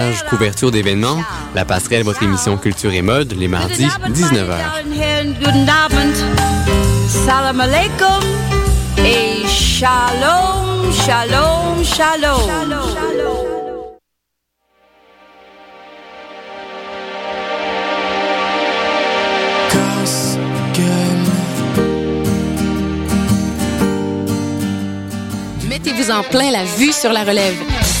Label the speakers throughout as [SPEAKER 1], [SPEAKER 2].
[SPEAKER 1] hommage, couverture d'événements, La Passerelle, votre émission Culture et Mode, les mardis, 19h.
[SPEAKER 2] Salam alaikum et shalom, shalom, shalom.
[SPEAKER 3] Mettez-vous en plein la vue sur la relève. Du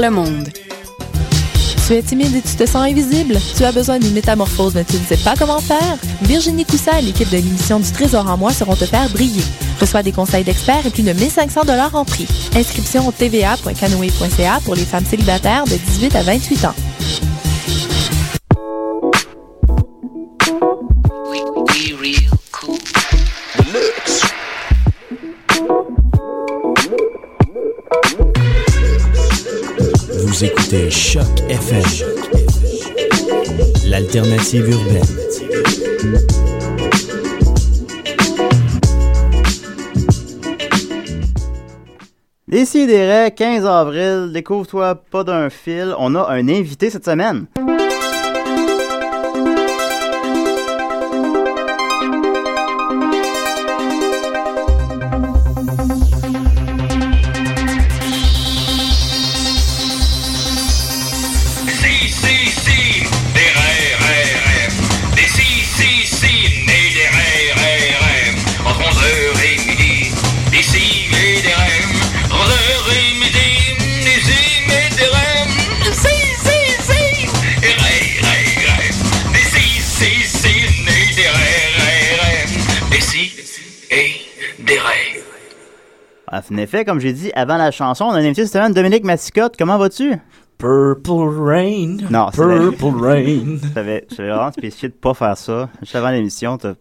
[SPEAKER 4] le monde.
[SPEAKER 5] Tu es timide et tu te sens invisible? Tu as besoin d'une métamorphose mais tu ne sais pas comment faire? Virginie Coussa et l'équipe de l'émission du Trésor en moi seront te faire briller. Reçois des conseils d'experts et plus de 1500 dollars en prix. Inscription au tva.canoe.ca pour les femmes célibataires de 18 à 28 ans.
[SPEAKER 6] Vous écoutez Choc FM, l'alternative urbaine.
[SPEAKER 7] Ici, Desraies, 15 avril, découvre-toi pas d'un fil. On a un invité cette semaine.
[SPEAKER 8] Si, si, si, des RRRM. Des si, si, si, nés des RRRM. Entre 11h et midi, des si et des REM. Entre 11h et midi, des si et des REM. Si, si, si, des RRRM. Des si, si, si, nés des RRRM. Des si et des RRRM.
[SPEAKER 7] Ah, En effet, comme j'ai dit avant la chanson, on a un invité cette semaine, Dominique Massicotte. Comment vas-tu?
[SPEAKER 9] Purple Rain.
[SPEAKER 7] Non, c'est vrai.
[SPEAKER 9] Purple Rain.
[SPEAKER 7] J'avais j'avais vraiment spécifié de pas faire ça. Juste avant l'émission, t'as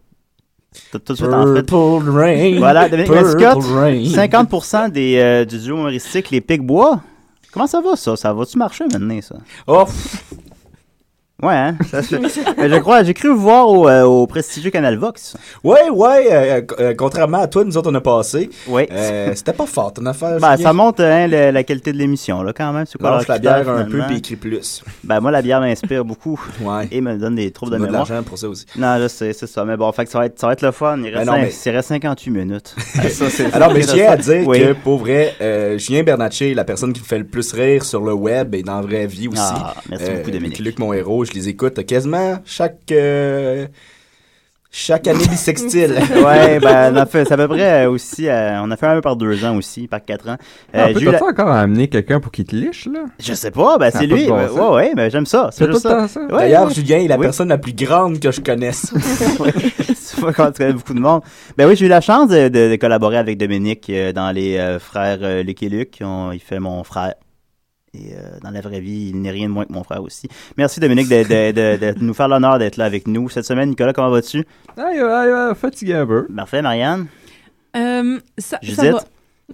[SPEAKER 7] t'as tout de suite en fait.
[SPEAKER 9] Purple Rain.
[SPEAKER 7] Voilà, Dominique Mascotte,
[SPEAKER 9] Rain.
[SPEAKER 7] 50% des, euh, du duo humoristique Les Pics-Bois. Comment ça va, ça? Ça va-tu marcher maintenant, ça?
[SPEAKER 9] Oh, pff,
[SPEAKER 7] Ouais, hein? Ça, c'est- Mais je crois, j'ai cru vous voir au, euh, au prestigieux Canal Vox.
[SPEAKER 9] ouais, ouais. euh, euh, contrairement à toi, nous autres, on a passé.
[SPEAKER 7] Oui.
[SPEAKER 9] Euh, C'était pas fort, ton affaire.
[SPEAKER 7] Ben,
[SPEAKER 9] Julien.
[SPEAKER 7] ça monte hein, le- la qualité de l'émission, là, quand même. C'est quoi
[SPEAKER 9] Lâche
[SPEAKER 7] leur
[SPEAKER 9] la
[SPEAKER 7] critère,
[SPEAKER 9] bière un peu,
[SPEAKER 7] finalement?
[SPEAKER 9] puis écris plus.
[SPEAKER 7] Ben, moi, la bière m'inspire beaucoup
[SPEAKER 9] Ouais.
[SPEAKER 7] et me donne des troubles
[SPEAKER 9] On
[SPEAKER 7] de
[SPEAKER 9] a de
[SPEAKER 7] mémoire.
[SPEAKER 9] l'argent pour ça aussi.
[SPEAKER 7] Non, je sais, c'est ça. Mais bon, fait que ça, va être, ça va être le fun. Il reste,
[SPEAKER 9] non,
[SPEAKER 7] cinq-
[SPEAKER 9] mais-
[SPEAKER 7] il reste 58 minutes. Ah, ça, c'est-
[SPEAKER 9] Alors, mais je tiens à dire
[SPEAKER 7] Oui.
[SPEAKER 9] que, pour vrai, euh, Julien Bernatchez, la personne qui me fait le plus rire sur le web et dans la vraie vie aussi.
[SPEAKER 7] Ah, merci beaucoup, Dominique.
[SPEAKER 9] avec Luc, mon héros, je les écoute quasiment chaque... euh, chaque année bissextile.
[SPEAKER 7] ouais, ben, on a fait, c'est à peu près euh, aussi. euh, on a fait un par deux ans aussi, par quatre ans. Euh,
[SPEAKER 10] Ah,
[SPEAKER 7] j'ai eu
[SPEAKER 10] T'as-tu
[SPEAKER 7] la-
[SPEAKER 10] encore amené quelqu'un pour qu'il te liche, là?
[SPEAKER 7] Je sais pas, ben,
[SPEAKER 10] Ça
[SPEAKER 7] c'est
[SPEAKER 10] a pas
[SPEAKER 7] lui.
[SPEAKER 10] de bon
[SPEAKER 7] ben,
[SPEAKER 10] sens.
[SPEAKER 7] ouais, ouais, ben, j'aime ça.
[SPEAKER 10] C'est
[SPEAKER 7] C'est
[SPEAKER 10] tout le
[SPEAKER 7] juste ça.
[SPEAKER 10] temps ça?
[SPEAKER 7] Ouais,
[SPEAKER 9] D'ailleurs,
[SPEAKER 7] ouais.
[SPEAKER 9] Julien est la
[SPEAKER 7] Oui.
[SPEAKER 9] personne la plus grande que je connaisse.
[SPEAKER 7] C'est pas quand tu connais beaucoup de monde. Ben oui, j'ai eu la chance de, de- de collaborer avec Dominique euh, dans les euh, frères euh, Luc et Luc. On- il fait mon frère. Et euh, dans la vraie vie, il n'est rien de moins que mon frère aussi. Merci Dominique de, de- de- de nous faire l'honneur d'être là avec nous. Cette semaine, Nicolas, comment vas-tu?
[SPEAKER 10] Aïe, aïe, aïe, euh, fatigué un peu.
[SPEAKER 7] Parfait, Marianne.
[SPEAKER 11] Euh, ça,
[SPEAKER 7] Judith?
[SPEAKER 11] ça va.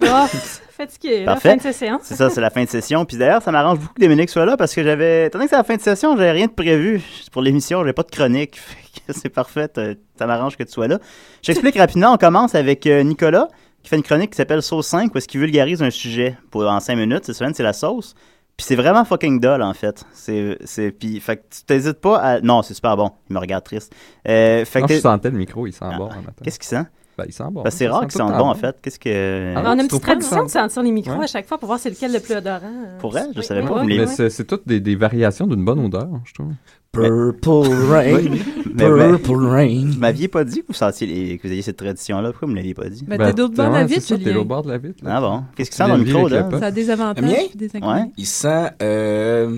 [SPEAKER 11] Oh, fatigué. La
[SPEAKER 7] Parfait.
[SPEAKER 11] fin de sa séance.
[SPEAKER 7] C'est ça, c'est la fin de session. Puis d'ailleurs, ça m'arrange beaucoup que Dominique soit là parce que j'avais. Étant donné que c'est la fin de session, j'avais rien de prévu pour l'émission, j'avais pas de chronique. Fait que c'est parfait, euh, ça m'arrange que tu sois là. Je t'explique rapidement, on commence avec euh, Nicolas qui fait une chronique qui s'appelle Sauce 5 où est-ce qu'il vulgarise un sujet pour, en 5 minutes. Cette semaine, c'est la sauce. Puis c'est vraiment fucking dull en fait. C'est, c'est, puis, fait que tu t'hésites pas à. Non, c'est super bon. Il me regarde triste. Euh, fait que
[SPEAKER 10] Non, je
[SPEAKER 7] t'es- Ah,
[SPEAKER 10] sentais le micro, il s'en bat en attendant.
[SPEAKER 7] Qu'est-ce qu'il sent?
[SPEAKER 10] Ben, il sent bon.
[SPEAKER 7] Parce que c'est
[SPEAKER 10] Il
[SPEAKER 7] rare
[SPEAKER 10] sent tout
[SPEAKER 7] qu'ils
[SPEAKER 10] le
[SPEAKER 7] sentent
[SPEAKER 10] temps
[SPEAKER 7] bon, en fait. Qu'est-ce que.
[SPEAKER 10] Ah,
[SPEAKER 11] on a une
[SPEAKER 10] tu trouves pas
[SPEAKER 11] petite
[SPEAKER 10] que
[SPEAKER 11] tradition de
[SPEAKER 10] ça-
[SPEAKER 11] sentir les micros
[SPEAKER 10] Ouais.
[SPEAKER 11] à chaque fois pour voir c'est lequel le plus odorant. euh.
[SPEAKER 7] Pour elle, je savais
[SPEAKER 11] Oui,
[SPEAKER 7] pas.
[SPEAKER 11] oui,
[SPEAKER 7] mais
[SPEAKER 10] Mais
[SPEAKER 7] les-
[SPEAKER 10] c'est c'est toutes des, des variations d'une bonne odeur, je trouve.
[SPEAKER 7] Purple
[SPEAKER 10] Rain, Purple
[SPEAKER 7] Rain. Vous m'aviez pas dit que vous sentiez les- que vous aviez cette tradition-là. Pourquoi vous me l'aviez pas dit?
[SPEAKER 11] Ben, Ben, t'es d'autre bord de la ouais, vitre, c'est ça, t'es Julien. au
[SPEAKER 10] bord de la vitre.
[SPEAKER 7] Ah bon? Qu'est-ce qui
[SPEAKER 9] Tu
[SPEAKER 7] sent dans le
[SPEAKER 9] l'as vu
[SPEAKER 7] micro,
[SPEAKER 9] avec
[SPEAKER 7] là?
[SPEAKER 9] le
[SPEAKER 11] Ça a des avantages,
[SPEAKER 9] Mien?
[SPEAKER 11] des inconvénients.
[SPEAKER 9] Il sent, euh,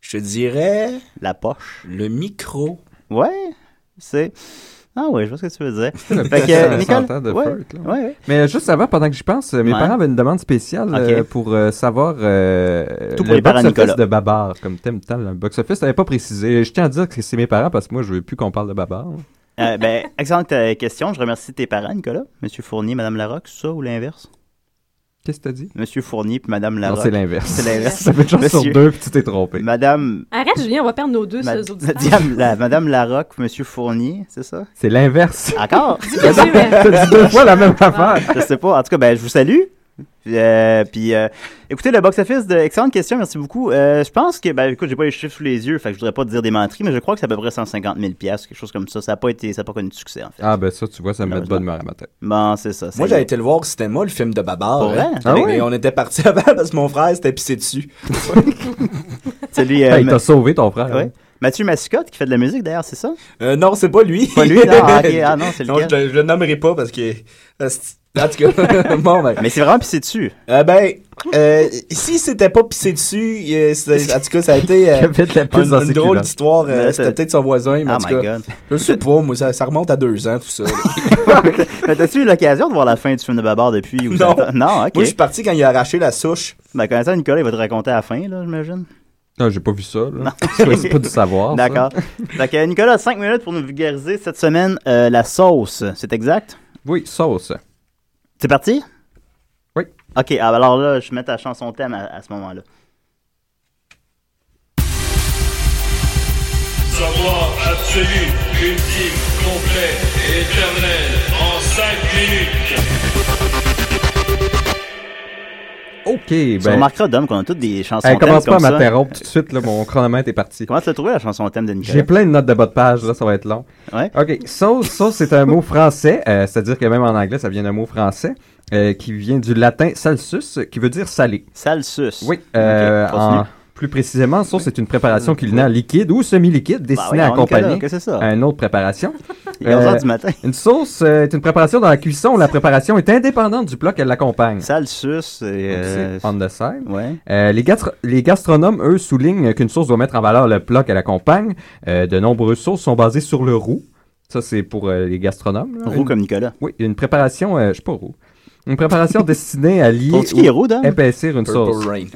[SPEAKER 9] je te dirais...
[SPEAKER 7] La poche.
[SPEAKER 9] Le micro.
[SPEAKER 7] Ouais, c'est... Ah ouais, je vois ce que tu veux dire.
[SPEAKER 10] Le
[SPEAKER 7] Fait que,
[SPEAKER 10] petit
[SPEAKER 7] euh,
[SPEAKER 10] 100
[SPEAKER 7] Nicole,
[SPEAKER 10] ans de
[SPEAKER 7] ouais,
[SPEAKER 10] flirt, là.
[SPEAKER 7] ouais, ouais.
[SPEAKER 10] Mais juste avant, pendant que j'y pense, mes
[SPEAKER 7] Ouais.
[SPEAKER 10] parents avaient une demande spéciale
[SPEAKER 7] Ok.
[SPEAKER 10] euh, pour euh, savoir euh,
[SPEAKER 7] Tout pour
[SPEAKER 10] le
[SPEAKER 7] les parents,
[SPEAKER 10] box-office
[SPEAKER 7] Nicolas.
[SPEAKER 10] de Babar, comme t'aimes tant le box-office. T'avais pas précisé. Je tiens à dire que c'est mes parents parce que moi, je veux plus qu'on parle de Babar.
[SPEAKER 7] Euh, ben, excellente euh, question. Je remercie tes parents, Nicolas. Monsieur Fournier, Madame Larocque, ça ou l'inverse?
[SPEAKER 10] Qu'est-ce que t'as dit?
[SPEAKER 7] Monsieur Fournier puis Madame
[SPEAKER 10] Non,
[SPEAKER 7] Larocque.
[SPEAKER 10] c'est l'inverse.
[SPEAKER 7] C'est l'inverse.
[SPEAKER 10] Ça fait une chance sur
[SPEAKER 7] Monsieur-
[SPEAKER 10] deux, puis tu t'es trompé.
[SPEAKER 7] Madame...
[SPEAKER 11] Arrête, Julien, on va perdre nos deux
[SPEAKER 7] Ma-
[SPEAKER 11] seuls auditeurs.
[SPEAKER 7] Madame, la, Madame Larocque, Monsieur Fournier, c'est ça?
[SPEAKER 10] C'est l'inverse.
[SPEAKER 7] Encore?
[SPEAKER 10] T'as dit- t'as dit deux fois la même affaire.
[SPEAKER 7] Je sais pas. En tout cas, ben, je vous salue. Euh, puis, euh, écoutez, le box-office, de... excellente question, merci beaucoup. Euh, je pense que, ben, écoute, j'ai pas les chiffres sous les yeux, fait que je voudrais pas te dire des menteries, mais je crois que c'est à peu près 150 000 piastres, quelque chose comme ça. Ça a pas été, ça a pas connu de succès, en fait.
[SPEAKER 10] Ah, ben ça, tu vois, ça me met de bonne humeur à ma tête.
[SPEAKER 7] Bon, c'est ça. c'est-
[SPEAKER 9] Moi, j'avais été le voir au cinéma, le film de Babar.
[SPEAKER 7] Pour vrai?
[SPEAKER 9] hein.
[SPEAKER 7] Ah ouais?
[SPEAKER 9] Et on était partis avant parce que mon frère s'était pissé dessus.
[SPEAKER 7] Celui,
[SPEAKER 10] Hey,
[SPEAKER 7] Ma-
[SPEAKER 10] t'as hein. sauvé ton frère.
[SPEAKER 7] euh, Ouais. Mathieu Mascotte qui fait de la musique d'ailleurs, c'est ça?
[SPEAKER 9] Euh, non, c'est pas lui.
[SPEAKER 7] Pas lui, non, ah, ok, ah, non, c'est
[SPEAKER 9] Non,
[SPEAKER 7] lequel?
[SPEAKER 9] je, le- je le nommerai pas parce que. En tout cas, bon, ben.
[SPEAKER 7] Mais c'est vraiment pissé dessus.
[SPEAKER 9] Euh, ben, euh, si c'était pas pissé dessus, euh, c'est- en tout cas, ça a été euh,
[SPEAKER 10] Il a fait de la pisse
[SPEAKER 9] une,
[SPEAKER 10] dans
[SPEAKER 9] une
[SPEAKER 10] ses
[SPEAKER 9] drôle
[SPEAKER 10] culottes.
[SPEAKER 9] d'histoire. euh,
[SPEAKER 7] Mais là,
[SPEAKER 9] c'était
[SPEAKER 7] t'as-
[SPEAKER 9] peut-être son voisin, mais
[SPEAKER 7] Ah
[SPEAKER 9] en tout
[SPEAKER 7] my
[SPEAKER 9] cas,
[SPEAKER 7] God.
[SPEAKER 9] je sais pas, moi, ça, ça remonte à deux ans, tout ça. là.
[SPEAKER 7] Mais T'as-tu eu l'occasion de voir la fin du film de Babar depuis? ou
[SPEAKER 9] non.
[SPEAKER 7] ça- Non, ok.
[SPEAKER 9] Moi, je suis parti quand il a arraché la souche.
[SPEAKER 7] Ben, connaissant Nicolas, il va te raconter à la fin, là, j'imagine.
[SPEAKER 10] Non, j'ai pas vu ça. là. C'est c'est pas du savoir. ça.
[SPEAKER 7] D'accord. Fait que, Nicolas, 5 minutes pour nous vulgariser cette semaine euh, la sauce. C'est exact?
[SPEAKER 10] Oui, sauce.
[SPEAKER 7] C'est parti?
[SPEAKER 10] Oui.
[SPEAKER 7] OK, ah, alors là, je mets ta chanson thème à, à ce moment-là.
[SPEAKER 8] Savoir absolu, ultime, complet, éternel, en 5 minutes.
[SPEAKER 10] OK,
[SPEAKER 7] Tu
[SPEAKER 10] ben.
[SPEAKER 7] remarqueras, Dom, qu'on a toutes des chansons
[SPEAKER 10] Hey,
[SPEAKER 7] thèmes
[SPEAKER 10] commence pas à
[SPEAKER 7] comme ça.
[SPEAKER 10] m'interrompre tout de suite, là, mon chronomètre est parti.
[SPEAKER 7] Comment tu l'as trouvé, la chanson thème de Nicolas?
[SPEAKER 10] J'ai plein de notes de bas de page, là, ça va être long.
[SPEAKER 7] Ouais.
[SPEAKER 10] OK, sauce, sauce, c'est un mot français, euh, c'est-à-dire que même en anglais, ça vient d'un mot français, euh, qui vient du latin salsus, qui veut dire salé.
[SPEAKER 7] Salsus.
[SPEAKER 10] Oui, euh,
[SPEAKER 7] Ok, continue.
[SPEAKER 10] en- plus précisément, sauce c'est une préparation culinaire liquide ou semi-liquide destinée
[SPEAKER 7] Bah oui,
[SPEAKER 10] à
[SPEAKER 7] on est
[SPEAKER 10] accompagner
[SPEAKER 7] là, que c'est ça.
[SPEAKER 10] à une autre préparation.
[SPEAKER 7] Il est 11
[SPEAKER 10] Euh,
[SPEAKER 7] heures du matin.
[SPEAKER 10] Une sauce euh, est une préparation dans la cuisson où la préparation est indépendante du plat qu'elle accompagne.
[SPEAKER 7] Salsus. et, euh,
[SPEAKER 10] C'est on the side.
[SPEAKER 7] Ouais.
[SPEAKER 10] Euh, les, gastro- les gastronomes, eux, soulignent qu'une sauce doit mettre en valeur le plat qu'elle accompagne. Euh, de nombreuses sauces sont basées sur le roux. Ça, c'est pour euh, les gastronomes. là.
[SPEAKER 7] Roux
[SPEAKER 10] Une-
[SPEAKER 7] comme Nicolas.
[SPEAKER 10] Oui, une préparation... euh, je suis pas roux. Une préparation destinée à lier
[SPEAKER 7] Trouves-tu qu'il est
[SPEAKER 10] ou
[SPEAKER 7] roux, Dan?
[SPEAKER 10] épaissir une sauce.
[SPEAKER 9] Purple Rain.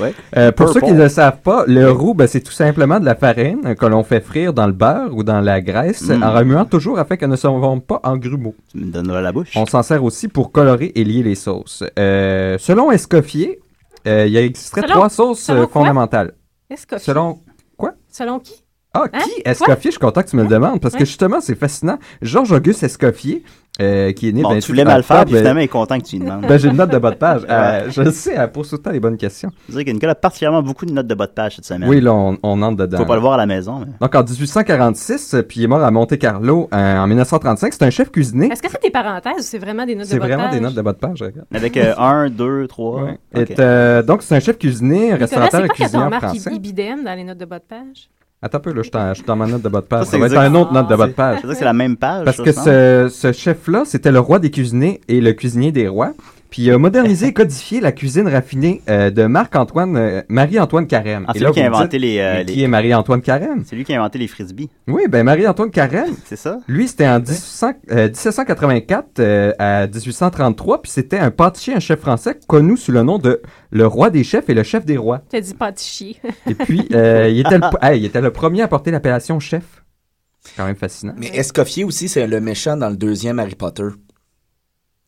[SPEAKER 7] Ouais.
[SPEAKER 10] Euh, pour ceux
[SPEAKER 7] Purple.
[SPEAKER 10] qui ne le savent pas, le roux, ben, c'est tout simplement de la farine euh, que l'on fait frire dans le beurre ou dans la graisse
[SPEAKER 7] Mm.
[SPEAKER 10] en remuant toujours afin qu'elle ne s'envombe pas en grumeaux.
[SPEAKER 7] Tu me donnes la bouche.
[SPEAKER 10] On s'en sert aussi pour colorer et lier les sauces. Euh, selon Escoffier, euh, il existerait
[SPEAKER 11] Selon-
[SPEAKER 10] trois sauces
[SPEAKER 11] selon
[SPEAKER 10] euh,
[SPEAKER 11] quoi?
[SPEAKER 10] fondamentales.
[SPEAKER 11] Est-ce que-
[SPEAKER 10] Selon
[SPEAKER 11] Selon qui?
[SPEAKER 10] ah,
[SPEAKER 11] Hein?
[SPEAKER 10] qui Escoffier? Je suis content que tu me le demandes parce que
[SPEAKER 11] Ouais.
[SPEAKER 10] justement, c'est fascinant. Georges-Auguste Escoffier, euh, qui est né...
[SPEAKER 7] Bon,
[SPEAKER 10] le
[SPEAKER 7] tu voulais
[SPEAKER 10] 28
[SPEAKER 7] mal faire,
[SPEAKER 10] octobre,
[SPEAKER 7] puis finalement, il est content que tu lui demandes.
[SPEAKER 10] euh, ben, j'ai une note de bas de page. Euh, je le sais, elle pose tout le temps les bonnes questions.
[SPEAKER 7] Je dirais que Nicolas a particulièrement beaucoup de notes de bas de page cette semaine.
[SPEAKER 10] Oui, là, on, on entre dedans.
[SPEAKER 7] Faut pas le voir à la maison, mais.
[SPEAKER 10] Donc en 1846, euh, puis il est mort à Monte-Carlo euh, en 1935. C'est un chef cuisinier.
[SPEAKER 11] Est-ce que c'est des parenthèses ou c'est vraiment des notes de
[SPEAKER 10] C'est vraiment
[SPEAKER 11] bottage?
[SPEAKER 10] des notes de bas de page, regarde.
[SPEAKER 7] Avec euh, 1, 2, 3.
[SPEAKER 10] Ouais. Et, euh, donc c'est un chef cuisinier,
[SPEAKER 11] Nicolas,
[SPEAKER 10] restaurateur
[SPEAKER 11] c'est
[SPEAKER 10] et
[SPEAKER 11] quoi que
[SPEAKER 10] cuisinier
[SPEAKER 11] ton marque
[SPEAKER 10] français.
[SPEAKER 11] IBDM dans les notes de bas de page?
[SPEAKER 10] Attends un peu, là, je suis dans- je suis dans ma note de bas de page.
[SPEAKER 7] Ça,
[SPEAKER 10] Ça va
[SPEAKER 7] c'est
[SPEAKER 10] être un
[SPEAKER 7] exact-
[SPEAKER 10] autre note de bas de page.
[SPEAKER 7] Je veux dire que c'est la même page.
[SPEAKER 10] Parce
[SPEAKER 7] ça,
[SPEAKER 10] que
[SPEAKER 7] je pense.
[SPEAKER 10] ce, ce chef-là, c'était le roi des cuisiniers et le cuisinier des rois. Puis il a modernisé et codifié la cuisine raffinée euh, de Marc-Antoine, euh, Marie-Antoine Carême.
[SPEAKER 7] Ah,
[SPEAKER 10] Et
[SPEAKER 7] c'est
[SPEAKER 10] là,
[SPEAKER 7] lui qui a
[SPEAKER 10] vous me
[SPEAKER 7] inventé les, euh,
[SPEAKER 10] mais
[SPEAKER 7] les-
[SPEAKER 10] Qui est Marie-Antoine Carême?
[SPEAKER 7] C'est lui qui a inventé les frisbees,
[SPEAKER 10] Oui, ben Marie-Antoine Carême,
[SPEAKER 7] c'est ça?
[SPEAKER 10] Lui, c'était en 1800 euh, 1784 euh, à 1833, puis c'était un pâtissier, un chef français connu sous le nom de le roi des chefs et le chef des rois.
[SPEAKER 11] Tu as dit pâtissier.
[SPEAKER 10] Et puis, euh, il, était le, hey, il était le premier à porter l'appellation chef. C'est quand même fascinant.
[SPEAKER 9] Mais Escoffier aussi, c'est le méchant dans le deuxième Harry Potter.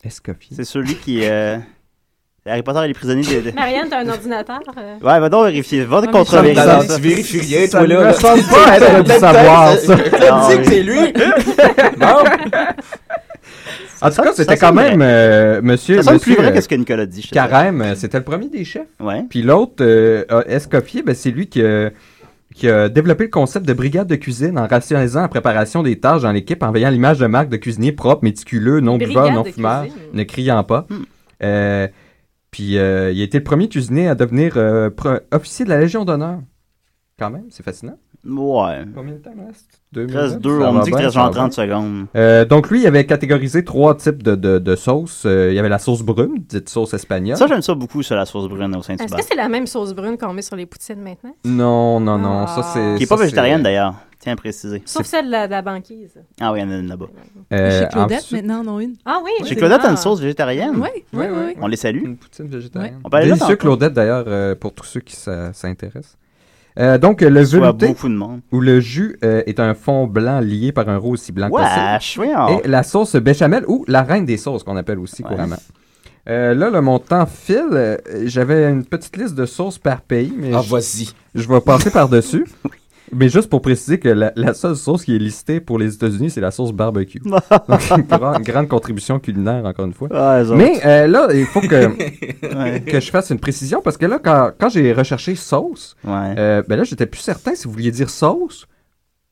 [SPEAKER 10] Escoffier.
[SPEAKER 7] C'est celui qui. euh, Harry Potter et les prisonniers de. de-
[SPEAKER 11] Marianne, t'as un ordinateur? euh?
[SPEAKER 7] Ouais, va donc vérifier. Va
[SPEAKER 11] mais
[SPEAKER 7] donc
[SPEAKER 11] Mais
[SPEAKER 9] Alors,
[SPEAKER 7] contrevérifier.
[SPEAKER 9] tu vérifies rien,
[SPEAKER 10] Ça
[SPEAKER 9] toi, là.
[SPEAKER 10] me
[SPEAKER 9] là.
[SPEAKER 10] semble pas être du savoir, ça.
[SPEAKER 9] Claude
[SPEAKER 7] Ah,
[SPEAKER 9] dit que c'est lui. Bon.
[SPEAKER 10] En tout
[SPEAKER 7] Ça-
[SPEAKER 10] cas,
[SPEAKER 7] ça
[SPEAKER 10] c'était
[SPEAKER 7] sonne
[SPEAKER 10] quand même
[SPEAKER 7] vrai.
[SPEAKER 10] euh, monsieur,
[SPEAKER 7] Ça semble plus
[SPEAKER 10] monsieur
[SPEAKER 7] vrai
[SPEAKER 10] euh,
[SPEAKER 7] que ce que Nicolas dit. je te dirais.
[SPEAKER 10] Carême, euh, c'était le premier des chefs.
[SPEAKER 7] Ouais.
[SPEAKER 10] Puis l'autre, euh, a- Escoffier, ben, c'est lui qui, euh, qui a développé le concept de brigade de cuisine en rationalisant la préparation des tâches dans l'équipe, en veillant à l'image de marque de cuisinier propre, méticuleux, non
[SPEAKER 12] Brigade
[SPEAKER 10] buveur, non
[SPEAKER 12] de
[SPEAKER 10] fumeur,
[SPEAKER 12] cuisine.
[SPEAKER 10] ne criant pas.
[SPEAKER 7] Hmm.
[SPEAKER 10] Euh, puis euh, il a été le premier cuisinier à devenir euh, pre- officier de la Légion d'honneur. Quand même, c'est fascinant.
[SPEAKER 7] Ouais.
[SPEAKER 10] Combien de temps reste?
[SPEAKER 7] Il reste
[SPEAKER 10] minutes,
[SPEAKER 7] deux,
[SPEAKER 10] ça
[SPEAKER 7] on
[SPEAKER 10] va
[SPEAKER 7] me dit que
[SPEAKER 10] bien,
[SPEAKER 7] reste genre
[SPEAKER 10] ça va
[SPEAKER 7] 30 secondes.
[SPEAKER 10] Euh, donc lui, il avait catégorisé trois types de, de- de sauces. Euh, il y avait la sauce brune, dite sauce espagnole.
[SPEAKER 7] Ça, j'aime ça beaucoup, ça, la sauce brune au
[SPEAKER 11] Est-ce
[SPEAKER 7] Saint-Hubert.
[SPEAKER 11] que c'est la même sauce brune qu'on met sur les poutines maintenant?
[SPEAKER 10] Non, non, non,
[SPEAKER 12] Ah.
[SPEAKER 10] ça c'est...
[SPEAKER 7] Qui n'est
[SPEAKER 10] ça,
[SPEAKER 7] pas
[SPEAKER 10] c'est-
[SPEAKER 7] végétarienne d'ailleurs, tiens à préciser.
[SPEAKER 11] Sauf celle de la, de la banquise.
[SPEAKER 7] Ah oui, il y en a une là-bas.
[SPEAKER 10] Euh,
[SPEAKER 5] Chez Claudette, maintenant, en ont une.
[SPEAKER 11] Ah oui,
[SPEAKER 7] Chez Claudette, t'as une sauce végétarienne?
[SPEAKER 5] Oui, oui, oui.
[SPEAKER 7] On les salue. Une
[SPEAKER 10] poutine végétarienne.
[SPEAKER 7] On peut aller là
[SPEAKER 10] Délicieux
[SPEAKER 7] tantôt.
[SPEAKER 10] Claudette d'ailleurs euh, pour tous ceux qui s'a- s'intéressent. Euh, donc euh, le
[SPEAKER 7] Je vois
[SPEAKER 10] velouté
[SPEAKER 7] beaucoup de monde.
[SPEAKER 10] où le jus euh, est un fond blanc lié par un rose aussi blanc que
[SPEAKER 7] Wesh, voyons.
[SPEAKER 10] Et la sauce béchamel ou la reine des sauces qu'on appelle aussi couramment. Euh, là, le montant file. Euh, J'avais une petite liste de sauces par pays, mais
[SPEAKER 9] Ah,
[SPEAKER 10] je-
[SPEAKER 9] vas-y.
[SPEAKER 10] Je vais passer par-dessus. Mais juste pour préciser que la, la seule sauce qui est listée pour les États-Unis, c'est la sauce barbecue. Donc, une grande, grande contribution culinaire, encore une fois.
[SPEAKER 7] Ah, elles autres.
[SPEAKER 10] Mais euh, là, il faut que,
[SPEAKER 7] Ouais.
[SPEAKER 10] que je fasse une précision parce que là, quand, quand j'ai recherché sauce,
[SPEAKER 7] Hein?
[SPEAKER 10] euh, ben là, j'étais plus certain si vous vouliez dire sauce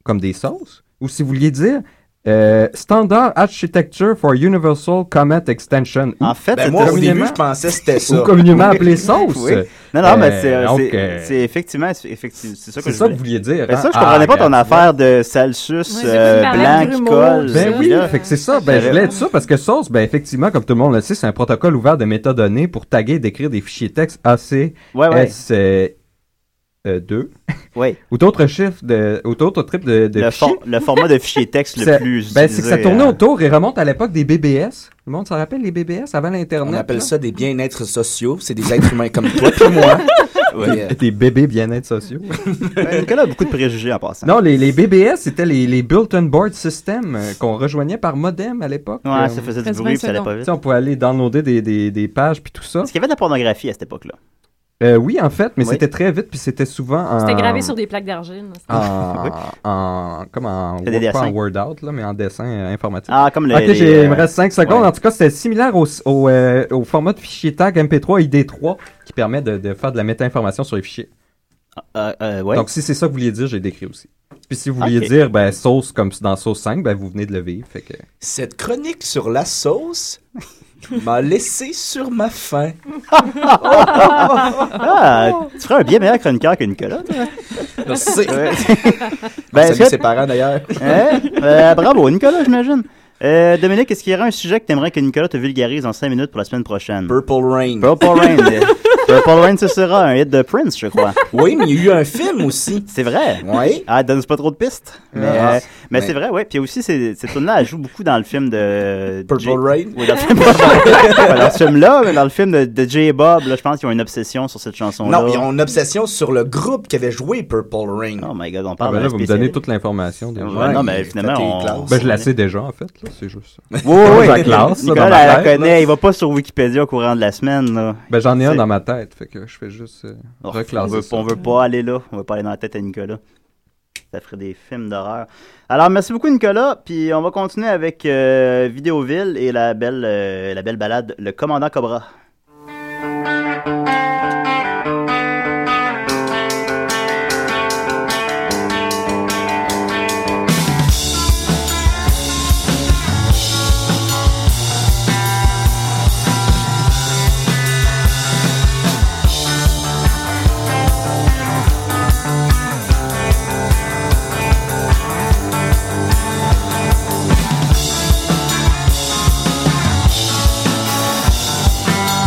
[SPEAKER 10] comme des sauces ou si vous vouliez dire euh, Standard Architecture for Universal Comet Extension. ou
[SPEAKER 7] En fait,
[SPEAKER 9] Ben,
[SPEAKER 7] c'était-
[SPEAKER 9] moi, au début, je pensais que c'était ça.
[SPEAKER 10] Ou communément appelé sauce.
[SPEAKER 7] Ah, Ben, Oui. Non, non,
[SPEAKER 10] Euh,
[SPEAKER 7] mais c'est, euh,
[SPEAKER 10] donc,
[SPEAKER 7] c'est,
[SPEAKER 10] euh,
[SPEAKER 7] c'est effectivement, c'est, effectivement- c'est ça que
[SPEAKER 10] c'est
[SPEAKER 7] je
[SPEAKER 10] ça que
[SPEAKER 7] voulais.
[SPEAKER 10] vous vouliez dire,
[SPEAKER 7] Ben,
[SPEAKER 10] hein?
[SPEAKER 7] ça, je
[SPEAKER 10] Ah,
[SPEAKER 7] comprenais pas ton
[SPEAKER 10] regarde,
[SPEAKER 7] affaire de salsus euh, blanc qui colle.
[SPEAKER 10] Ben
[SPEAKER 7] euh,
[SPEAKER 10] oui,
[SPEAKER 7] là.
[SPEAKER 10] fait que c'est ça. Ben, je voulais être ça parce que SOS, ben effectivement, comme tout le monde le sait, c'est un protocole ouvert de métadonnées pour taguer et décrire des fichiers texte AC,
[SPEAKER 7] Ouais, Ah ouais.
[SPEAKER 10] S, euh, euh, 2
[SPEAKER 7] Ouais.
[SPEAKER 10] ou d'autres chiffres, de, ou d'autres types de, de
[SPEAKER 7] le,
[SPEAKER 10] fichiers.
[SPEAKER 7] for- le format de fichier texte le
[SPEAKER 10] Ça-
[SPEAKER 7] plus
[SPEAKER 10] ben, c'est que ça
[SPEAKER 7] utilisé,
[SPEAKER 10] tournait
[SPEAKER 7] euh,
[SPEAKER 10] autour et remonte à l'époque des BBS. Le monde s'en rappelle, les BBS avant l'Internet.
[SPEAKER 9] On appelle
[SPEAKER 10] là?
[SPEAKER 9] ça des bien-êtres sociaux. C'est des êtres humains comme toi euh, et moi.
[SPEAKER 7] euh,
[SPEAKER 9] Ouais.
[SPEAKER 10] Des bébés bien-être sociaux.
[SPEAKER 7] Ben, Nicolas a beaucoup de préjugés en passant.
[SPEAKER 10] Non, les, les BBS, c'était les, les Built-in Board System euh, qu'on rejoignait par modem à l'époque. Euh,
[SPEAKER 7] Ouais, ça faisait du Reste bruit, 20 puis ça allait pas secondes. vite.
[SPEAKER 10] Tu sais, On pouvait aller downloader des, des, des pages, puis tout ça.
[SPEAKER 7] Est-ce qu'il y avait de la pornographie à cette époque-là?
[SPEAKER 10] Euh, oui, en fait, mais
[SPEAKER 7] Oui.
[SPEAKER 10] c'était très vite, puis c'était souvent en...
[SPEAKER 11] C'était
[SPEAKER 7] Euh,
[SPEAKER 11] gravé sur des plaques d'argile.
[SPEAKER 10] En,
[SPEAKER 11] là.
[SPEAKER 7] Oui.
[SPEAKER 10] en- comme en,
[SPEAKER 7] C'était des
[SPEAKER 10] Word- pas en
[SPEAKER 7] dessins.
[SPEAKER 10] Word Out, là, mais en dessin euh, informatique.
[SPEAKER 7] Ah, comme les-
[SPEAKER 10] Ok,
[SPEAKER 7] les,
[SPEAKER 10] j'ai- il me
[SPEAKER 7] euh,
[SPEAKER 10] reste 5 secondes.
[SPEAKER 7] ouais.
[SPEAKER 10] En tout cas, c'était similaire au, au, euh, au format de fichier tag MP3 ID3 qui permet de, de faire de la méta-information sur les fichiers.
[SPEAKER 7] Euh, euh, ouais.
[SPEAKER 10] Donc, si c'est ça que vous vouliez dire, j'ai décrit aussi. Puis si vous vouliez
[SPEAKER 7] Ok.
[SPEAKER 10] dire ben, sauce comme dans sauce 5, ben, vous venez de le vivre. Fait que...
[SPEAKER 7] Ah,
[SPEAKER 9] Cette chronique sur la sauce m'a laissé sur ma faim.
[SPEAKER 7] Ah, tu ferais un bien meilleur chroniqueur que Nicolas, Ben, toi.
[SPEAKER 9] Je sais.
[SPEAKER 7] Ouais.
[SPEAKER 9] On salue
[SPEAKER 7] écoute-
[SPEAKER 9] ses parents, d'ailleurs.
[SPEAKER 7] Hein? Euh, bravo, Nicolas, j'imagine. Euh, Dominique, est-ce qu'il y aurait un sujet que t'aimerais que Nicolas te vulgarise en 5 minutes pour la semaine prochaine?
[SPEAKER 9] Purple Rain.
[SPEAKER 7] Purple Rain. Purple Rain, ce sera un hit de Prince, je crois.
[SPEAKER 9] Oui, mais il y a eu un film aussi.
[SPEAKER 7] C'est vrai.
[SPEAKER 9] Oui.
[SPEAKER 7] Ah, donne pas trop de pistes. Mais,
[SPEAKER 9] Ah.
[SPEAKER 7] euh, mais
[SPEAKER 9] Mais-
[SPEAKER 7] c'est vrai, ouais. Puis aussi, ces- cette tune-là, elle joue beaucoup dans le film de.
[SPEAKER 9] Purple
[SPEAKER 7] Jay-
[SPEAKER 9] Rain.
[SPEAKER 7] Oui, dans le film Purple Rain. Ouais, dans ce film-là, mais dans le film de, de Jay et Bob, là, je pense qu'ils ont une obsession sur cette chanson-là.
[SPEAKER 9] Non, ils ont une obsession sur le groupe qui avait joué Purple Rain.
[SPEAKER 7] Oh my god, on
[SPEAKER 10] Ah,
[SPEAKER 7] parle
[SPEAKER 10] ben
[SPEAKER 7] de
[SPEAKER 10] là, vous me donnez toute l'information. déjà.
[SPEAKER 7] Ouais, non, mais finalement, on-
[SPEAKER 10] Ben, je la sais déjà, en fait. là, C'est juste ça.
[SPEAKER 7] Oui, oui, oui.
[SPEAKER 10] Je la classe, ça,
[SPEAKER 7] Nicolas
[SPEAKER 10] dans ma
[SPEAKER 7] la
[SPEAKER 10] tête, là.
[SPEAKER 7] connaît, il va pas sur Wikipédia au courant de la semaine. là.
[SPEAKER 10] Ben, j'en ai un
[SPEAKER 7] C'est-
[SPEAKER 10] dans ma tête, fait que je fais juste euh,
[SPEAKER 7] Oh, on,
[SPEAKER 10] reclasser
[SPEAKER 7] veut,
[SPEAKER 10] ça.
[SPEAKER 7] on veut pas aller là, on veut pas aller dans la tête à Nicolas. Ça ferait des films d'horreur. Alors, merci beaucoup Nicolas, puis on va continuer avec euh, Vidéoville et la belle, euh, la belle balade Le Commandant Cobra.
[SPEAKER 8] Thank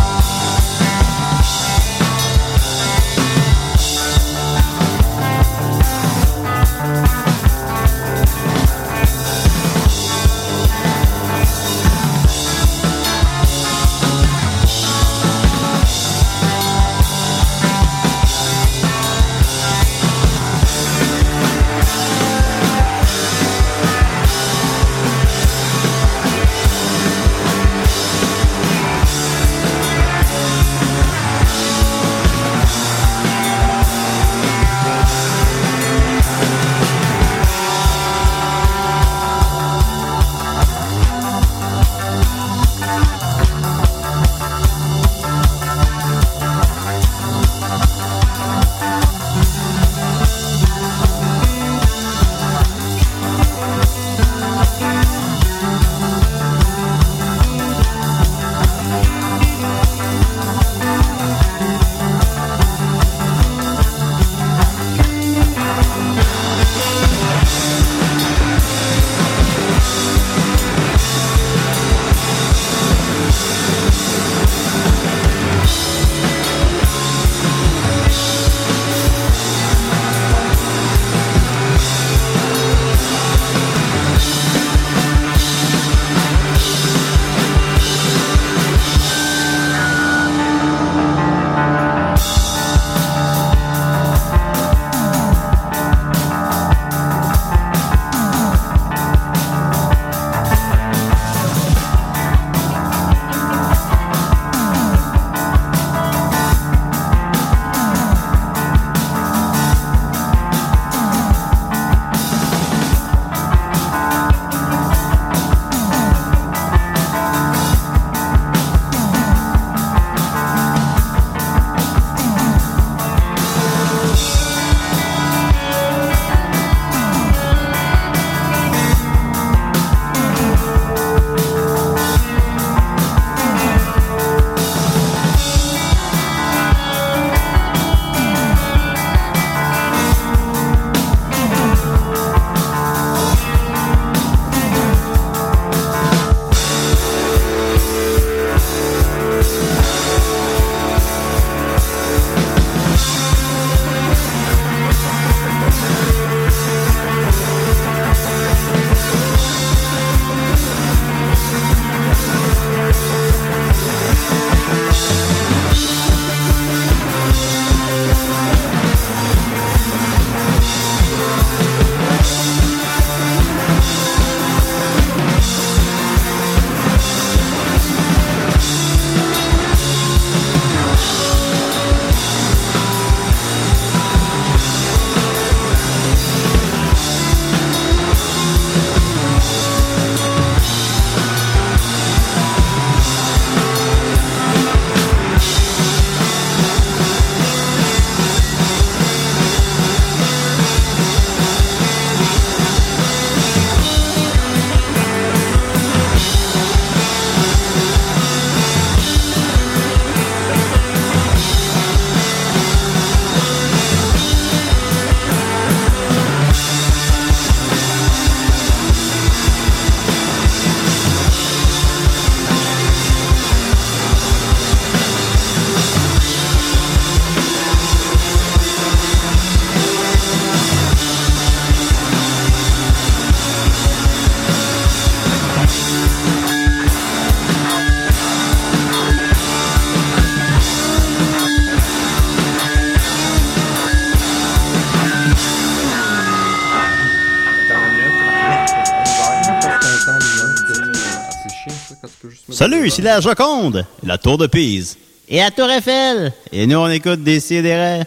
[SPEAKER 7] Salut, ici la Joconde, la Tour de Pise. Et la Tour Eiffel. Et nous, on écoute des sidérés.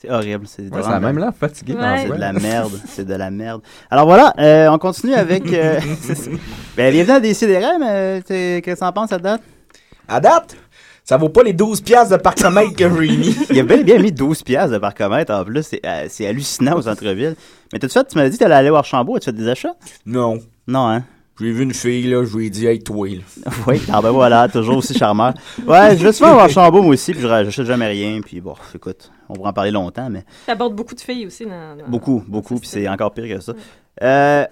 [SPEAKER 7] C'est horrible. C'est
[SPEAKER 10] Ouais, ça a même l'air fatigué.
[SPEAKER 7] Non, Ah, C'est de la merde. C'est de la merde. Alors voilà, euh, on continue avec. euh, ben, bienvenue à Décidérem. mais euh, t'es- qu'est-ce que t'en penses à date?
[SPEAKER 9] À date, ça vaut pas les 12 piastres de parcomètre que j'ai mis.
[SPEAKER 7] Il a bien, bien mis 12 piastres de parcomètre en plus. C'est, euh, c'est hallucinant au centre-ville. Mais tout de suite, tu m'as dit que t'allais aller voir Chambaud. As-tu fait des achats?
[SPEAKER 9] Non.
[SPEAKER 7] Non, hein?
[SPEAKER 9] J'ai vu une fille, là, je lui ai dit, hey, toi, là.
[SPEAKER 7] Oui, ah ben voilà, toujours aussi charmeur. Ouais, je vais souvent voir Chambaud, moi aussi, puis je n'achète jamais rien. Puis bon, écoute, on pourra en parler longtemps, mais
[SPEAKER 11] T'abordes beaucoup de filles aussi. Dans, dans-
[SPEAKER 7] beaucoup, beaucoup, puis c'est encore pire que ça. Euh,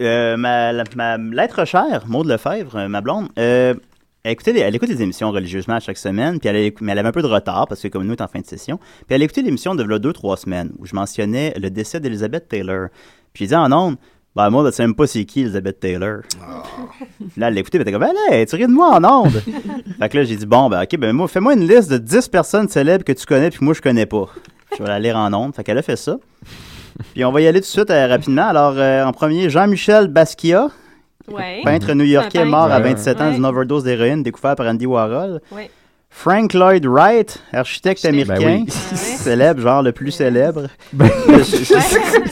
[SPEAKER 7] euh, ma, la- ma- l'être chère, Maud Lefebvre, euh, ma blonde, euh, elle, écoutait les- elle écoute les émissions religieusement à chaque semaine, puis elle, écou- mais elle avait un peu de retard parce que comme nous, on est en fin de session. Puis elle écoutait l'émission de v'là deux, trois semaines où je mentionnais le décès d'Elizabeth Taylor. Puis j'ai dit en ondes, ben, Maud, elle sait même pas c'est qui Elizabeth Taylor. Là, elle l'écoutait, puis elle était comme, ben, là, tu ris de moi en ondes. fait que là, j'ai dit, bon, ben, ok, ben, moi, fais-moi une liste de 10 personnes célèbres que tu connais, puis que moi, je connais pas. Je vais la lire en ondes. Fait qu'elle a fait ça. Puis on va y aller tout de suite euh, rapidement. Alors, euh, en premier, Jean-Michel Basquiat,
[SPEAKER 11] Ouais.
[SPEAKER 7] peintre
[SPEAKER 11] Un
[SPEAKER 7] new-yorkais
[SPEAKER 11] peintre.
[SPEAKER 7] mort à 27 ans
[SPEAKER 11] Ouais.
[SPEAKER 7] d'une overdose d'héroïne découvert par Andy Warhol.
[SPEAKER 11] Ouais.
[SPEAKER 7] Frank Lloyd Wright, architecte américain,
[SPEAKER 11] Ben oui.
[SPEAKER 7] célèbre, genre le plus célèbre. Je- je-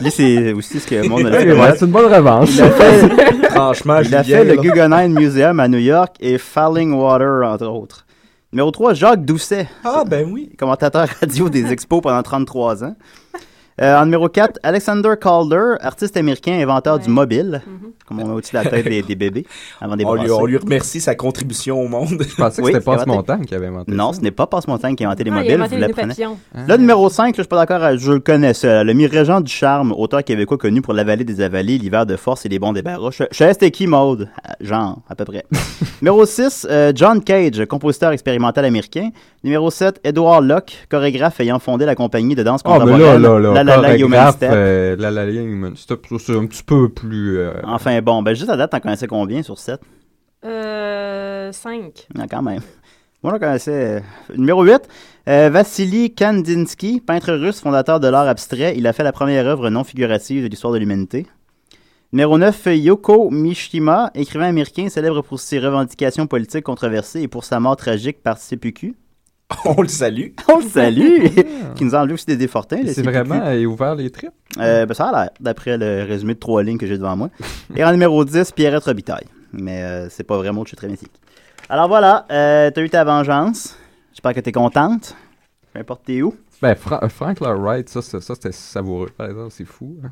[SPEAKER 7] Lui, c'est aussi ce que le monde a
[SPEAKER 10] Ouais, ouais, c'est une bonne revanche.
[SPEAKER 7] Il a fait,
[SPEAKER 9] Franchement,
[SPEAKER 7] il a
[SPEAKER 9] Julien,
[SPEAKER 7] fait le
[SPEAKER 9] là.
[SPEAKER 7] Guggenheim Museum à New York et Falling Water, entre autres. Numéro 3, Jacques Doucet.
[SPEAKER 9] Ah, ben oui.
[SPEAKER 7] Commentateur radio des expos pendant 33 ans. Euh, en numéro 4, Alexander Calder, artiste américain, inventeur du mobile,
[SPEAKER 9] Mhm.
[SPEAKER 7] comme on met au-dessus de la tête des, des bébés avant des
[SPEAKER 9] On lui, on lui remercie sa contribution au monde. Je
[SPEAKER 10] pensais que c'était Passe-Montagne
[SPEAKER 7] qui avait inventé Non, ce n'est pas Passe-Montagne qui a inventé les
[SPEAKER 9] Ah, il a
[SPEAKER 7] mobiles.
[SPEAKER 9] inventé
[SPEAKER 7] vous
[SPEAKER 9] les
[SPEAKER 7] l'apprenez.
[SPEAKER 9] papillons. Ah.
[SPEAKER 7] Le numéro 5, je suis pas d'accord, euh, je le connais, ça. Le Régent du Charme, auteur québécois connu pour la vallée des avalées, l'hiver de force et les bons débarras. Je je sais c'était qui, Maude? Ah, Genre, à peu près. numéro 6, John Cage, compositeur expérimental américain. Numéro 7, Edward Locke, chorégraphe ayant fondé la compagnie de danse
[SPEAKER 10] Ah, mais
[SPEAKER 7] contemporaine.
[SPEAKER 10] là, là, là,
[SPEAKER 7] La La La Human
[SPEAKER 10] chorégraphe,
[SPEAKER 7] Step.
[SPEAKER 10] euh, La La La Human Step, ça, c'est un petit peu plus... euh,
[SPEAKER 7] Enfin bon, ben juste à date, t'en connaissais combien sur 7?
[SPEAKER 11] Euh, 5.
[SPEAKER 7] Ah, quand même. Moi, j'en connaissais. euh, Numéro 8, euh, Vassili Kandinsky, peintre russe, fondateur de l'art abstrait. Il a fait la première œuvre non figurative de l'histoire de l'humanité. Numéro 9, Yoko Mishima, écrivain américain, célèbre pour ses revendications politiques controversées et pour sa mort tragique par CPQ.
[SPEAKER 9] On le salue.
[SPEAKER 7] On le salue! qui nous a enlevé aussi des défortins. le
[SPEAKER 10] C'est
[SPEAKER 7] CPQ.
[SPEAKER 10] vraiment euh, ouvert les tripes.
[SPEAKER 7] Euh, ben, ça a l'air, d'après le résumé de trois lignes que j'ai devant moi. Et en numéro 10, Pierrette Robitaille. Mais euh, c'est pas vraiment, je suis très mythique. Alors voilà, euh, t'as eu ta vengeance. J'espère que t'es contente. Peu importe t'es où.
[SPEAKER 10] Ben, Fra- euh, Frank Lloyd Wright, ça, c'est- ça, c'était savoureux, par exemple, c'est fou. hein.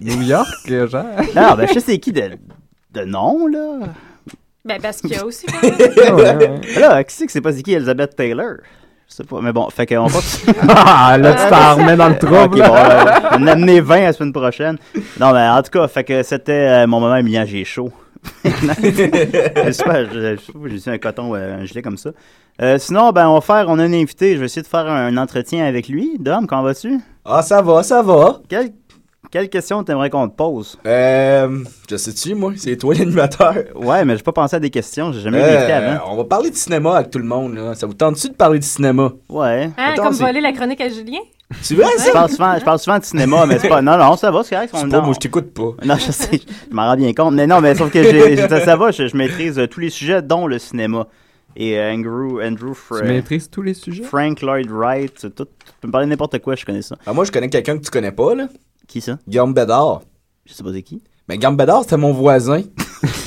[SPEAKER 10] New York, euh, genre.
[SPEAKER 7] Non, ben je sais c'est qui de, de nom, là.
[SPEAKER 11] Ben, parce qu'il y a aussi.
[SPEAKER 7] Là, qui c'est que c'est pas c'est qui Elizabeth Taylor? Je sais pas, mais bon, fait qu'on va...
[SPEAKER 10] Ah, là, tu t'en remets dans le trouble.
[SPEAKER 7] Ok, bon, euh, on en a amené 20 la semaine prochaine. Non, mais en tout cas, fait que c'était euh, mon moment humiliant, j'ai chaud. je sais pas, je- je sais pas, j'ai su un coton, euh, un gilet comme ça. Euh, sinon, ben, on va faire, on a un invité, je vais essayer de faire un entretien avec lui. Dom, comment vas-tu?
[SPEAKER 9] Ah, ça va, ça va.
[SPEAKER 7] Quelle, quelle question t'aimerais qu'on te pose?
[SPEAKER 9] Euh, je sais-tu, moi, c'est toi l'animateur.
[SPEAKER 7] Ouais, mais j'ai pas pensé à des questions, j'ai jamais
[SPEAKER 9] Euh,
[SPEAKER 7] invité avant.
[SPEAKER 9] On va parler de cinéma avec tout le monde, là. Ça vous tente-tu de parler de cinéma?
[SPEAKER 7] Ouais.
[SPEAKER 11] Hein,
[SPEAKER 9] Attends,
[SPEAKER 11] comme
[SPEAKER 9] c'est-
[SPEAKER 11] voler la chronique à Julien?
[SPEAKER 9] Tu veux,
[SPEAKER 7] Je parle, souvent, je parle souvent de cinéma, mais c'est pas. Non, non, ça va, c'est correct.
[SPEAKER 9] Je
[SPEAKER 7] on-
[SPEAKER 9] sais pas,
[SPEAKER 7] non.
[SPEAKER 9] moi, je t'écoute pas.
[SPEAKER 7] Non, je sais, je m'en rends bien compte. Mais non, mais sauf que j'ai- ça, ça va, je, je maîtrise euh, tous les sujets, dont le cinéma. Et euh, Andrew, Andrew Fra-
[SPEAKER 10] Tu maîtrises tous les sujets?
[SPEAKER 7] Frank Lloyd Wright, euh, tout. Tu peux me parler de n'importe quoi, je connais ça.
[SPEAKER 9] Ah, moi, je connais quelqu'un que tu connais pas, là.
[SPEAKER 7] Qui ça?
[SPEAKER 9] Guillaume Bédard.
[SPEAKER 7] Je sais pas c'est qui.
[SPEAKER 9] Mais Guillaume Bédard, c'était mon voisin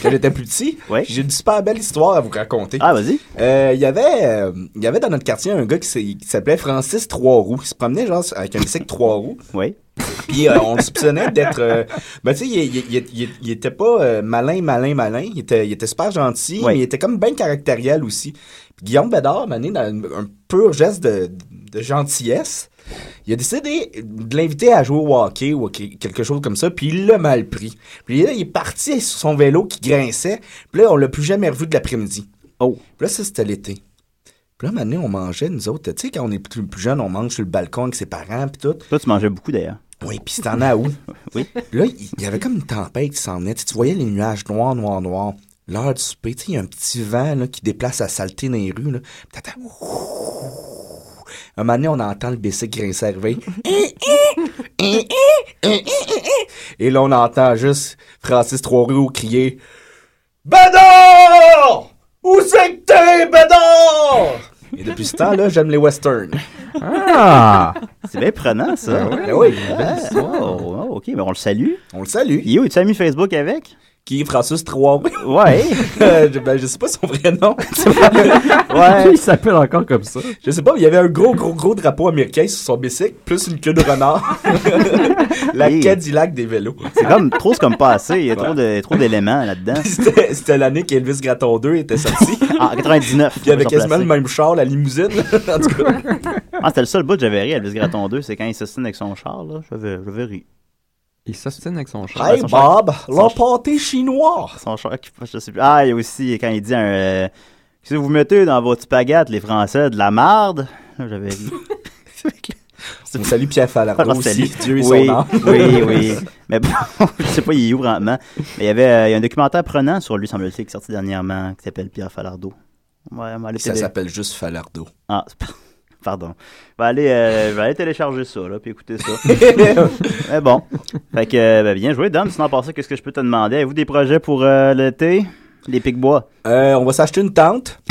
[SPEAKER 9] quand j'étais plus petit.
[SPEAKER 7] Ouais.
[SPEAKER 9] J'ai une super belle histoire à vous raconter.
[SPEAKER 7] Ah, vas-y.
[SPEAKER 9] Euh, Il y avait, euh, il y avait dans notre quartier un gars qui s'est- qui s'appelait Francis Trois-Roues. Il se promenait, genre, avec un bicycle Trois-Roues.
[SPEAKER 7] Oui.
[SPEAKER 9] Puis euh, on le soupçonnait d'être... euh, ben, tu sais, il, il- il- il- il était pas euh, malin, malin, malin. Il était, il était super gentil, mais il était comme bien caractériel aussi. Puis Guillaume Bédard, mané, dans un, un pur geste de, de gentillesse, il a décidé de l'inviter à jouer au hockey ou à que- quelque chose comme ça, puis il l'a mal pris. Puis là, il est parti sur son vélo qui grinçait, puis là, on l'a plus jamais revu de l'après-midi.
[SPEAKER 7] Oh.
[SPEAKER 9] Puis là, ça, c'était l'été. Puis là, maintenant, on mangeait, nous autres. Tu sais, quand on est plus, plus jeune, on mange sur le balcon avec ses parents, puis tout.
[SPEAKER 7] Toi, tu mangeais beaucoup, d'ailleurs.
[SPEAKER 9] Oui, puis c'était en à août.
[SPEAKER 7] oui.
[SPEAKER 9] Là, il il y avait comme une tempête qui s'en venait. Tu sais, tu voyais les nuages noirs, noirs, noirs. L'heure du souper, tu sais, il y a un petit vent là, qui déplace la saleté dans les rues. Là. Puis t'entends, ouh. Un moment donné, on entend le bicycle grincer Eh, arriver. eh, Et là, on entend juste Francis Trois-Roues crier « Bédard! Où c'est que t'es, Bédard? Et depuis ce temps-là, j'aime les westerns.
[SPEAKER 7] Ah! C'est bien prenant, ça.
[SPEAKER 9] Ben oui, ben oui.
[SPEAKER 7] Ah,
[SPEAKER 9] Belle histoire.
[SPEAKER 7] oh, oh, OK, mais on le salue.
[SPEAKER 9] On le salue.
[SPEAKER 7] Yo, es-tu ami Facebook avec?
[SPEAKER 9] Qui est Francis 3
[SPEAKER 7] Ouais.
[SPEAKER 9] je, ben, je sais pas son vrai nom.
[SPEAKER 7] Ouais.
[SPEAKER 10] Il s'appelle encore comme ça.
[SPEAKER 9] Je sais pas, mais il y avait un gros, gros, gros drapeau américain sur son bicycle, plus une queue de renard. La
[SPEAKER 7] Hey.
[SPEAKER 9] Cadillac des vélos.
[SPEAKER 7] C'est comme trop, c'est comme pas assez. Il y a trop de- trop d'éléments là-dedans.
[SPEAKER 9] C'était c'était l'année qu'Elvis Gratton 2 était sorti.
[SPEAKER 7] Ah, 99.
[SPEAKER 9] Puis il y avait
[SPEAKER 7] ils sont
[SPEAKER 9] quasiment le
[SPEAKER 7] placés.
[SPEAKER 9] même char, la limousine. en tout cas.
[SPEAKER 7] Ah, c'était le seul bout que j'avais ri, Elvis Graton 2, c'est quand il s'assine avec son char, là. J'avais j'avais ri.
[SPEAKER 10] Il s'ostine avec son chat.
[SPEAKER 9] Hey
[SPEAKER 7] son
[SPEAKER 9] Bob,
[SPEAKER 7] char- son-
[SPEAKER 9] la pâté chinois.
[SPEAKER 7] Son char qui passe, je sais plus. Ah, il y a aussi quand il dit un. euh, si vous mettez dans votre spaghetti, les Français, de la marde. Là, J'avais ri.
[SPEAKER 9] On salue Pierre Falardeau
[SPEAKER 7] Alors, Ah, salut.
[SPEAKER 9] aussi, Dieu et
[SPEAKER 7] oui,
[SPEAKER 9] son âme.
[SPEAKER 7] oui, oui. Mais bon, je sais pas, il est où vraiment. Mais il y avait euh, il y a un documentaire prenant sur lui, semble-t-il, qui est sorti dernièrement, qui s'appelle Pierre Falardeau. Ouais, on va aller
[SPEAKER 9] Ça
[SPEAKER 7] télé-
[SPEAKER 9] s'appelle juste Falardeau.
[SPEAKER 7] Ah, c'est pas- pardon. Je vais aller, euh, je vais aller télécharger ça, là, puis écouter ça.
[SPEAKER 9] Euh,
[SPEAKER 7] Mais bon. Fait que, euh, ben, bien joué, Dom. Sinon, par ça, qu'est-ce que je peux te demander? Avez-vous des projets pour euh, l'été? Des pics-bois?
[SPEAKER 9] Euh, on va s'acheter une tente,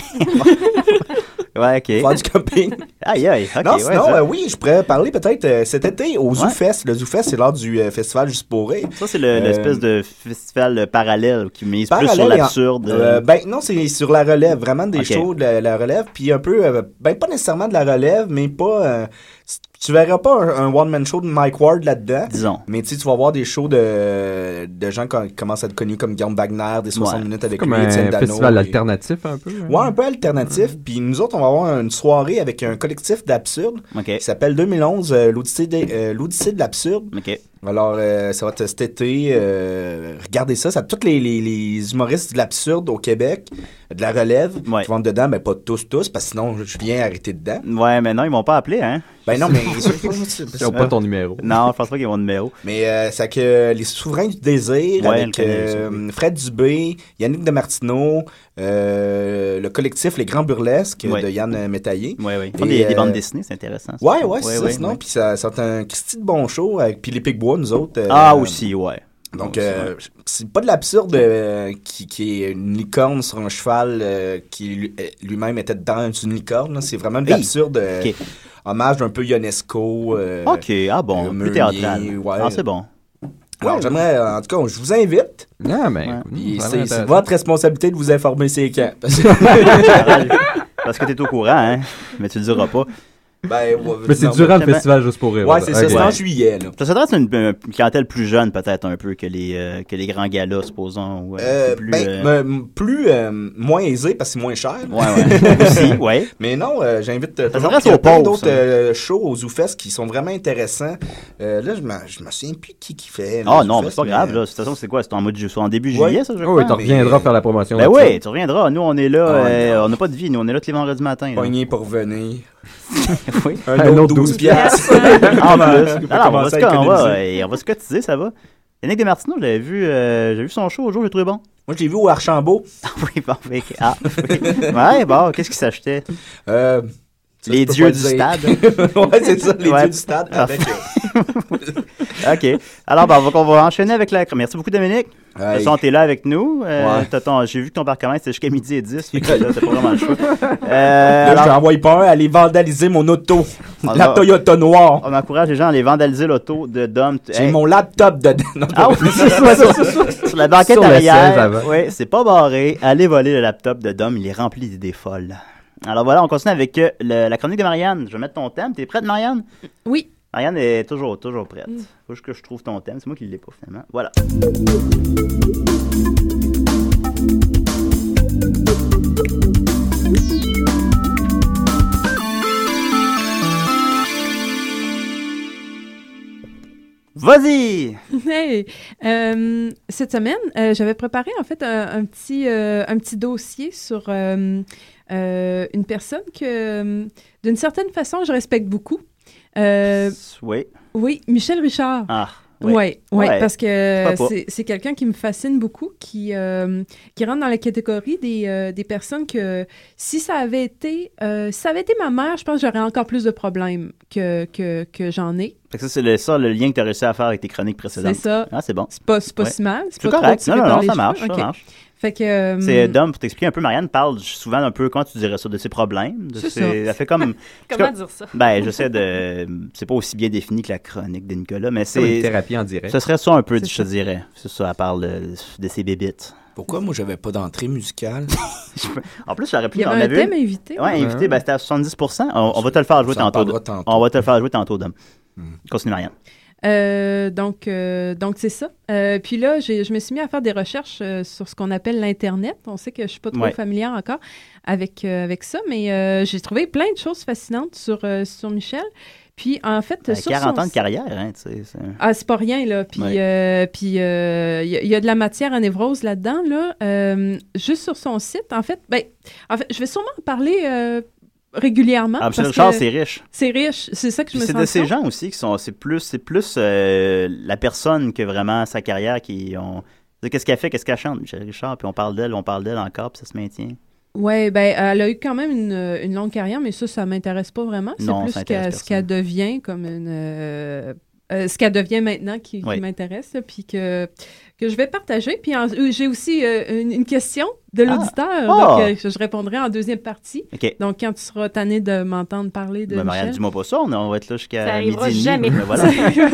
[SPEAKER 7] Ouais,
[SPEAKER 9] faire
[SPEAKER 7] OK.
[SPEAKER 9] du camping.
[SPEAKER 7] Aïe, aïe, OK,
[SPEAKER 9] non,
[SPEAKER 7] ouais,
[SPEAKER 9] sinon,
[SPEAKER 7] ça.
[SPEAKER 9] euh, oui, je pourrais parler peut-être euh, cet été au
[SPEAKER 7] Ouais.
[SPEAKER 9] ZooFest. Le ZooFest, c'est l'heure du euh, festival Juste pour rire.
[SPEAKER 7] Ça, c'est le- l'espèce de festival euh, parallèle qui mise plus sur
[SPEAKER 9] euh, Parallèle,
[SPEAKER 7] l'absurde.
[SPEAKER 9] en- euh, ben non, c'est sur la relève, vraiment des
[SPEAKER 7] Ok.
[SPEAKER 9] shows de la, la relève, puis un peu, euh, ben pas nécessairement de la relève, mais pas. euh, c- tu verras pas un, un one man show de Mike Ward là-dedans.
[SPEAKER 7] Disons.
[SPEAKER 9] Mais tu sais, tu vas voir des shows de, de gens qui commencent à être connus comme Guillaume Wagner, des 60
[SPEAKER 7] Ouais.
[SPEAKER 9] minutes avec
[SPEAKER 10] Comme
[SPEAKER 9] lui,
[SPEAKER 10] un
[SPEAKER 9] Étienne Dano.
[SPEAKER 10] festival
[SPEAKER 9] et-
[SPEAKER 10] alternatif un peu. hein.
[SPEAKER 9] Ouais, un peu alternatif. Puis nous autres, on va avoir une soirée avec un collectif d'absurdes
[SPEAKER 7] OK.
[SPEAKER 9] qui s'appelle 2011 euh, l'Odyssée des- euh, l'Odyssée de l'absurde.
[SPEAKER 7] OK.
[SPEAKER 9] Alors, euh, ça va être cet été. euh, regardez ça. Ça a tous les, les- les humoristes de l'absurde au Québec, de la relève,
[SPEAKER 7] Ouais.
[SPEAKER 9] qui vont être dedans, mais pas tous, tous, parce que sinon, je viens arrêter dedans.
[SPEAKER 7] Ouais, mais non, ils m'ont pas appelé, hein?
[SPEAKER 9] Ben non, mais.
[SPEAKER 10] Ils n'ont pas ton numéro.
[SPEAKER 7] Non, je pense pas qu'ils ont de numéro.
[SPEAKER 9] mais euh, c'est que euh, les souverains du désir
[SPEAKER 7] Ouais,
[SPEAKER 9] avec
[SPEAKER 7] le Canadien, ça,
[SPEAKER 9] euh, Fred Dubé, Yannick Demartino, euh, le collectif Les Grands Burlesques
[SPEAKER 7] Ouais.
[SPEAKER 9] de Yann euh, Métaillé.
[SPEAKER 7] Ouais, ouais. Ils
[SPEAKER 9] Et,
[SPEAKER 7] font des, des
[SPEAKER 9] euh,
[SPEAKER 7] bandes dessinées, c'est intéressant. ça.
[SPEAKER 9] Ouais, ouais, c'est ça, sinon.
[SPEAKER 7] ouais.
[SPEAKER 9] Puis ça, ça va être un Christy de bon show. avec- Puis les Picbois, nous autres. euh,
[SPEAKER 7] Ah, aussi, ouais.
[SPEAKER 9] Donc,
[SPEAKER 7] Ouais,
[SPEAKER 9] euh, c'est pas de l'absurde euh, qui, qui est une licorne sur un cheval euh, qui lui- euh, lui-même était dans une licorne. là. C'est vraiment de
[SPEAKER 7] Hey!
[SPEAKER 9] l'absurde. euh,
[SPEAKER 7] Ok.
[SPEAKER 9] Hommage d'un peu Ionesco. euh,
[SPEAKER 7] OK, ah bon,
[SPEAKER 9] le
[SPEAKER 7] plus théâtral.
[SPEAKER 9] Meunier, ouais.
[SPEAKER 7] Ah, c'est bon.
[SPEAKER 9] Alors, j'aimerais, euh, en tout cas, je vous invite.
[SPEAKER 10] Non, mais.
[SPEAKER 7] Ouais.
[SPEAKER 10] écoute,
[SPEAKER 9] puis
[SPEAKER 10] ça a
[SPEAKER 9] c'est
[SPEAKER 10] l'air
[SPEAKER 9] c'est
[SPEAKER 10] intéressant.
[SPEAKER 9] votre responsabilité de vous informer c'est quand. Parce que-
[SPEAKER 7] Parce que t'es au courant, hein, mais tu le diras pas.
[SPEAKER 9] ben, ouais,
[SPEAKER 10] Mais c'est
[SPEAKER 9] non,
[SPEAKER 10] durant le
[SPEAKER 7] justement-
[SPEAKER 10] festival juste pour rire.
[SPEAKER 9] Ouais, c'est ça,
[SPEAKER 10] Ok.
[SPEAKER 9] c'est en
[SPEAKER 7] Ouais.
[SPEAKER 9] juillet. Là.
[SPEAKER 7] Ça s'adresse à une, euh, une clientèle plus jeune, peut-être, un peu, que les, euh, que les grands galas, supposons. ou, euh,
[SPEAKER 9] Euh,
[SPEAKER 7] plus,
[SPEAKER 9] ben,
[SPEAKER 7] euh,
[SPEAKER 9] me- plus euh, moins aisé parce que c'est moins cher.
[SPEAKER 7] Ouais,
[SPEAKER 9] ben,
[SPEAKER 7] ouais. Aussi, ouais.
[SPEAKER 9] Mais non, euh, j'invite euh,
[SPEAKER 7] Ça
[SPEAKER 9] tout le monde.
[SPEAKER 7] s'adresse
[SPEAKER 9] Puis il y a
[SPEAKER 7] aux
[SPEAKER 9] plein
[SPEAKER 7] pauvres,
[SPEAKER 9] d'autres
[SPEAKER 7] ça.
[SPEAKER 9] euh, shows aux Zoufest qui sont vraiment intéressants. Euh, là, je me, je me souviens plus qui qui fait. là,
[SPEAKER 7] Ah non,
[SPEAKER 9] Zoufest,
[SPEAKER 7] mais c'est pas
[SPEAKER 9] mais-
[SPEAKER 7] grave, là. De toute façon, c'est quoi? C'est en, mois de ju- c'est en début
[SPEAKER 9] Ouais.
[SPEAKER 7] juillet, ça, je
[SPEAKER 10] Oh,
[SPEAKER 7] crois?
[SPEAKER 10] oui, t'en reviendras faire la promotion.
[SPEAKER 7] ben
[SPEAKER 10] là-dessus.
[SPEAKER 7] oui, tu reviendras. Nous, on est là. euh, on n'a pas de vie. Nous, on est là tous les vendredis matin. là.
[SPEAKER 9] euh, Pogné pour venir.
[SPEAKER 7] Oui.
[SPEAKER 9] Un,
[SPEAKER 10] Un
[SPEAKER 9] autre,
[SPEAKER 10] autre
[SPEAKER 9] 12
[SPEAKER 10] 12
[SPEAKER 9] piastres.
[SPEAKER 7] Ah, en
[SPEAKER 9] ben,
[SPEAKER 7] plus.
[SPEAKER 9] on peut
[SPEAKER 7] Alors, on va,
[SPEAKER 9] commencer
[SPEAKER 7] se,
[SPEAKER 9] à
[SPEAKER 7] on, va,
[SPEAKER 9] économiser.
[SPEAKER 7] euh, on va se cotiser, ça va. Yannick Desmartino, j'avais vu, euh, j'ai vu son show au jour, j'ai trouvé bon.
[SPEAKER 9] Moi, je l'ai vu au Archambault.
[SPEAKER 7] Ah oui, bon, mec. Ah, oui. Ouais, bon, qu'est-ce qu'il s'achetait?
[SPEAKER 9] Euh, ça,
[SPEAKER 7] Les
[SPEAKER 9] je peux
[SPEAKER 7] dieux
[SPEAKER 9] pas
[SPEAKER 7] du
[SPEAKER 9] dire.
[SPEAKER 7] stade.
[SPEAKER 9] ouais, c'est ça, les
[SPEAKER 7] Ouais.
[SPEAKER 9] dieux du stade.
[SPEAKER 7] Ah.
[SPEAKER 9] Avec, euh,
[SPEAKER 7] OK. Alors, ben, on, va, on va enchaîner avec la... Merci beaucoup, Dominique. De toute
[SPEAKER 9] euh, hey,
[SPEAKER 7] façon, t'es là avec nous. Euh,
[SPEAKER 9] Ouais.
[SPEAKER 7] t'as ton- J'ai vu que ton parcours c'était jusqu'à midi et 10. Fait que là, t'as pas vraiment le choix. Euh,
[SPEAKER 9] Là,
[SPEAKER 7] alors,
[SPEAKER 9] j'en envoie pas un aller vandaliser mon auto.
[SPEAKER 7] Ah,
[SPEAKER 9] la
[SPEAKER 7] non.
[SPEAKER 9] Toyota noire.
[SPEAKER 7] on encourage les gens à aller vandaliser l'auto de Dom.
[SPEAKER 9] J'ai
[SPEAKER 7] Ah, Hey.
[SPEAKER 9] mon laptop dedans. Non,
[SPEAKER 7] Ah oui, c'est ça, c'est ça. Sur la banquette
[SPEAKER 10] Sur le siège
[SPEAKER 7] arrière.
[SPEAKER 10] avant.
[SPEAKER 7] Oui, c'est pas barré. Allez voler le laptop de Dom. Il est rempli d'idées folles. Alors voilà, on continue avec euh, le- la chronique de Marianne. Je vais mettre ton thème. T'es prête, Marianne?
[SPEAKER 3] Oui.
[SPEAKER 7] Marianne est toujours, toujours prête. Faut juste que je trouve ton thème. C'est moi qui l'ai pas finalement. Voilà. Vas-y!
[SPEAKER 12] Hey! Euh, cette semaine, euh, j'avais préparé en fait un, un petit, euh, un petit dossier sur euh, euh, une personne que, euh, d'une certaine façon, je respecte beaucoup. Euh,
[SPEAKER 7] Oui.
[SPEAKER 12] oui, Michel Richard.
[SPEAKER 7] Ah.
[SPEAKER 12] Oui, ouais, ouais,
[SPEAKER 7] Ouais.
[SPEAKER 12] parce que
[SPEAKER 7] Pourquoi pas?
[SPEAKER 12] c'est- c'est quelqu'un qui me fascine beaucoup, qui, euh, qui rentre dans la catégorie des, euh, des personnes que si ça avait été, euh, si ça avait été ma mère, je pense que j'aurais encore plus de problèmes que, que, que j'en ai.
[SPEAKER 7] Fait que ça, c'est le, ça, le lien que tu as réussi à faire avec tes chroniques précédentes.
[SPEAKER 11] C'est ça.
[SPEAKER 7] Ah, c'est bon.
[SPEAKER 11] C'est pas, c'est pas
[SPEAKER 7] Ouais.
[SPEAKER 11] si mal. C'est
[SPEAKER 7] C'est
[SPEAKER 11] pas trop
[SPEAKER 7] correct.
[SPEAKER 11] tiré
[SPEAKER 7] Non, non,
[SPEAKER 11] par
[SPEAKER 7] non,
[SPEAKER 11] les
[SPEAKER 7] ça
[SPEAKER 11] cheveux.
[SPEAKER 7] marche, ça
[SPEAKER 11] Ok.
[SPEAKER 7] marche.
[SPEAKER 11] Fait que. euh,
[SPEAKER 7] C'est Dom, pour t'expliquer un peu, Marianne parle souvent un peu, quand tu dirais ça, de ses problèmes. De
[SPEAKER 11] C'est
[SPEAKER 7] ses-
[SPEAKER 11] ça.
[SPEAKER 7] Elle fait comme.
[SPEAKER 4] Comment
[SPEAKER 7] c'est
[SPEAKER 4] dire ça?
[SPEAKER 7] Ben, j'essaie de. C'est pas aussi bien défini que la chronique de Nicolas, mais c'est.
[SPEAKER 10] Comme une thérapie en direct.
[SPEAKER 7] Ce serait ça un peu,
[SPEAKER 10] C'est
[SPEAKER 7] je te dirais. C'est ça, à parle de, de ses bébites.
[SPEAKER 9] Pourquoi moi j'avais pas d'entrée musicale?
[SPEAKER 7] Ah, en plus, j'aurais pu
[SPEAKER 9] Il y
[SPEAKER 7] en
[SPEAKER 9] avait un
[SPEAKER 7] avait
[SPEAKER 9] thème
[SPEAKER 7] une.
[SPEAKER 9] invité.
[SPEAKER 7] Ouais, invité,
[SPEAKER 9] Ouais.
[SPEAKER 7] ben, c'était à 70%. On, on va te le faire jouer
[SPEAKER 9] Ça en
[SPEAKER 7] tantôt,
[SPEAKER 9] parlera
[SPEAKER 7] Dom.
[SPEAKER 9] tantôt. Hmm.
[SPEAKER 7] On va te le faire jouer tantôt, Dom. Continue, Marianne.
[SPEAKER 11] Euh, donc, euh, donc c'est ça. Euh, puis là, j'ai- je me suis mis à faire des recherches euh, sur ce qu'on appelle l'internet. On sait que je suis pas trop
[SPEAKER 7] Ouais.
[SPEAKER 11] familière encore avec euh, avec ça, mais euh, j'ai trouvé plein de choses fascinantes sur euh, sur Michel. Puis en fait,
[SPEAKER 7] Ben,
[SPEAKER 11] sur
[SPEAKER 7] 40
[SPEAKER 11] son
[SPEAKER 7] ans de
[SPEAKER 11] site-
[SPEAKER 7] carrière, hein, tu sais. c'est-
[SPEAKER 11] Ah, c'est pas rien, là. Puis
[SPEAKER 7] Ouais.
[SPEAKER 11] euh, puis, euh, il y, a- il y a de la matière à névrose là-dedans, là. Euh, juste sur son site, en fait, ben, en fait, je vais sûrement en parler euh, régulièrement.
[SPEAKER 7] Ah, Michel
[SPEAKER 11] parce
[SPEAKER 7] Richard,
[SPEAKER 11] que
[SPEAKER 7] c'est riche.
[SPEAKER 11] C'est riche. C'est ça que je
[SPEAKER 7] Puis
[SPEAKER 11] me
[SPEAKER 7] c'est
[SPEAKER 11] sens
[SPEAKER 7] de ces gens aussi qui sont. C'est plus, c'est plus euh, la personne que vraiment sa carrière qui ont. c'est Qu'est-ce qu'elle fait, qu'est-ce qu'elle chante, Michel Richard, puis on parle d'elle, on parle d'elle encore, puis ça se maintient.
[SPEAKER 11] Oui, ben, elle a eu quand même une, euh, une longue carrière, mais ça, ça m'intéresse pas vraiment. C'est
[SPEAKER 7] Non,
[SPEAKER 11] plus
[SPEAKER 7] ça
[SPEAKER 11] ce qu'elle-
[SPEAKER 7] intéresse
[SPEAKER 11] ce qu'elle devient comme une. euh, euh, ce qu'elle devient maintenant qui, qui
[SPEAKER 7] Oui.
[SPEAKER 11] m'intéresse, là, puis que, que je vais partager. Puis en- euh, j'ai aussi euh, une, une question de l'auditeur, donc
[SPEAKER 7] Ah!
[SPEAKER 11] euh, que je répondrai en deuxième partie.
[SPEAKER 7] OK.
[SPEAKER 11] Donc quand tu seras tanné de m'entendre parler de
[SPEAKER 7] Ben, Marianne,
[SPEAKER 11] Michel.
[SPEAKER 7] dis-moi pas ça, on, on va être là jusqu'à
[SPEAKER 11] Ça
[SPEAKER 7] midi
[SPEAKER 11] arrivera
[SPEAKER 7] et demi,
[SPEAKER 11] jamais.
[SPEAKER 7] mais voilà.
[SPEAKER 11] Ça arrivera-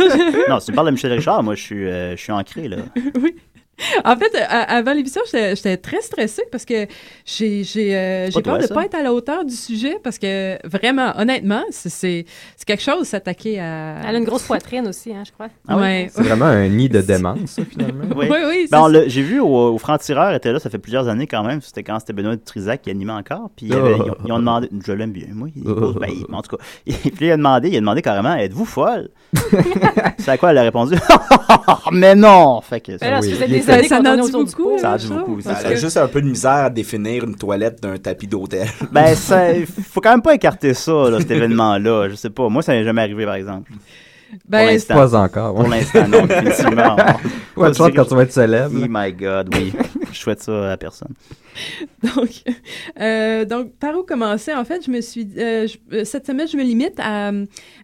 [SPEAKER 7] non, si tu me parles de Michel Richard, moi, je suis, euh, je suis ancré, là.
[SPEAKER 11] En fait, euh, à- avant l'émission, j'étais j'étais très stressée parce que j'ai j'ai, euh,
[SPEAKER 7] C'est
[SPEAKER 11] j'ai
[SPEAKER 7] pas toi,
[SPEAKER 11] peur de
[SPEAKER 7] ça.
[SPEAKER 11] ne pas être à la hauteur du sujet parce que vraiment, honnêtement, c'est- c'est c'est quelque chose s'attaquer à.
[SPEAKER 4] Elle a une grosse poitrine aussi, hein, je crois.
[SPEAKER 7] Ah
[SPEAKER 11] Ouais.
[SPEAKER 10] C'est vraiment un nid de démence, ça, finalement.
[SPEAKER 7] Oui,
[SPEAKER 11] Oui, oui, c'est
[SPEAKER 7] Ben, on
[SPEAKER 11] ça.
[SPEAKER 7] l'a- J'ai vu au, au Franc-Tireur, était là, ça fait plusieurs années quand même. C'était quand c'était Benoît Trisac qui animait encore. Puis il y avait- ils, ont, ils ont demandé, je l'aime bien, moi. il est beau, ben, il- en tout cas, puis il a demandé, il a demandé carrément, êtes-vous folle C'est à quoi elle a répondu, mais non Fait que
[SPEAKER 4] Ben là, ça faisait
[SPEAKER 7] il
[SPEAKER 4] des
[SPEAKER 7] était-
[SPEAKER 4] années Ça qu'on en tournait dit autour du beaucoup, pot.
[SPEAKER 7] Ça en dit
[SPEAKER 4] Richard,
[SPEAKER 7] beaucoup. hein.
[SPEAKER 9] Elle a juste un peu de misère à définir une toilette d'un tapis d'hôtel.
[SPEAKER 7] Ben, ça, faut quand même pas écarter ça, là, cet événement-là. Je sais pas. Moi, ça n'est jamais arrivé, par exemple.
[SPEAKER 11] Ben,
[SPEAKER 7] Pour l'instant.
[SPEAKER 10] Pas encore, ouais.
[SPEAKER 7] Pour l'instant, non, définitivement.
[SPEAKER 10] Ouais, tu vois, quand tu vas être célèbre.
[SPEAKER 7] Oh my God, oui. Je souhaite ça à personne.
[SPEAKER 11] Donc, euh, donc, par où commencer? En fait, je me suis, euh, je- euh, cette semaine, je me limite à,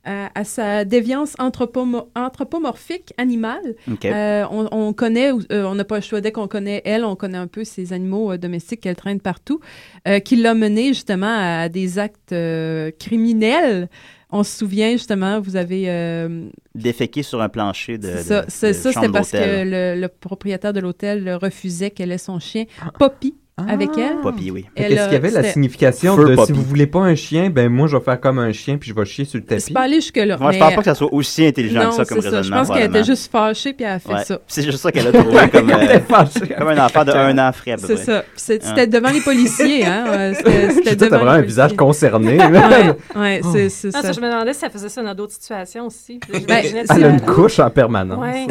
[SPEAKER 11] à, à sa déviance anthropomo- anthropomorphique animale.
[SPEAKER 13] OK.
[SPEAKER 11] Euh, on, on connaît, euh, on n'a pas le choix, dès qu'on connaît elle, on connaît un peu ces animaux euh, domestiques qu'elle traîne partout, euh, qui l'a menée justement à des actes euh, criminels. On se souvient justement, vous avez euh,
[SPEAKER 7] Déféquer sur un plancher de.
[SPEAKER 11] c'est ça,
[SPEAKER 7] de-
[SPEAKER 11] c'est
[SPEAKER 7] de
[SPEAKER 11] ça,
[SPEAKER 7] chambre
[SPEAKER 11] c'était parce que
[SPEAKER 7] d'hôtel.
[SPEAKER 11] le, le propriétaire de l'hôtel euh, refusait qu'elle ait son chien Poppy avec elle.
[SPEAKER 7] Poppy, oui.
[SPEAKER 11] Elle,
[SPEAKER 10] Est-ce qu'il y
[SPEAKER 11] euh,
[SPEAKER 10] avait la
[SPEAKER 11] c'était-
[SPEAKER 10] signification
[SPEAKER 7] Feu
[SPEAKER 10] de
[SPEAKER 7] Poppy.
[SPEAKER 10] si vous voulez pas un chien, ben moi je vais faire comme un chien puis je vais chier sur le tapis.
[SPEAKER 11] C'est pas allé jusque-là.
[SPEAKER 7] Moi, je
[SPEAKER 11] mais-
[SPEAKER 7] pense pas que ça soit aussi intelligent
[SPEAKER 11] Non,
[SPEAKER 7] que ça comme
[SPEAKER 11] c'est ça. Je
[SPEAKER 7] raisonnement.
[SPEAKER 11] pense qu'elle était
[SPEAKER 7] probablement.
[SPEAKER 11] juste fâchée puis elle a fait
[SPEAKER 7] Ouais.
[SPEAKER 11] ça.
[SPEAKER 7] C'est juste ça qu'elle a trouvé comme,
[SPEAKER 10] Elle était
[SPEAKER 7] euh,
[SPEAKER 10] fâchée.
[SPEAKER 7] comme un enfant de un an frais. à peu
[SPEAKER 11] C'est
[SPEAKER 7] près.
[SPEAKER 11] ça. Puis c'est-
[SPEAKER 7] Hein.
[SPEAKER 11] C'était devant les policiers, hein. ouais, C'était
[SPEAKER 10] Toi,
[SPEAKER 11] c'était
[SPEAKER 10] T'as
[SPEAKER 11] devant
[SPEAKER 10] vraiment un
[SPEAKER 11] les
[SPEAKER 10] visage concerné.
[SPEAKER 11] policiers.
[SPEAKER 10] là.
[SPEAKER 11] Ouais, ouais, c'est c'est
[SPEAKER 4] Non,
[SPEAKER 11] ça.
[SPEAKER 4] Ah, ça, je me demandais si ça faisait ça dans d'autres situations aussi.
[SPEAKER 11] Ben,
[SPEAKER 10] Elle a une couche en permanence.
[SPEAKER 4] Ouais.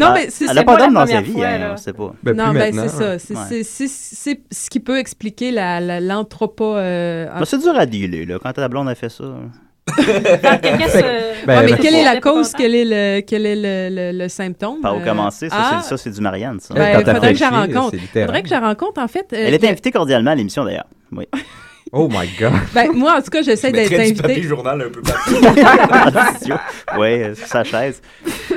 [SPEAKER 11] Non, mais c'est
[SPEAKER 7] Ah, Elle a
[SPEAKER 11] c'est
[SPEAKER 7] pas
[SPEAKER 11] la
[SPEAKER 7] d'homme dans
[SPEAKER 11] première
[SPEAKER 7] sa vie,
[SPEAKER 11] fois,
[SPEAKER 7] hein,
[SPEAKER 11] là.
[SPEAKER 7] on sait pas.
[SPEAKER 10] Ben,
[SPEAKER 11] non,
[SPEAKER 10] plus
[SPEAKER 11] ben c'est
[SPEAKER 10] maintenant,
[SPEAKER 11] ça.
[SPEAKER 10] hein.
[SPEAKER 11] C'est-
[SPEAKER 7] Ouais.
[SPEAKER 11] c'est- c'est- C'est ce qui peut expliquer la- la- l'anthropo. euh,
[SPEAKER 7] Ben, c'est dur à dealer, là, quand ta blonde a fait ça. Ben,
[SPEAKER 11] Ouais, mais quelle est la cause? Quel est le, quel est le, le, le symptôme?
[SPEAKER 7] Par où
[SPEAKER 11] Euh,
[SPEAKER 7] commencer? Ça,
[SPEAKER 11] ah,
[SPEAKER 7] c'est- ça, c'est du Marianne, ça.
[SPEAKER 11] ben, faudrait que je la rencontre. faudrait que je la rencontre, en fait. euh,
[SPEAKER 7] Elle était
[SPEAKER 11] que-
[SPEAKER 7] invitée cordialement à l'émission, d'ailleurs. Oui.
[SPEAKER 10] Oh my God.
[SPEAKER 11] ben, moi, en tout cas, j'essaie d'être invitée.
[SPEAKER 9] journal un peu
[SPEAKER 7] oui, euh, sur sa chaise.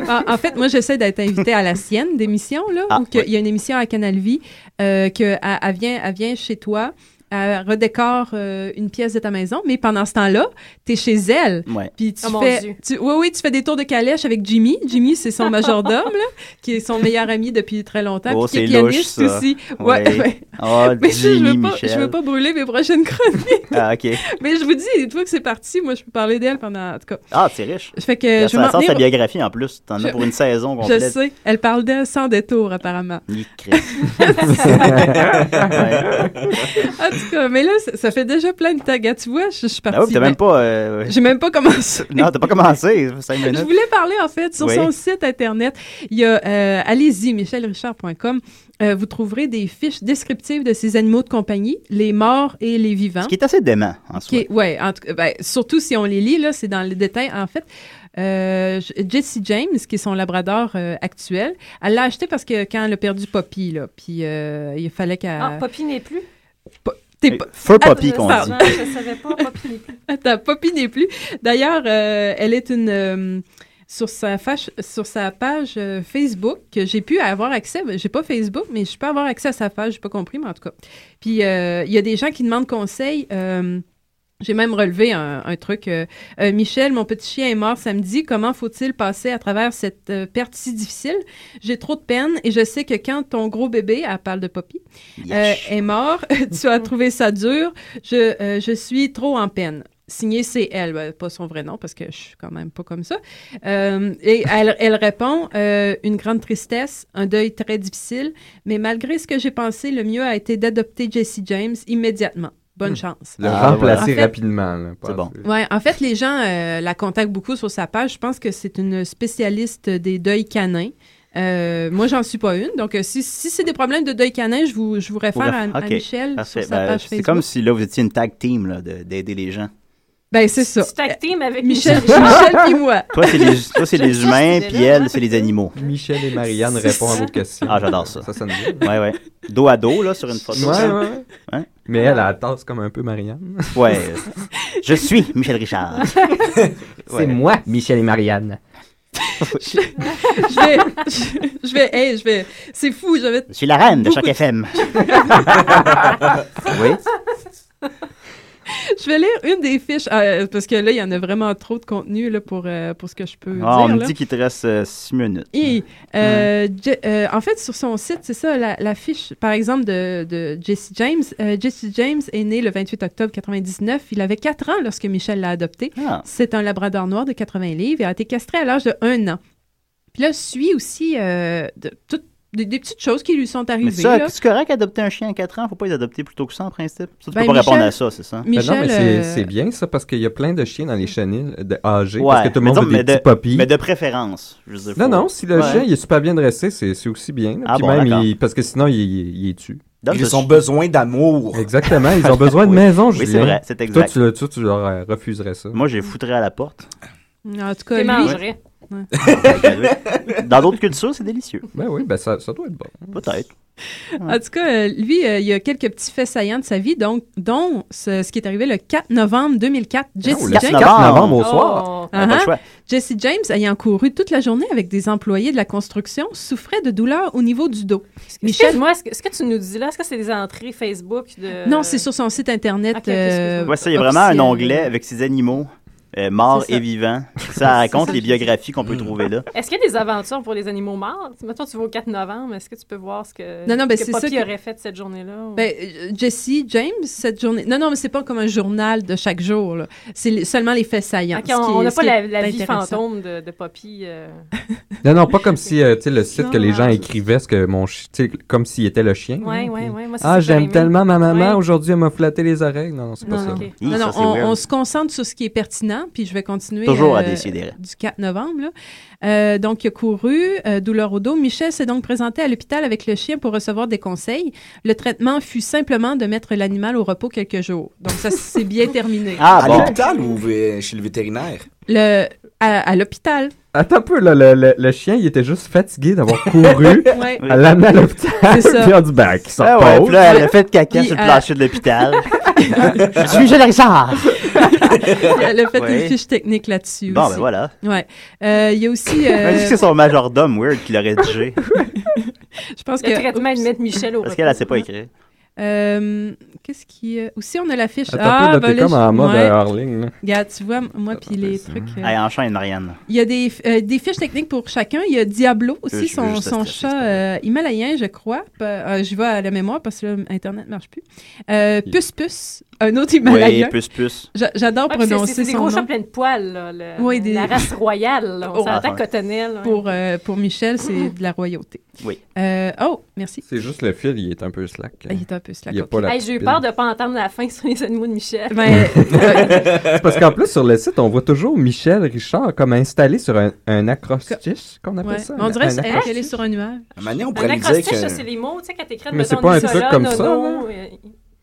[SPEAKER 11] en, en fait, moi, j'essaie d'être invitée à la sienne d'émission, là,
[SPEAKER 7] Ah,
[SPEAKER 11] où que- il y a une émission à Canal Vie, euh, que elle, elle vient, elle vient chez toi, elle redécore euh, une pièce de ta maison, mais pendant ce temps-là, t'es chez elle.
[SPEAKER 7] Ouais.
[SPEAKER 11] Puis tu
[SPEAKER 4] Oh, mon Dieu.
[SPEAKER 11] fais, tu- oui, oui, tu fais des tours de calèche avec Jimmy. Jimmy, c'est son majordome, là, qui est son meilleur ami depuis très longtemps.
[SPEAKER 7] Oh,
[SPEAKER 11] puis qui est
[SPEAKER 7] c'est louche,
[SPEAKER 11] pianiste
[SPEAKER 7] ça.
[SPEAKER 11] aussi.
[SPEAKER 7] Ouais.
[SPEAKER 11] ouais.
[SPEAKER 7] Oh,
[SPEAKER 11] mais ça, je veux
[SPEAKER 7] Jimmy
[SPEAKER 11] pas, je
[SPEAKER 7] Michel.
[SPEAKER 11] veux pas brûler mes prochaines chroniques.
[SPEAKER 7] Ah, OK.
[SPEAKER 11] mais je vous dis, une fois que c'est parti, moi, je peux parler d'elle pendant, en tout cas.
[SPEAKER 7] Ah, c'est riche.
[SPEAKER 11] Fait que
[SPEAKER 7] Elle
[SPEAKER 11] je vais m'en
[SPEAKER 7] sort sa
[SPEAKER 11] tenir-
[SPEAKER 7] biographie, en plus. T'en as
[SPEAKER 11] Je-
[SPEAKER 7] pour une saison
[SPEAKER 11] Je
[SPEAKER 7] complète.
[SPEAKER 11] sais, elle parle d'elle sans détour, apparemment.
[SPEAKER 7] Ni Christ. Ouais.
[SPEAKER 11] en tout cas, mais là, ça, ça fait déjà plein de tags. Ah, Tu vois, je, je suis partie.
[SPEAKER 7] Ah oui, t'as
[SPEAKER 11] ben,
[SPEAKER 7] même pas. euh,
[SPEAKER 11] J'ai même pas commencé.
[SPEAKER 7] Non, t'as pas commencé. Cinq
[SPEAKER 11] Je
[SPEAKER 7] minutes.
[SPEAKER 11] voulais parler, en fait, sur
[SPEAKER 7] Oui.
[SPEAKER 11] son site Internet. Il y a, euh, allez-y, michelrichard.com. euh, vous trouverez des fiches descriptives de ces animaux de compagnie, les morts et les vivants.
[SPEAKER 7] Ce qui est assez dément, en soi.
[SPEAKER 11] Qui est- ouais, en tout cas, ben, surtout si on les lit, là, c'est dans les détails. En fait, euh, J- Jesse James, qui est son labrador euh, actuel, elle l'a acheté parce que quand elle a perdu Poppy, là, puis euh, il fallait qu'elle...
[SPEAKER 4] Ah, Poppy n'est plus?
[SPEAKER 11] T'es pas-
[SPEAKER 7] Euh, Feu
[SPEAKER 11] Ah,
[SPEAKER 7] Poppy, qu'on
[SPEAKER 11] pardon.
[SPEAKER 7] dit.
[SPEAKER 4] Je savais pas, Poppy n'est plus.
[SPEAKER 11] Attends, Poppy n'est plus. D'ailleurs, euh, elle est une. euh, sur sa, fâche- sur sa page euh, Facebook que j'ai pu avoir accès. Ben, J'ai pas Facebook, mais je peux avoir accès à sa page. J'ai pas compris, mais en tout cas. Puis euh, il y a des gens qui demandent conseil. euh, j'ai même relevé un, un truc. euh, euh, Michel, mon petit chien est mort samedi. Comment faut-il passer à travers cette euh, perte si difficile? J'ai trop de peine et je sais que quand ton gros bébé, elle parle de Poppy, euh, est mort, tu as trouvé ça dur. Je, euh, je suis trop en peine. Signé CL, ben, pas son vrai nom parce que je suis quand même pas comme ça. Euh, et elle, elle répond euh, une grande tristesse, un deuil très difficile, mais malgré ce que j'ai pensé, le mieux a été d'adopter Jesse James immédiatement. Bonne
[SPEAKER 10] Hmm.
[SPEAKER 11] chance.
[SPEAKER 10] Le remplacer
[SPEAKER 11] En fait,
[SPEAKER 10] rapidement. C'est bon.
[SPEAKER 11] Ouais, en fait, les gens euh, la contactent beaucoup sur sa page. Je pense que c'est une spécialiste des deuils canins. Euh, moi, j'en suis pas une. Donc, euh, si, si c'est des problèmes de deuil canin, je vous, je vous réfère à, à
[SPEAKER 7] Ok,
[SPEAKER 11] Michel
[SPEAKER 7] parfait.
[SPEAKER 11] sur sa
[SPEAKER 7] Ben,
[SPEAKER 11] page
[SPEAKER 7] C'est
[SPEAKER 11] Facebook.
[SPEAKER 7] comme si là, vous étiez une tag team là, de- d'aider les gens.
[SPEAKER 11] Ben, c'est ça. Euh,
[SPEAKER 12] Tu tag team avec
[SPEAKER 11] Michel,
[SPEAKER 12] Michel.
[SPEAKER 11] Michel puis moi.
[SPEAKER 7] Toi, c'est les, toi, c'est les humains,
[SPEAKER 12] cette
[SPEAKER 7] puis elle, c'est les animaux.
[SPEAKER 10] Michel et Marianne répondent à vos questions.
[SPEAKER 7] Ah, j'adore ça.
[SPEAKER 10] Ça sonne
[SPEAKER 7] bien. Ouais, ouais. Dos à dos, là, sur une photo.
[SPEAKER 10] Ouais, ouais.
[SPEAKER 7] Hein?
[SPEAKER 10] Mais elle, elle tasse comme un peu Marianne.
[SPEAKER 7] Ouais. Je suis Michel Richard. Ouais.
[SPEAKER 10] moi, Michel et Marianne.
[SPEAKER 11] je vais, je, je vais, hey, je vais. C'est fou, j'avais.
[SPEAKER 7] Je suis la reine de chaque FM. oui.
[SPEAKER 11] Je vais lire une des fiches euh, parce que là, il y en a vraiment trop de contenu là, pour, euh, pour ce que je peux
[SPEAKER 7] Ah, on
[SPEAKER 11] dire.
[SPEAKER 7] me
[SPEAKER 11] là.
[SPEAKER 7] dit qu'il te reste 6 minutes.
[SPEAKER 11] Et, euh, Je- euh, en fait, sur son site, c'est ça, la, la fiche, par exemple, de, de Jesse James. Euh, Jesse James est né le 28 octobre 99. Il avait 4 ans lorsque Michel l'a adopté.
[SPEAKER 7] Ah.
[SPEAKER 11] C'est un labrador noir de 80 livres et a été castré à l'âge de 1 an. Puis là, suit aussi euh, de- toutes- des, des petites choses qui lui sont
[SPEAKER 7] Mais
[SPEAKER 11] arrivées.
[SPEAKER 7] ça,
[SPEAKER 11] là.
[SPEAKER 7] c'est correct d'adopter un chien à 4 ans. Faut pas les adopter plus tôt que ça, en principe. Ça, tu
[SPEAKER 11] Ben,
[SPEAKER 7] peux pas
[SPEAKER 11] Michel-
[SPEAKER 7] répondre à ça, c'est ça?
[SPEAKER 11] Michel,
[SPEAKER 10] non, mais c'est,
[SPEAKER 11] euh,
[SPEAKER 10] c'est bien ça parce qu'il y a plein de chiens dans les chenilles de- âgés.
[SPEAKER 7] Ouais,
[SPEAKER 10] parce que tout le monde
[SPEAKER 7] mais
[SPEAKER 10] veut
[SPEAKER 7] disons,
[SPEAKER 10] des
[SPEAKER 7] mais de-
[SPEAKER 10] petits poppies.
[SPEAKER 7] Mais de préférence. je veux dire,
[SPEAKER 10] Non,
[SPEAKER 7] faut-
[SPEAKER 10] non, si le
[SPEAKER 7] Ouais.
[SPEAKER 10] chien il est super bien dressé, c'est, c'est aussi bien. là.
[SPEAKER 7] Ah
[SPEAKER 10] Puis
[SPEAKER 7] bon,
[SPEAKER 10] même,
[SPEAKER 7] d'accord.
[SPEAKER 10] il- parce que sinon, il, il, il est tue.
[SPEAKER 7] Donne
[SPEAKER 9] Ils
[SPEAKER 7] ce
[SPEAKER 9] ont
[SPEAKER 7] chien.
[SPEAKER 9] besoin d'amour.
[SPEAKER 10] Exactement, ils ont besoin de
[SPEAKER 7] Oui.
[SPEAKER 10] maison,
[SPEAKER 7] Oui,
[SPEAKER 10] Julien.
[SPEAKER 7] c'est vrai, c'est
[SPEAKER 10] Toi,
[SPEAKER 7] exact.
[SPEAKER 10] tu le- Toi, tu, leur euh, refuserais ça.
[SPEAKER 7] Moi, j'ai foutré à la porte. Ah, ben,
[SPEAKER 11] En tout cas,
[SPEAKER 12] T'es
[SPEAKER 11] lui-
[SPEAKER 12] mangerais.
[SPEAKER 11] Ouais.
[SPEAKER 7] Dans d'autres cultures, c'est délicieux.
[SPEAKER 10] Ben oui, ben ça, ça doit être bon.
[SPEAKER 7] Peut-être.
[SPEAKER 11] En tout cas, euh, lui, euh, il y a quelques petits faits saillants de sa vie, donc, dont ce, ce qui est arrivé le 4 novembre 2004.
[SPEAKER 10] Ben
[SPEAKER 11] Jesse
[SPEAKER 7] le 4
[SPEAKER 11] James,
[SPEAKER 7] novembre. 4 novembre
[SPEAKER 10] au
[SPEAKER 12] Oh.
[SPEAKER 10] soir.
[SPEAKER 11] Ah,
[SPEAKER 7] Pas le
[SPEAKER 11] ah.
[SPEAKER 7] choix.
[SPEAKER 11] Jesse James, ayant couru toute la journée avec des employés de la construction, souffrait de douleurs au niveau du dos. Michel,
[SPEAKER 12] Excuse-moi, est-ce que, ce que tu nous dis là, est-ce que c'est des entrées Facebook de...
[SPEAKER 11] non, c'est sur son site internet.
[SPEAKER 12] Ok, ok, excuse-moi.
[SPEAKER 7] Ouais, ça, il y a vraiment un
[SPEAKER 11] officiel.
[SPEAKER 7] onglet avec ses animaux, euh, morts
[SPEAKER 12] C'est ça.
[SPEAKER 7] et vivants. Ça raconte les biographies qu'on peut trouver là.
[SPEAKER 12] Est-ce qu'il y a des aventures pour les animaux morts? Mettons, tu vas au 4 novembre, est-ce que tu peux voir ce que,
[SPEAKER 11] Non, non, ben,
[SPEAKER 12] ce
[SPEAKER 11] c'est
[SPEAKER 12] que
[SPEAKER 11] ça
[SPEAKER 12] Poppy
[SPEAKER 11] que-
[SPEAKER 12] aurait fait cette journée-là? ou-
[SPEAKER 11] Ben, euh, Jesse James, cette journée. Non, non, mais c'est pas comme un journal de chaque jour. là. C'est les- seulement les faits saillants.
[SPEAKER 12] Ok,
[SPEAKER 11] ce qui
[SPEAKER 12] on
[SPEAKER 11] est-
[SPEAKER 12] n'a
[SPEAKER 11] ce
[SPEAKER 12] pas
[SPEAKER 11] qui
[SPEAKER 12] la,
[SPEAKER 11] est
[SPEAKER 12] la vie
[SPEAKER 11] intéressant.
[SPEAKER 12] fantôme de, de Poppy. euh.
[SPEAKER 7] Ah,
[SPEAKER 10] Oh. Non, non, pas comme si euh, tu sais, le site que les gens
[SPEAKER 12] Non,
[SPEAKER 10] écrivaient, ce que mon chi- tu sais, comme s'il était le chien.
[SPEAKER 12] Ouais,
[SPEAKER 10] là,
[SPEAKER 12] ouais,
[SPEAKER 10] puis,
[SPEAKER 12] ouais, moi, c'est ça
[SPEAKER 10] ah,
[SPEAKER 12] que j'aurais
[SPEAKER 10] j'aime
[SPEAKER 12] aimé.
[SPEAKER 10] tellement ma maman,
[SPEAKER 12] Ouais.
[SPEAKER 10] aujourd'hui, elle m'a flatté les oreilles. Non, non, c'est pas
[SPEAKER 11] Non,
[SPEAKER 10] ça.
[SPEAKER 11] non,
[SPEAKER 12] Ok.
[SPEAKER 7] Hi,
[SPEAKER 11] Non,
[SPEAKER 7] ça,
[SPEAKER 11] non,
[SPEAKER 7] c'est
[SPEAKER 11] on,
[SPEAKER 7] weird.
[SPEAKER 11] on se concentre sur ce qui est pertinent, puis je vais continuer.
[SPEAKER 7] Toujours à
[SPEAKER 11] euh,
[SPEAKER 7] décider.
[SPEAKER 11] Du 4 novembre. là. Euh, donc, il a couru, euh, douleur au dos. Michel s'est donc présenté à l'hôpital avec le chien pour recevoir des conseils. Le traitement fut simplement de mettre l'animal au repos quelques jours. Donc, ça s'est bien terminé.
[SPEAKER 7] Ah
[SPEAKER 9] à
[SPEAKER 7] bon.
[SPEAKER 9] l'hôpital ou euh, chez le vétérinaire?
[SPEAKER 11] Le, à, à l'hôpital.
[SPEAKER 10] Attends un peu, là, le, le- le chien, il était juste fatigué d'avoir couru.
[SPEAKER 11] Ouais.
[SPEAKER 10] Elle l'a amené à l'hôpital,
[SPEAKER 11] C'est ça.
[SPEAKER 10] puis on dit, ben, qu'il
[SPEAKER 7] Ah
[SPEAKER 10] s'en
[SPEAKER 7] ouais,
[SPEAKER 10] pose.
[SPEAKER 7] puis là, elle a fait de caca
[SPEAKER 11] Puis,
[SPEAKER 7] sur le
[SPEAKER 11] euh,
[SPEAKER 7] plancher de l'hôpital. Je suis Michel Richard.
[SPEAKER 11] Elle a fait
[SPEAKER 7] Ouais.
[SPEAKER 11] une fiche technique là-dessus.
[SPEAKER 7] Bon,
[SPEAKER 11] aussi.
[SPEAKER 7] ben voilà.
[SPEAKER 11] Ouais. Euh, il y a aussi. euh,
[SPEAKER 7] Imagine que c'est son majordome weird qui l'a rédigé.
[SPEAKER 11] je pense
[SPEAKER 12] Le
[SPEAKER 11] que.
[SPEAKER 12] traitement est de mettre Michel au
[SPEAKER 7] Parce
[SPEAKER 12] repos.
[SPEAKER 7] qu'elle, elle sait pas écrire.
[SPEAKER 11] Euh, Qu'est-ce qui. euh, Aussi, on a la fiche.
[SPEAKER 10] Attends un peu, là,
[SPEAKER 11] ben
[SPEAKER 10] t'es
[SPEAKER 11] là,
[SPEAKER 10] comme
[SPEAKER 11] je-
[SPEAKER 10] en mode
[SPEAKER 11] ouais.
[SPEAKER 10] euh, hors ligne. là.
[SPEAKER 11] Regarde, tu vois, moi, puis les trucs. euh,
[SPEAKER 7] Allez, enchaîne, Marianne.
[SPEAKER 11] Il y a des, euh, des fiches techniques pour chacun. Il y a Diablo
[SPEAKER 7] Euh, je
[SPEAKER 11] aussi,
[SPEAKER 7] veux
[SPEAKER 11] son,
[SPEAKER 7] juste la
[SPEAKER 11] son
[SPEAKER 7] stresser, c'est
[SPEAKER 11] chat euh, himalayen, je crois. P- euh, je vais à la mémoire parce que là, Internet ne marche plus. Euh, Puce Puce, un autre
[SPEAKER 7] Oui,
[SPEAKER 11] himalayen.
[SPEAKER 7] puce, puce.
[SPEAKER 11] J'a- J'adore
[SPEAKER 12] Ouais, puis c'est-
[SPEAKER 11] prononcer
[SPEAKER 12] c'est des
[SPEAKER 11] son
[SPEAKER 12] gros chats
[SPEAKER 11] nom.
[SPEAKER 12] pleins de poils, là, le-
[SPEAKER 11] Oui, des-
[SPEAKER 12] la race royale. là, on
[SPEAKER 11] Oh.
[SPEAKER 12] s'entend
[SPEAKER 7] Ah, ouais.
[SPEAKER 12] cotonnelle. ouais.
[SPEAKER 11] Pour, euh, pour Michel, c'est de la royauté.
[SPEAKER 7] Oui.
[SPEAKER 11] Euh, oh, merci.
[SPEAKER 10] C'est juste le fil, il est un peu slack.
[SPEAKER 11] Ah, Il est un peu slack.
[SPEAKER 10] Il y a
[SPEAKER 11] ok.
[SPEAKER 10] pas la
[SPEAKER 12] Hey,
[SPEAKER 10] petite
[SPEAKER 12] J'ai eu
[SPEAKER 10] pile.
[SPEAKER 12] peur de ne pas entendre la fin sur les animaux de Michel.
[SPEAKER 11] Ben,
[SPEAKER 10] C'est parce qu'en plus, sur le site, on voit toujours Michel Richard comme installé sur un, un acrostiche, qu'on appelle
[SPEAKER 11] ouais.
[SPEAKER 10] ça.
[SPEAKER 11] On
[SPEAKER 10] un-
[SPEAKER 11] dirait
[SPEAKER 10] un
[SPEAKER 11] qu'elle
[SPEAKER 10] acrostiche.
[SPEAKER 11] est sur un nuage.
[SPEAKER 9] À un moment donné, on
[SPEAKER 12] Un
[SPEAKER 9] pourrait lui dire
[SPEAKER 12] acrostiche, ça, c'est
[SPEAKER 9] que...
[SPEAKER 12] les mots, tu sais, quand t'écris.
[SPEAKER 10] Mais c'est
[SPEAKER 12] mettons,
[SPEAKER 10] pas un
[SPEAKER 12] Nicolas,
[SPEAKER 10] truc comme ça, hein.
[SPEAKER 12] Nono, euh,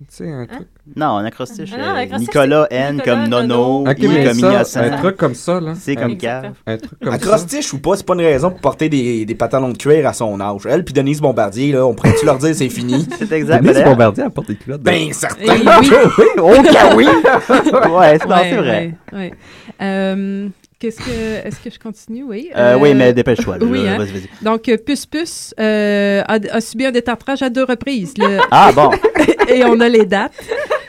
[SPEAKER 10] Tu sais, un truc.
[SPEAKER 7] Non, un acrostiche.
[SPEAKER 12] Ah non, un
[SPEAKER 7] euh,
[SPEAKER 12] acrostiche,
[SPEAKER 7] Nicolas
[SPEAKER 12] c'est-
[SPEAKER 7] N
[SPEAKER 12] Nicolas,
[SPEAKER 7] comme Nono,
[SPEAKER 12] Nono.
[SPEAKER 10] Ok,
[SPEAKER 7] I
[SPEAKER 10] mais
[SPEAKER 7] comme
[SPEAKER 10] ça,
[SPEAKER 7] innocent.
[SPEAKER 10] un truc comme ça, là.
[SPEAKER 7] C'est
[SPEAKER 10] un,
[SPEAKER 7] comme cave.
[SPEAKER 10] un truc comme ça.
[SPEAKER 9] Acrostiche ou pas, c'est pas une raison pour porter des, des pantalons de cuir à son âge. Elle puis Denise Bombardier, là, on pourrait-tu leur dire c'est fini?
[SPEAKER 7] C'est exact.
[SPEAKER 10] Denise
[SPEAKER 7] d'ailleurs.
[SPEAKER 10] Bombardier apporte des culottes. de-
[SPEAKER 9] Ben, certain!
[SPEAKER 11] Et oui.
[SPEAKER 10] oui, ok, oui!
[SPEAKER 7] Ouais, c'est non,
[SPEAKER 11] Ouais,
[SPEAKER 7] c'est vrai.
[SPEAKER 11] ouais, ouais. Euh,
[SPEAKER 12] Qu'est-ce que, est-ce que je continue? Oui.
[SPEAKER 7] Euh, oui, mais dépêche-toi, là.
[SPEAKER 12] oui,
[SPEAKER 7] Là,
[SPEAKER 12] hein.
[SPEAKER 7] vas-y, vas-y.
[SPEAKER 12] Donc, euh, Puce Puce euh, a, a subi un détartrage à deux reprises. là.
[SPEAKER 7] Ah, bon.
[SPEAKER 12] Et on a les dates.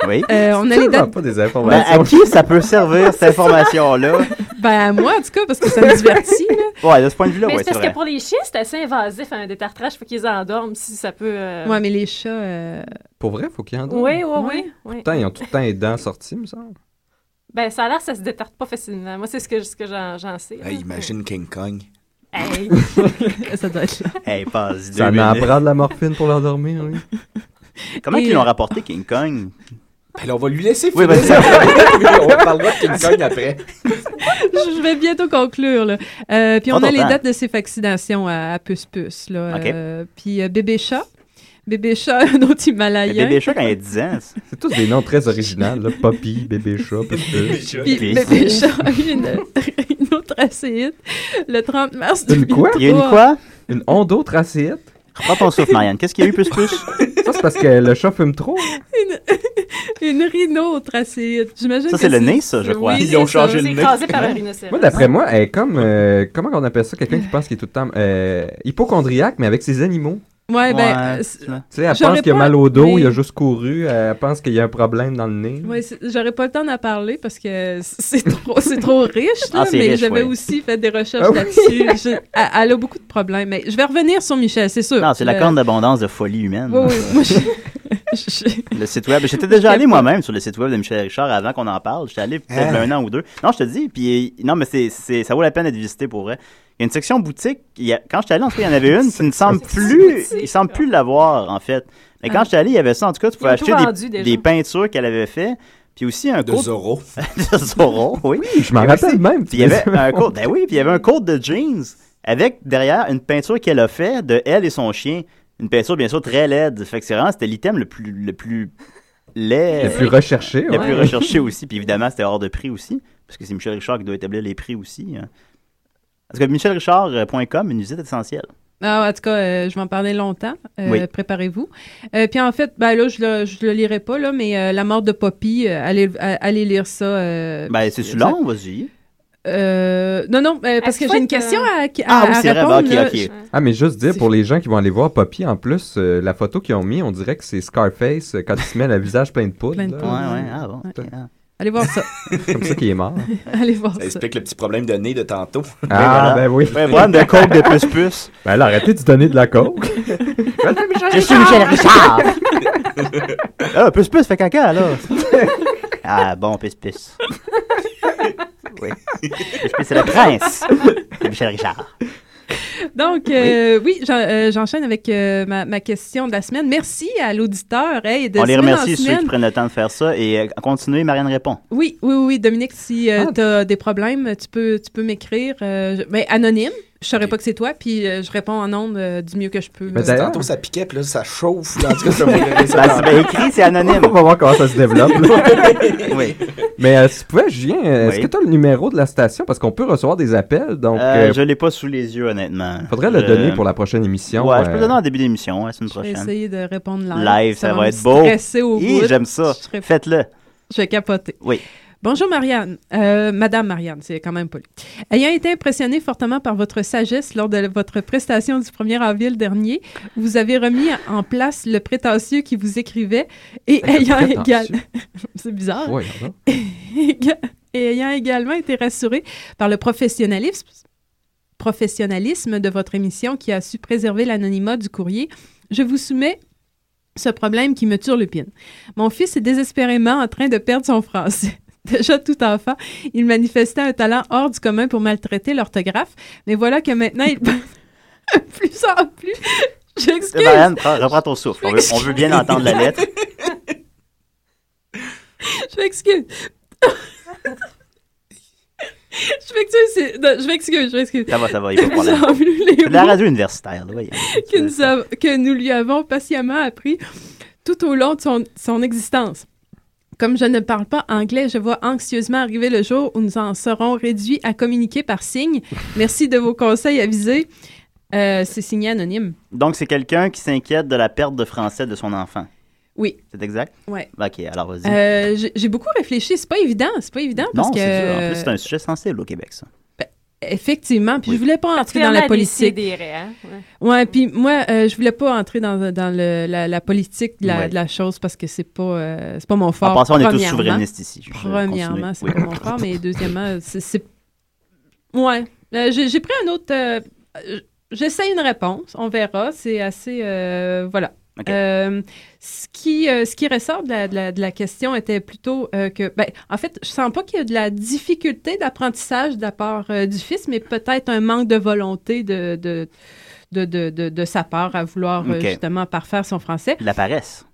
[SPEAKER 7] Oui.
[SPEAKER 12] Euh, on a les dates.
[SPEAKER 10] pas des
[SPEAKER 7] Ben, à qui ça peut servir, cette information-là?
[SPEAKER 12] Ben, à moi, en tout cas, parce que ça me divertit. là.
[SPEAKER 7] Ouais, de ce point de vue-là,
[SPEAKER 11] mais
[SPEAKER 7] ouais,
[SPEAKER 11] c'est
[SPEAKER 7] c'est
[SPEAKER 11] parce
[SPEAKER 7] vrai.
[SPEAKER 11] que pour les chiens, c'est assez invasif, un détartrage, il faut qu'ils endorment si ça peut. euh,
[SPEAKER 12] Ouais, mais les chats. euh,
[SPEAKER 10] Pour vrai, faut qu'il y en donne.
[SPEAKER 11] Oui, oui, oui. oui.
[SPEAKER 10] Putain, ils ont tout le temps les dents sorties, me semble.
[SPEAKER 11] Ben, ça a l'air que ça se détarte pas facilement. Moi, c'est ce que, ce que j'en, j'en sais. là.
[SPEAKER 10] Ben,
[SPEAKER 9] Hey, imagine King Kong.
[SPEAKER 11] Hey.
[SPEAKER 12] ça doit être là.
[SPEAKER 7] Hey, passe
[SPEAKER 10] Ça
[SPEAKER 7] deux
[SPEAKER 10] en
[SPEAKER 7] minutes.
[SPEAKER 10] prend de la morphine pour l'endormir, oui.
[SPEAKER 7] Comment
[SPEAKER 12] Et- euh,
[SPEAKER 7] ils l'ont rapporté, King Kong?
[SPEAKER 9] Ben, là, on va lui laisser
[SPEAKER 7] Oui,
[SPEAKER 9] finir.
[SPEAKER 7] vas-y.
[SPEAKER 9] Oui, on parlera de King Kong après.
[SPEAKER 12] je je vais bientôt conclure. Là. Euh, puis on
[SPEAKER 7] Prends
[SPEAKER 12] a
[SPEAKER 7] ton
[SPEAKER 12] les
[SPEAKER 7] temps.
[SPEAKER 12] dates de ces vaccinations à, à Puce Puce. Là.
[SPEAKER 7] OK.
[SPEAKER 12] Euh, puis euh, Bébé Chat. Bébé Chat, un autre
[SPEAKER 7] Le
[SPEAKER 12] Himalayen.
[SPEAKER 7] bébé chat, quand il a 10 ans, c'est-
[SPEAKER 10] C'est tous des noms très originaux, là. Poppy, bébé chat, petit
[SPEAKER 12] Puis
[SPEAKER 7] Puis-
[SPEAKER 12] Bébé Chat a eu une, une autre acide le 30 mars
[SPEAKER 10] Une
[SPEAKER 12] 2003.
[SPEAKER 10] quoi?
[SPEAKER 7] il y a une quoi?
[SPEAKER 10] Une ondotracéite.
[SPEAKER 7] Reprends ton souffle, Marianne. Qu'est-ce qu'il y a eu plus plus?
[SPEAKER 10] Ça, c'est parce que le chat fume trop.
[SPEAKER 12] Une rhinotracéite. J'imagine
[SPEAKER 7] Ça,
[SPEAKER 12] que
[SPEAKER 7] c'est le nez, ça, je crois.
[SPEAKER 12] Oui,
[SPEAKER 9] Ils
[SPEAKER 12] c'est
[SPEAKER 9] ont
[SPEAKER 12] ça.
[SPEAKER 9] changé
[SPEAKER 11] C'est
[SPEAKER 9] le nez.
[SPEAKER 11] écrasé par un rhinocéros.
[SPEAKER 10] Moi, d'après moi, elle est comme. euh, comment on appelle ça Quelqu'un qui pense qu'il est tout le temps. euh, hypochondriaque, mais avec ses animaux.
[SPEAKER 12] Ouais, ben,
[SPEAKER 7] Ouais,
[SPEAKER 12] euh,
[SPEAKER 7] tu vois.
[SPEAKER 10] Tu sais, elle
[SPEAKER 12] J'aurais
[SPEAKER 10] pense qu'il a
[SPEAKER 12] pas-
[SPEAKER 10] mal au dos,
[SPEAKER 12] mais-
[SPEAKER 10] il a juste couru, elle pense qu'il y a un problème dans le nez.
[SPEAKER 12] Ouais, c'est- j'aurais pas le temps d'en parler parce que c'est trop, c'est trop riche, là,
[SPEAKER 7] Ah, c'est
[SPEAKER 12] mais
[SPEAKER 7] riche,
[SPEAKER 12] j'avais
[SPEAKER 7] oui.
[SPEAKER 12] aussi fait des recherches
[SPEAKER 10] Ah oui.
[SPEAKER 12] là-dessus. Je- elle, elle a beaucoup de problèmes, mais je vais revenir sur Michel, c'est sûr.
[SPEAKER 7] Non, c'est la
[SPEAKER 12] Euh,
[SPEAKER 7] corne d'abondance de folie humaine.
[SPEAKER 12] Oui, oui, moi, je- je-
[SPEAKER 7] Le site web. J'étais déjà allé moi-même sur le site web de Michel Richard avant qu'on en parle. J'étais allé peut-être
[SPEAKER 9] Hein?
[SPEAKER 7] un an ou deux. Non, je te dis. Puis euh, non, mais c'est, c'est- ça vaut la peine d'être visité pour vrai. Il y a une section boutique. Il y a- quand j'étais allé, en tout cas, il y en avait une. qui ne semble plus, il semble plus l'avoir en fait. Mais
[SPEAKER 12] Ah.
[SPEAKER 7] quand j'étais allé, il y avait ça. En tout cas, tu pouvais
[SPEAKER 11] Ils ont tout
[SPEAKER 7] acheter
[SPEAKER 11] vendu,
[SPEAKER 7] des,
[SPEAKER 11] déjà.
[SPEAKER 7] des peintures qu'elle avait fait. Puis aussi un
[SPEAKER 9] De
[SPEAKER 7] code
[SPEAKER 9] Zorro.
[SPEAKER 7] de Zorro, oui.
[SPEAKER 10] Je m'en
[SPEAKER 7] Et aussi-
[SPEAKER 10] rappelle même.
[SPEAKER 7] Puis il y avait un code, ben oui, puis il y avait un code de jeans avec derrière une peinture qu'elle a fait de elle et son chien. Une peinture bien sûr très laide. Fait que c'est vraiment c'était l'item le plus le plus laid,
[SPEAKER 10] Le plus recherché.
[SPEAKER 7] le
[SPEAKER 10] ouais.
[SPEAKER 7] plus recherché aussi. Puis évidemment c'était hors de prix aussi, parce que c'est Michel Richard qui doit établir les prix aussi. hein. Parce que michelrichard.com, une visite essentielle.
[SPEAKER 12] Ah, en tout cas, euh, je vais en parler longtemps. Euh,
[SPEAKER 7] Oui.
[SPEAKER 12] Préparez-vous. Euh, puis en fait, ben là, je le, je le lirai pas, là, mais euh, La mort de Poppy, euh, allez, euh, allez lire ça. euh,
[SPEAKER 7] Ben c'est
[SPEAKER 12] ça-
[SPEAKER 7] long, vas-y.
[SPEAKER 12] Euh, non, non, euh, parce que
[SPEAKER 11] Est-ce qu'il
[SPEAKER 12] j'ai
[SPEAKER 11] faut
[SPEAKER 12] une
[SPEAKER 11] être,
[SPEAKER 12] question
[SPEAKER 11] euh,
[SPEAKER 12] à, à,
[SPEAKER 7] Ah oui,
[SPEAKER 12] à
[SPEAKER 7] c'est vrai,
[SPEAKER 12] répondre.
[SPEAKER 7] ben, ok,
[SPEAKER 12] là.
[SPEAKER 7] ok.
[SPEAKER 12] Je-
[SPEAKER 10] Ah, mais juste dire, pour les gens qui vont aller voir Poppy, en plus, euh, la photo qu'ils ont mis, on dirait que c'est Scarface euh, quand il se met le visage plein de poudre.
[SPEAKER 12] Plein de
[SPEAKER 10] là.
[SPEAKER 7] Ouais,
[SPEAKER 12] poudre.
[SPEAKER 7] ouais, ah bon. ok, ah.
[SPEAKER 12] Allez voir ça.
[SPEAKER 10] C'est comme ça qu'il est mort.
[SPEAKER 12] allez voir
[SPEAKER 9] Ça
[SPEAKER 12] ça.
[SPEAKER 9] explique le petit problème de nez de tantôt.
[SPEAKER 10] ah,
[SPEAKER 7] voilà.
[SPEAKER 10] ben oui.
[SPEAKER 7] Ouais, problème de coke de plus plus.
[SPEAKER 10] Ben alors, arrêtez de donner de la coke.
[SPEAKER 7] Je suis Michel Richard! ah, plus plus, fait caca, là! ah, bon, plus plus. oui. Plus plus, c'est le prince! C'est Michel Richard.
[SPEAKER 12] Donc, euh, oui, j'en- euh, j'enchaîne avec euh, ma, ma question de la semaine. Merci à l'auditeur. Hey, de
[SPEAKER 7] On les
[SPEAKER 12] semaine en
[SPEAKER 7] remercie, ceux
[SPEAKER 12] semaine.
[SPEAKER 7] qui prennent le temps de faire ça. Et euh, continuez, Marianne répond.
[SPEAKER 12] Oui, oui, oui, Dominique, si
[SPEAKER 10] Ah.
[SPEAKER 12] tu as des problèmes, tu peux, tu peux m'écrire. euh, je- ben, anonyme, je saurais pas que c'est toi, puis euh, je réponds en ondes euh, du mieux que je peux.
[SPEAKER 10] Mais
[SPEAKER 12] Euh,
[SPEAKER 10] d'ailleurs-
[SPEAKER 9] Tantôt, ça piquait, puis là, ça chauffe. En tout cas, ça m'a
[SPEAKER 7] Ben, c'est bien écrit, c'est
[SPEAKER 10] on
[SPEAKER 7] anonyme.
[SPEAKER 10] va voir comment ça se développe. là.
[SPEAKER 7] Oui.
[SPEAKER 10] mais euh, si tu pouvais, Julien, euh, est-ce
[SPEAKER 7] Oui.
[SPEAKER 10] que tu as le numéro de la station? Parce qu'on peut recevoir des appels, donc...
[SPEAKER 7] Euh,
[SPEAKER 10] euh,
[SPEAKER 7] je l'ai pas sous les yeux, honnêtement.
[SPEAKER 10] Faudrait le
[SPEAKER 7] Je-
[SPEAKER 10] donner pour la prochaine émission.
[SPEAKER 7] Ouais, je peux le
[SPEAKER 10] euh,
[SPEAKER 7] donner en début d'émission, la semaine
[SPEAKER 12] Je vais
[SPEAKER 7] prochaine.
[SPEAKER 12] essayer de répondre live.
[SPEAKER 7] Live, ça va
[SPEAKER 12] me
[SPEAKER 7] être beau.
[SPEAKER 12] stresser au
[SPEAKER 7] Hi,
[SPEAKER 12] bout.
[SPEAKER 7] j'aime ça.
[SPEAKER 12] Je serais-
[SPEAKER 7] Faites-le.
[SPEAKER 12] Je vais capoter.
[SPEAKER 7] Oui.
[SPEAKER 12] Bonjour Marianne. Euh, Madame Marianne, c'est quand même poli. Ayant été impressionnée fortement par votre sagesse lors de votre prestation du 1er avril dernier, vous avez remis en place le prétentieux qui vous écrivait et
[SPEAKER 10] Le
[SPEAKER 12] ayant
[SPEAKER 10] prétentieux.
[SPEAKER 12] égal... c'est bizarre.
[SPEAKER 10] ouais, hein. pardon.
[SPEAKER 12] Éga- et ayant également été rassuré par le professionnalisme, professionnalisme de votre émission qui a su préserver l'anonymat du courrier, je vous soumets ce problème qui me turlupine. Mon fils est désespérément en train de perdre son français. Déjà tout enfant, il manifestait un talent hors du commun pour maltraiter l'orthographe, mais voilà que maintenant il parle de plus en plus.
[SPEAKER 7] Euh,
[SPEAKER 12] J'excuse.
[SPEAKER 7] Marianne, prends- reprends ton souffle. On veut, on veut bien entendre la lettre.
[SPEAKER 12] Je m'excuse. je m'excuse. c'est- non, Je m'excuse. Je m'excuse.
[SPEAKER 7] Ça va, ça va, il n'y a pas de
[SPEAKER 12] Nous
[SPEAKER 7] problème.
[SPEAKER 12] avons lu les
[SPEAKER 7] C'est de la
[SPEAKER 12] mots
[SPEAKER 7] radio universitaire, là, oui.
[SPEAKER 12] que nous, av- que nous lui avons patiemment appris tout au long de son, son existence. Comme je ne parle pas anglais, je vois anxieusement arriver le jour où nous en serons réduits à communiquer par signes. Merci de vos conseils avisés. Euh, C'est signé anonyme.
[SPEAKER 7] Donc, c'est quelqu'un qui s'inquiète de la perte de français de son enfant.
[SPEAKER 11] Oui.
[SPEAKER 7] C'est exact?
[SPEAKER 11] Ouais.
[SPEAKER 7] OK, alors vas-y.
[SPEAKER 11] Euh, j'ai- J'ai beaucoup réfléchi. C'est pas évident. C'est pas évident parce
[SPEAKER 7] non,
[SPEAKER 11] que.
[SPEAKER 7] c'est sûr. En plus, c'est un sujet sensible au Québec, ça.
[SPEAKER 11] Effectivement. Puis je voulais pas entrer dans
[SPEAKER 14] Clairement,
[SPEAKER 11] la
[SPEAKER 14] des
[SPEAKER 11] politique.
[SPEAKER 14] sidérés, hein? Ouais.
[SPEAKER 11] Ouais, puis moi, euh, je voulais pas entrer dans, dans le- la, la politique de la,
[SPEAKER 7] Ouais.
[SPEAKER 11] de la chose parce que c'est pas, euh, c'est pas mon fort.
[SPEAKER 7] En passant, on est tous
[SPEAKER 11] premièrement.
[SPEAKER 7] souverainistes ici. Je vais
[SPEAKER 11] Premièrement,
[SPEAKER 7] continuer.
[SPEAKER 11] c'est
[SPEAKER 7] Oui.
[SPEAKER 11] pas mon fort, mais deuxièmement, c'est. c'est- Ouais. Euh, j'ai, j'ai pris un autre. euh, euh, j'essaie une réponse, on verra. C'est assez. euh, voilà. Euh, ce, qui, euh, ce qui ressort de la, de la- de la question était plutôt euh, que, ben, en fait, je sens pas qu'il y a de la difficulté d'apprentissage de la part euh, du fils, mais peut-être un manque de volonté de, de, de, de, de- de sa part à vouloir euh,
[SPEAKER 7] Ok.
[SPEAKER 11] justement parfaire son français.
[SPEAKER 7] La paresse.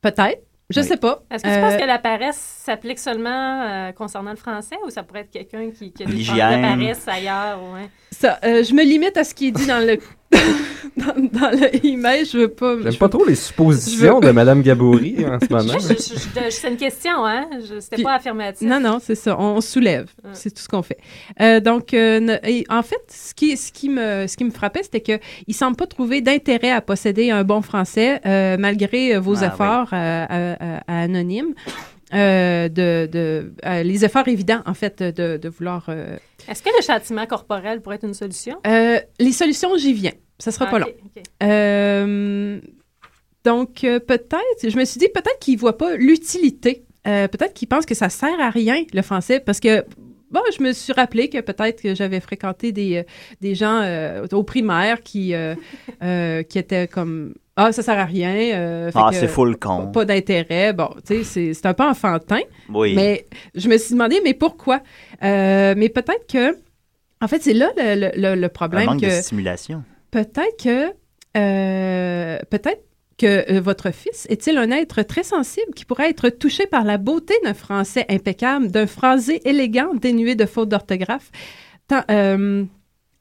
[SPEAKER 11] Peut-être, je
[SPEAKER 7] Oui.
[SPEAKER 11] sais pas.
[SPEAKER 14] Est-ce que tu penses
[SPEAKER 11] Euh,
[SPEAKER 14] que la paresse s'applique seulement euh, concernant le français ou ça pourrait être quelqu'un qui, qui a des formes
[SPEAKER 11] L'hygiène.
[SPEAKER 14] de paresse ailleurs? Ouais.
[SPEAKER 11] Ça, euh, je me limite à ce qui est dit dans le dans, dans le email. Je veux pas.
[SPEAKER 10] J'aime
[SPEAKER 11] je
[SPEAKER 10] pas
[SPEAKER 11] veux-
[SPEAKER 10] trop les suppositions
[SPEAKER 11] je veux-
[SPEAKER 10] de Mme Gabory hein, en ce
[SPEAKER 14] Je-
[SPEAKER 10] moment.
[SPEAKER 14] je- je- je- C'est une question, hein? Je- C'était
[SPEAKER 11] Puis-
[SPEAKER 14] pas affirmatif.
[SPEAKER 11] Non, non, c'est ça. On soulève. C'est tout ce qu'on fait. Euh, donc, euh, ne- et en fait, ce qui, ce qui me, ce qui me frappait, c'était que il semble pas trouver d'intérêt à posséder un bon français euh, malgré euh, vos
[SPEAKER 15] Ah,
[SPEAKER 11] efforts euh, à, à- à Anonyme. euh, de, de- euh, les efforts évidents, en fait, de, de vouloir euh,
[SPEAKER 14] Est-ce que le châtiment corporel pourrait être une solution? Ah,
[SPEAKER 11] Euh, les solutions, j'y viens. Ça sera pas
[SPEAKER 14] Ok,
[SPEAKER 11] long.
[SPEAKER 14] ok.
[SPEAKER 11] Euh, donc, euh, peut-être, je me suis dit, peut-être qu'ils ne voient pas l'utilité. Euh, peut-être qu'ils pensent que ça sert à rien, le français, parce que, bon, je me suis rappelé que peut-être que j'avais fréquenté des, euh, des gens euh, au primaire qui, euh, euh, qui étaient comme. Ah, ça sert à rien. euh, fait
[SPEAKER 7] Ah,
[SPEAKER 11] que
[SPEAKER 7] c'est full con.
[SPEAKER 11] Pas d'intérêt. Bon, tu sais, c'est- c'est un peu enfantin.
[SPEAKER 7] Oui.
[SPEAKER 11] Mais je me suis demandé, mais pourquoi? Euh, mais peut-être que, en fait, c'est là le, le- le- le
[SPEAKER 7] Un
[SPEAKER 11] problème.
[SPEAKER 7] manque
[SPEAKER 11] que,
[SPEAKER 7] de stimulation.
[SPEAKER 11] Peut-être que euh, peut-être que euh, votre fils est-il un être très sensible qui pourrait être touché par la beauté d'un français impeccable, d'un phrasé élégant dénué de fautes d'orthographe. Tant- euh,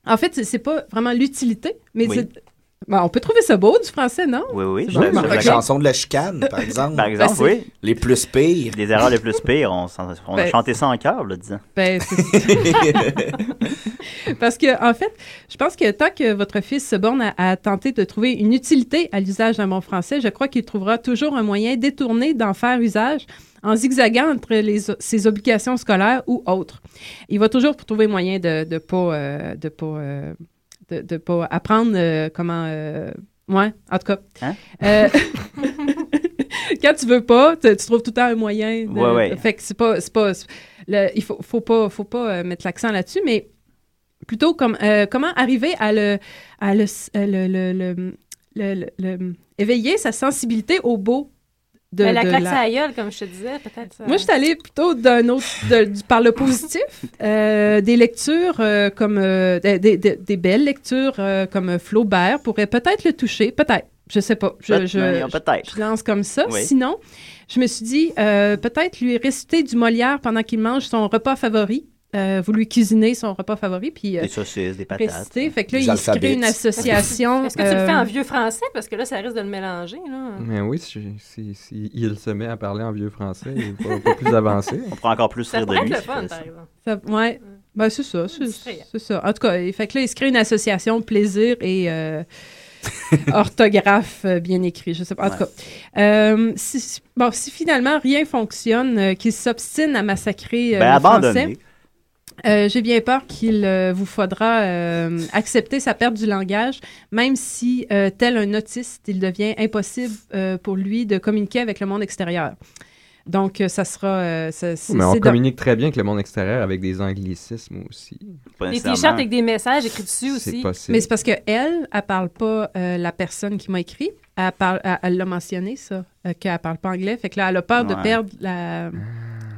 [SPEAKER 11] en fait, c'est- c'est pas vraiment l'utilité, mais
[SPEAKER 9] Oui.
[SPEAKER 11] c'est- Ben, on peut trouver ça beau du français, non
[SPEAKER 7] Oui, oui.
[SPEAKER 9] Oui, mais la chanson de la chicane, par exemple.
[SPEAKER 7] Par exemple,
[SPEAKER 11] Ben,
[SPEAKER 7] oui. Les plus pires. Les erreurs les plus pires. On, s'en- on a
[SPEAKER 11] Ben,
[SPEAKER 7] chanté ça en cœur, là, disons.
[SPEAKER 11] Ben, c'est- Parce que, en fait, je pense que tant que votre fils se borne à, à tenter de trouver une utilité à l'usage d'un mot français, je crois qu'il trouvera toujours un moyen détourné d'en faire usage en zigzaguant entre les o- ses obligations scolaires ou autres. Il va toujours trouver moyen de ne pas, euh, de pas, euh, de, de pas apprendre euh, comment... euh, ouais, en tout cas.
[SPEAKER 7] Hein?
[SPEAKER 11] Euh, quand tu veux pas, tu, tu trouves tout le temps un moyen. de-
[SPEAKER 7] Ouais, ouais.
[SPEAKER 11] Fait que c'est pas, c'est pas c'est- le- il faut, faut pas, faut pas euh, mettre l'accent là-dessus, mais plutôt comme euh, comment arriver à le, à le, euh, le, le- le- le- le- le- éveiller sa sensibilité au beau. De,
[SPEAKER 14] Mais la
[SPEAKER 11] de
[SPEAKER 14] claque à la gueule, comme je te disais, peut-être. ça-
[SPEAKER 11] Moi, je suis allée plutôt d'un autre, de- du- par le positif, euh, des lectures euh, comme euh, des, des- des- des belles lectures euh, comme Flaubert pourraient peut-être le toucher, peut-être. Je sais pas. Je,
[SPEAKER 7] Peut-
[SPEAKER 11] je-
[SPEAKER 7] mais, euh, peut-être.
[SPEAKER 11] je lance comme ça.
[SPEAKER 7] Oui.
[SPEAKER 11] Sinon, je me suis dit, euh, peut-être lui réciter du Molière pendant qu'il mange son repas favori. Euh, vous lui cuisinez son repas favori, puis euh,
[SPEAKER 7] Des saucisses, des patates.
[SPEAKER 11] réciter. Fait que là,
[SPEAKER 7] Des
[SPEAKER 11] il se crée
[SPEAKER 7] alphabets.
[SPEAKER 11] une association.
[SPEAKER 14] Est-ce que tu le fais
[SPEAKER 11] euh,
[SPEAKER 14] en vieux français? Parce que là, ça risque de le mélanger. Là.
[SPEAKER 10] Mais oui, si, si- si il se met à parler en vieux français, il est pas, pas plus avancé.
[SPEAKER 7] On prend encore plus
[SPEAKER 14] Ça pourrait être le fun, par exemple.
[SPEAKER 11] Ça- ouais. Ben, c'est ça. C'est c'est ça. En tout cas, et- fait que là, il se crée une association plaisir et euh, orthographe euh, bien écrit. Je sais pas. En tout
[SPEAKER 15] Ouais.
[SPEAKER 11] cas. Euh, si, si- bon, si finalement rien fonctionne, euh, qu'il s'obstine à massacrer euh,
[SPEAKER 7] Ben,
[SPEAKER 11] le français.
[SPEAKER 7] abandonnez.
[SPEAKER 11] euh, J'ai bien peur qu'il euh, vous faudra euh, accepter sa perte du langage, même si, euh, tel un autiste, il devient impossible euh, pour lui de communiquer avec le monde extérieur. Donc, euh, ça sera... euh, ça- c'est-
[SPEAKER 10] Mais on
[SPEAKER 11] c'est dans-
[SPEAKER 10] communique très bien avec le monde extérieur avec des anglicismes aussi.
[SPEAKER 14] Des t-shirts avec des messages écrits dessus aussi.
[SPEAKER 11] Mais c'est parce que elle, elle parle pas euh, la personne qui m'a écrit. Elle parle, elle, elle l'a mentionné ça, euh, qu'elle parle pas anglais. Fait que là, elle a peur de
[SPEAKER 7] Ouais.
[SPEAKER 11] perdre la.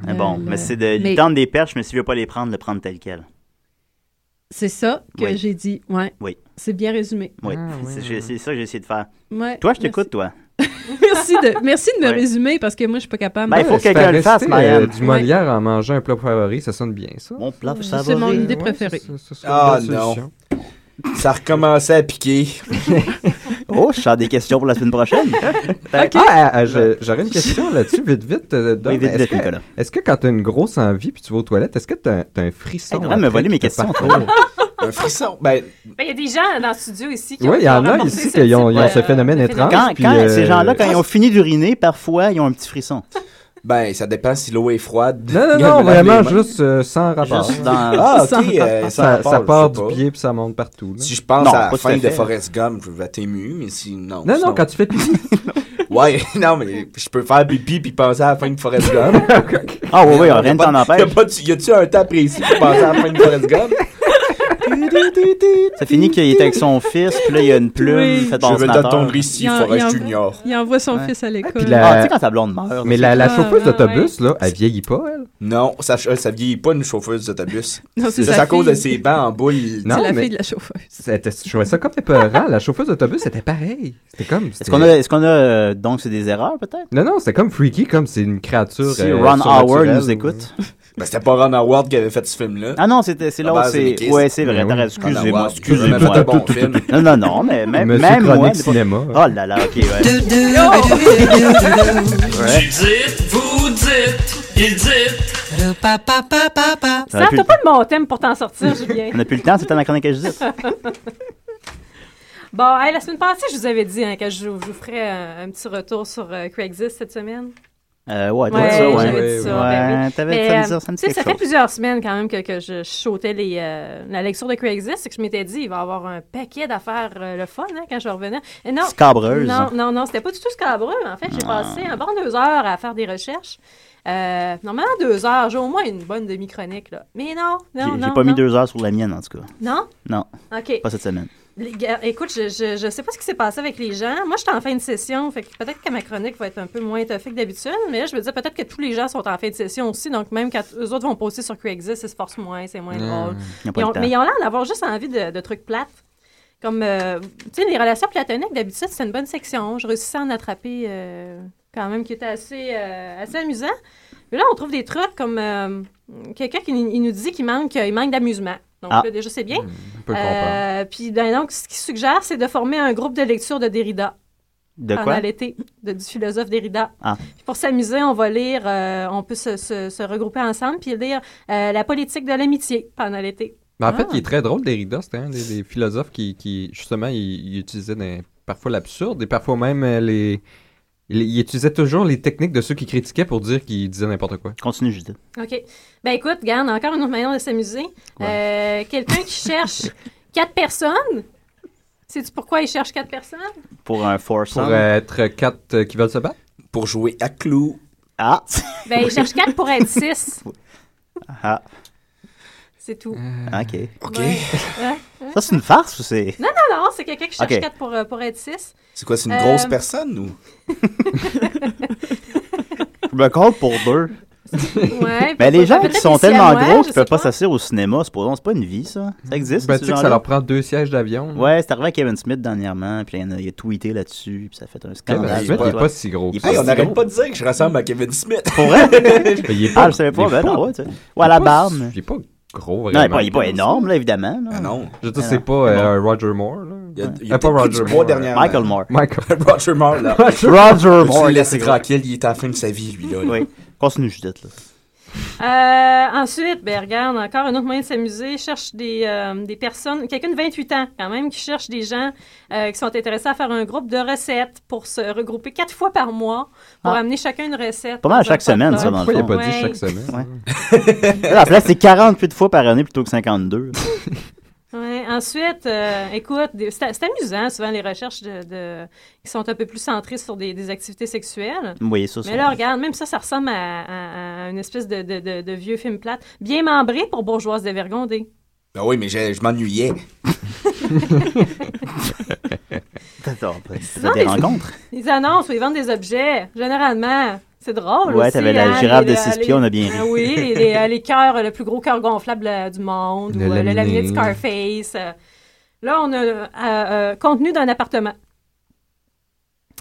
[SPEAKER 7] Mais bon,
[SPEAKER 11] le-
[SPEAKER 7] mais c'est de
[SPEAKER 11] Euh, mais
[SPEAKER 7] lui tendre des perches, mais s'il veut pas les prendre, le prendre tel quel.
[SPEAKER 11] C'est ça que
[SPEAKER 7] Oui.
[SPEAKER 11] j'ai dit. Ouais.
[SPEAKER 7] Oui.
[SPEAKER 11] C'est bien résumé.
[SPEAKER 7] Oui. C'est- j'ai- c'est ça que j'ai essayé de faire.
[SPEAKER 11] Ouais,
[SPEAKER 7] toi, je t'écoute, toi.
[SPEAKER 11] merci de, merci de me résumer parce que moi, je suis pas capable.
[SPEAKER 7] Ben, il faut que quelqu'un le fasse, Marianne.
[SPEAKER 10] euh, du Molière en mangeant un plat favori, ça sonne bien, ça.
[SPEAKER 7] Mon plat
[SPEAKER 11] C'est mon idée préférée.
[SPEAKER 9] Ah
[SPEAKER 10] Bonne
[SPEAKER 9] non.
[SPEAKER 10] solution.
[SPEAKER 9] Ça recommençait à piquer.
[SPEAKER 7] oh, je sors des questions pour la semaine prochaine.
[SPEAKER 10] Ah, ah, je- j'aurais une question là-dessus, vite, vite. euh, Dom.
[SPEAKER 7] Oui, vite,
[SPEAKER 10] Est-ce
[SPEAKER 7] vite,
[SPEAKER 10] que-
[SPEAKER 7] Nicolas.
[SPEAKER 10] Est-ce que quand t'as une grosse envie puis tu vas aux toilettes, est-ce que t'as t'as un frisson?
[SPEAKER 7] Hey, t'es en train de me voler mes questions,
[SPEAKER 10] toi.
[SPEAKER 9] Un frisson. Ben,
[SPEAKER 11] Il y a des gens dans le studio ici qui
[SPEAKER 9] Oui,
[SPEAKER 11] ont
[SPEAKER 9] il y en
[SPEAKER 11] qui ont
[SPEAKER 9] a
[SPEAKER 11] remonté
[SPEAKER 10] ici qui
[SPEAKER 11] ce
[SPEAKER 10] ont-
[SPEAKER 11] type,
[SPEAKER 10] ils ont
[SPEAKER 11] euh,
[SPEAKER 10] ce phénomène
[SPEAKER 11] de
[SPEAKER 10] étrange.
[SPEAKER 7] Quand,
[SPEAKER 10] puis,
[SPEAKER 7] quand
[SPEAKER 10] euh,
[SPEAKER 7] ces gens-là, quand ils ont fini d'uriner, parfois, ils ont un petit frisson.
[SPEAKER 9] ben, ça dépend si l'eau est froide.
[SPEAKER 10] Non, non, non, vraiment juste euh, sans rapport.
[SPEAKER 9] Juste dans- Ah, ok, euh, sans
[SPEAKER 10] ça,
[SPEAKER 9] rapport,
[SPEAKER 10] ça
[SPEAKER 9] je
[SPEAKER 10] part
[SPEAKER 9] sais
[SPEAKER 10] du
[SPEAKER 9] pas.
[SPEAKER 10] pied puis ça monte partout. là.
[SPEAKER 9] Si je pense à la fin de Forrest Gump, je vais t'ému, mais si non.
[SPEAKER 10] Non, non, quand tu fais
[SPEAKER 9] pipi. ouais, non, mais je peux faire pipi puis penser à la fin de Forrest Gump.
[SPEAKER 7] Ah, oui, oui,
[SPEAKER 9] Y a
[SPEAKER 7] rien ne
[SPEAKER 9] pas-
[SPEAKER 7] t'en empêche.
[SPEAKER 9] y a pas de- Y a-tu un temps précis pour penser à la fin de Forrest Gump?
[SPEAKER 7] Ça finit qu'il est avec son fils, puis là, il y a une plume.
[SPEAKER 12] Oui.
[SPEAKER 7] faite
[SPEAKER 9] Je vais
[SPEAKER 7] ordinateur.
[SPEAKER 9] t'attendre ici,
[SPEAKER 12] Il en- il
[SPEAKER 9] Forrest
[SPEAKER 12] en-
[SPEAKER 9] Junior.
[SPEAKER 12] Il envoie son
[SPEAKER 7] Ouais.
[SPEAKER 12] fils à l'école.
[SPEAKER 10] Puis la-
[SPEAKER 7] Ah, tu sais, quand ta blonde meurt,
[SPEAKER 10] Mais
[SPEAKER 7] c'est
[SPEAKER 10] la, la
[SPEAKER 12] ça.
[SPEAKER 10] chauffeuse
[SPEAKER 12] Ah,
[SPEAKER 10] d'autobus, là, elle vieillit pas, elle.
[SPEAKER 9] Non, ça, euh, ça vieillit pas une chauffeuse d'autobus.
[SPEAKER 12] Non, c'est
[SPEAKER 9] Ça,
[SPEAKER 12] sa
[SPEAKER 9] à cause de
[SPEAKER 12] fille.
[SPEAKER 9] ses bancs en boule.
[SPEAKER 12] C'est la
[SPEAKER 10] mais-
[SPEAKER 12] fille de la chauffeuse.
[SPEAKER 10] C'était- Je trouvais ça comme épeurant. La chauffeuse d'autobus, c'était pareil. C'était comme.
[SPEAKER 7] Est-ce qu'on a, est-ce qu'on a euh, donc c'est des erreurs peut-être?
[SPEAKER 10] Non, non, c'était comme freaky, comme c'est une créature. euh,
[SPEAKER 7] Si Ron Howard nous
[SPEAKER 10] écoute.
[SPEAKER 7] écoute.
[SPEAKER 9] Ben, c'était pas Ron Howard qui avait fait ce film-là.
[SPEAKER 7] Ah non, c'était, c'est
[SPEAKER 9] Ah,
[SPEAKER 7] l'autre,
[SPEAKER 9] ben,
[SPEAKER 7] c'est,
[SPEAKER 9] Zemeckis.
[SPEAKER 7] ouais, c'est vrai,
[SPEAKER 9] Ben
[SPEAKER 7] t'as
[SPEAKER 9] oui.
[SPEAKER 7] raison, excusez-moi,
[SPEAKER 9] Ron Howard,
[SPEAKER 7] excusez-moi.
[SPEAKER 9] c'est un bon film.
[SPEAKER 7] Non, non, non, mais même,
[SPEAKER 10] Monsieur
[SPEAKER 7] même moi.
[SPEAKER 10] Chronique
[SPEAKER 7] des fois-
[SPEAKER 10] Cinéma. hein,
[SPEAKER 7] Oh là là, ok, ouais. Ouais.
[SPEAKER 8] Dites, vous dites, il dit.
[SPEAKER 7] Ça aurait
[SPEAKER 11] Sam,
[SPEAKER 7] pu-
[SPEAKER 11] t'as pas de mon thème pour t'en sortir, Julien.
[SPEAKER 7] On n'a plus le temps, c'était dans la chronique à Judith.
[SPEAKER 11] bon, hey, la semaine passée, je vous avais dit hein, que je, vous- je vous ferais euh, un petit retour sur euh, Craigslist cette semaine.
[SPEAKER 7] Euh, ouais, t'as
[SPEAKER 11] Ouais,
[SPEAKER 7] dit ça, ouais.
[SPEAKER 11] j'avais dit ça, ben
[SPEAKER 7] Ouais,
[SPEAKER 11] oui.
[SPEAKER 7] t'avais
[SPEAKER 11] Mais,
[SPEAKER 7] ça,
[SPEAKER 11] euh,
[SPEAKER 7] ça, ça me dit
[SPEAKER 11] tu sais, ça
[SPEAKER 7] quelque
[SPEAKER 11] fait
[SPEAKER 7] chose.
[SPEAKER 11] plusieurs semaines quand même que, que je sautais les, euh, la lecture de Craigslist. C'est que je m'étais dit, il va y avoir un paquet d'affaires euh, le fun hein, quand je revenais. Et non,
[SPEAKER 7] Scabreuse.
[SPEAKER 11] Non, non, non, c'était pas du tout scabreux. En fait, j'ai
[SPEAKER 7] Ah.
[SPEAKER 11] passé un bon deux heures à faire des recherches. Euh, normalement, deux heures, j'ai au moins une bonne demi-chronique. là. Mais non, non,
[SPEAKER 7] J'ai
[SPEAKER 11] non.
[SPEAKER 7] j'ai pas mis
[SPEAKER 11] non.
[SPEAKER 7] deux heures sur la mienne, en tout cas.
[SPEAKER 11] Non?
[SPEAKER 7] Non.
[SPEAKER 11] OK.
[SPEAKER 7] Pas cette semaine.
[SPEAKER 11] Les gars, écoute, je, je, je sais pas ce qui s'est passé avec les gens. Moi, j'étais en fin de session, fait que peut-être que ma chronique va être un peu moins toffée que d'habitude, mais là, je veux dire, peut-être que tous les gens sont en fin de session aussi, donc même quand eux autres vont poster sur Craigslist, ils se forcent moins, c'est moins
[SPEAKER 7] Mmh.
[SPEAKER 11] drôle.
[SPEAKER 7] Ils ont pas
[SPEAKER 11] Ils
[SPEAKER 7] le
[SPEAKER 11] ont-
[SPEAKER 7] temps.
[SPEAKER 11] mais ils ont l'air d'avoir juste envie de, de trucs plates. Comme, euh, tu sais, les relations platoniques, d'habitude, c'est une bonne section. Je réussissais à en attraper euh, quand même, qui était assez, euh, assez amusant. Mais là, on trouve des trucs comme euh, quelqu'un qui il nous dit qu'il manque, euh, il manque d'amusement. Donc,
[SPEAKER 7] Ah.
[SPEAKER 11] là, déjà, c'est bien.
[SPEAKER 10] On peut le
[SPEAKER 11] Euh, puis ben, donc, ce qu'il suggère, c'est de former un groupe de lecture de Derrida.
[SPEAKER 7] De
[SPEAKER 11] pendant
[SPEAKER 7] quoi?
[SPEAKER 11] l'été, de- du philosophe Derrida.
[SPEAKER 7] Ah.
[SPEAKER 11] Puis pour s'amuser, on va lire, euh, on peut se, se- se regrouper ensemble puis lire euh, La politique de l'amitié pendant l'été.
[SPEAKER 10] Mais ben, en fait,
[SPEAKER 11] Ah.
[SPEAKER 10] il est très drôle, Derrida. C'était un des, des philosophes qui, qui, justement, il, il utilisait des- parfois l'absurde et parfois même euh, les. Il, il utilisait toujours les techniques de ceux qui critiquaient pour dire qu'ils disaient n'importe quoi.
[SPEAKER 7] Continue, Judith.
[SPEAKER 11] OK. Ben écoute, garde, encore une autre manière de s'amuser. Euh, Quelqu'un qui cherche quatre personnes. Sais-tu pourquoi il cherche quatre personnes?
[SPEAKER 7] Pour un
[SPEAKER 10] Pour
[SPEAKER 7] foursome.
[SPEAKER 10] euh, être quatre euh, qui veulent se battre.
[SPEAKER 9] Pour jouer à clou.
[SPEAKER 7] Ah!
[SPEAKER 11] Ben, il cherche quatre pour être six.
[SPEAKER 7] Ah,
[SPEAKER 11] C'est tout.
[SPEAKER 7] ok.
[SPEAKER 9] OK.
[SPEAKER 11] Ouais. Ouais.
[SPEAKER 7] Ça, c'est une farce ou c'est.
[SPEAKER 11] Non, non, non, c'est quelqu'un qui cherche
[SPEAKER 7] Ok.
[SPEAKER 11] quatre pour, euh, pour être six.
[SPEAKER 9] C'est quoi, c'est une
[SPEAKER 11] Euh,
[SPEAKER 9] grosse personne ou?
[SPEAKER 7] Je me compte pour deux.
[SPEAKER 11] Ouais,
[SPEAKER 7] Mais les gens
[SPEAKER 11] peut-être
[SPEAKER 7] qui sont
[SPEAKER 11] les
[SPEAKER 7] tellement
[SPEAKER 11] Siamois,
[SPEAKER 7] gros qu'ils
[SPEAKER 11] je sais
[SPEAKER 7] peuvent
[SPEAKER 11] Mm.
[SPEAKER 7] pas s'asseoir au cinéma, c'est pas, c'est pas une vie, ça. Ça existe,
[SPEAKER 10] Ben,
[SPEAKER 7] ce
[SPEAKER 10] tu sais que ça
[SPEAKER 7] genre-là?
[SPEAKER 10] leur prend deux sièges d'avion.
[SPEAKER 7] Ouais, c'est arrivé à Kevin Smith dernièrement, puis il y en a, il a tweeté là-dessus, puis ça a fait un scandale.
[SPEAKER 10] Kevin Smith, ben, il est pas si gros.
[SPEAKER 7] Il est
[SPEAKER 10] que
[SPEAKER 7] Ah, pas
[SPEAKER 9] Hey,
[SPEAKER 7] si
[SPEAKER 9] on
[SPEAKER 7] gros.
[SPEAKER 9] n'arrête pas de dire que je ressemble à Kevin Smith.
[SPEAKER 7] Pour vrai?
[SPEAKER 10] Mais il est
[SPEAKER 7] Ah, je savais pas,
[SPEAKER 10] il est
[SPEAKER 7] ben non, ouais, tu sais. Ou à
[SPEAKER 10] il est
[SPEAKER 7] la
[SPEAKER 10] pas-
[SPEAKER 7] barbe. mais-
[SPEAKER 10] Il est pas gros,
[SPEAKER 7] Non, il est
[SPEAKER 10] vraiment.
[SPEAKER 7] pas, il est pas énorme, là, évidemment. là.
[SPEAKER 9] Ah non.
[SPEAKER 10] Je veux dire,
[SPEAKER 7] Mais
[SPEAKER 10] c'est
[SPEAKER 7] non.
[SPEAKER 10] pas euh, Roger Moore, là.
[SPEAKER 9] Il y a, il y
[SPEAKER 10] Ah,
[SPEAKER 9] a
[SPEAKER 10] pas
[SPEAKER 9] peut-être
[SPEAKER 10] Roger
[SPEAKER 9] du poids
[SPEAKER 10] Moore.
[SPEAKER 9] dernièrement.
[SPEAKER 7] Michael Moore.
[SPEAKER 10] Michael.
[SPEAKER 9] Roger Moore, là.
[SPEAKER 7] Roger
[SPEAKER 9] Peux-tu
[SPEAKER 7] Moore.
[SPEAKER 9] le laisser tranquille, il est à la fin de sa vie, lui, là. là.
[SPEAKER 7] Oui. Continue, Judith, là.
[SPEAKER 11] Euh, ensuite, ben, regarde, encore un autre moyen de s'amuser. Cherche des, euh, des personnes, quelqu'un de 28 ans quand même, qui cherche des gens euh, qui sont intéressés à faire un groupe de recettes pour se regrouper quatre fois par mois pour
[SPEAKER 7] Ah.
[SPEAKER 11] amener chacun une recette.
[SPEAKER 7] Pas mal
[SPEAKER 11] dans un
[SPEAKER 7] chaque semaine, ça,
[SPEAKER 11] potluck.
[SPEAKER 7] dans le
[SPEAKER 10] Pourquoi il a
[SPEAKER 7] fond.
[SPEAKER 10] pas dit
[SPEAKER 11] Ouais.
[SPEAKER 10] chaque semaine? hein?
[SPEAKER 7] Là, la place, c'est 48 fois par année plutôt que 52.
[SPEAKER 11] Ouais. Ensuite, euh, écoute, des- c'est c'est amusant souvent les recherches de, de- qui sont un peu plus centrées sur des, des activités sexuelles.
[SPEAKER 7] Vous voyez ça, ça.
[SPEAKER 11] Mais là, regarde, même ça, ça ressemble à, à- à une espèce de, de- de- de vieux film plate. Bien membré pour bourgeoise dévergondée.
[SPEAKER 9] Ben oui, mais je, je m'ennuyais.
[SPEAKER 7] Attends, c'est
[SPEAKER 11] Non,
[SPEAKER 7] des
[SPEAKER 11] mais-
[SPEAKER 7] rencontres.
[SPEAKER 11] Ils annoncent ou ils vendent des objets, généralement. C'est drôle
[SPEAKER 7] Ouais,
[SPEAKER 11] aussi,
[SPEAKER 7] t'avais la
[SPEAKER 11] hein,
[SPEAKER 7] girafe
[SPEAKER 11] les-
[SPEAKER 7] de six
[SPEAKER 11] les-
[SPEAKER 7] pieds, on a bien ri.
[SPEAKER 11] Ah oui, les, les- euh, les cœurs, euh, le plus gros cœur gonflable euh, du monde,
[SPEAKER 10] Le
[SPEAKER 11] ou euh, le laminé
[SPEAKER 10] laminé.
[SPEAKER 11] de Scarface. euh. Là, on a euh, euh, contenu d'un appartement.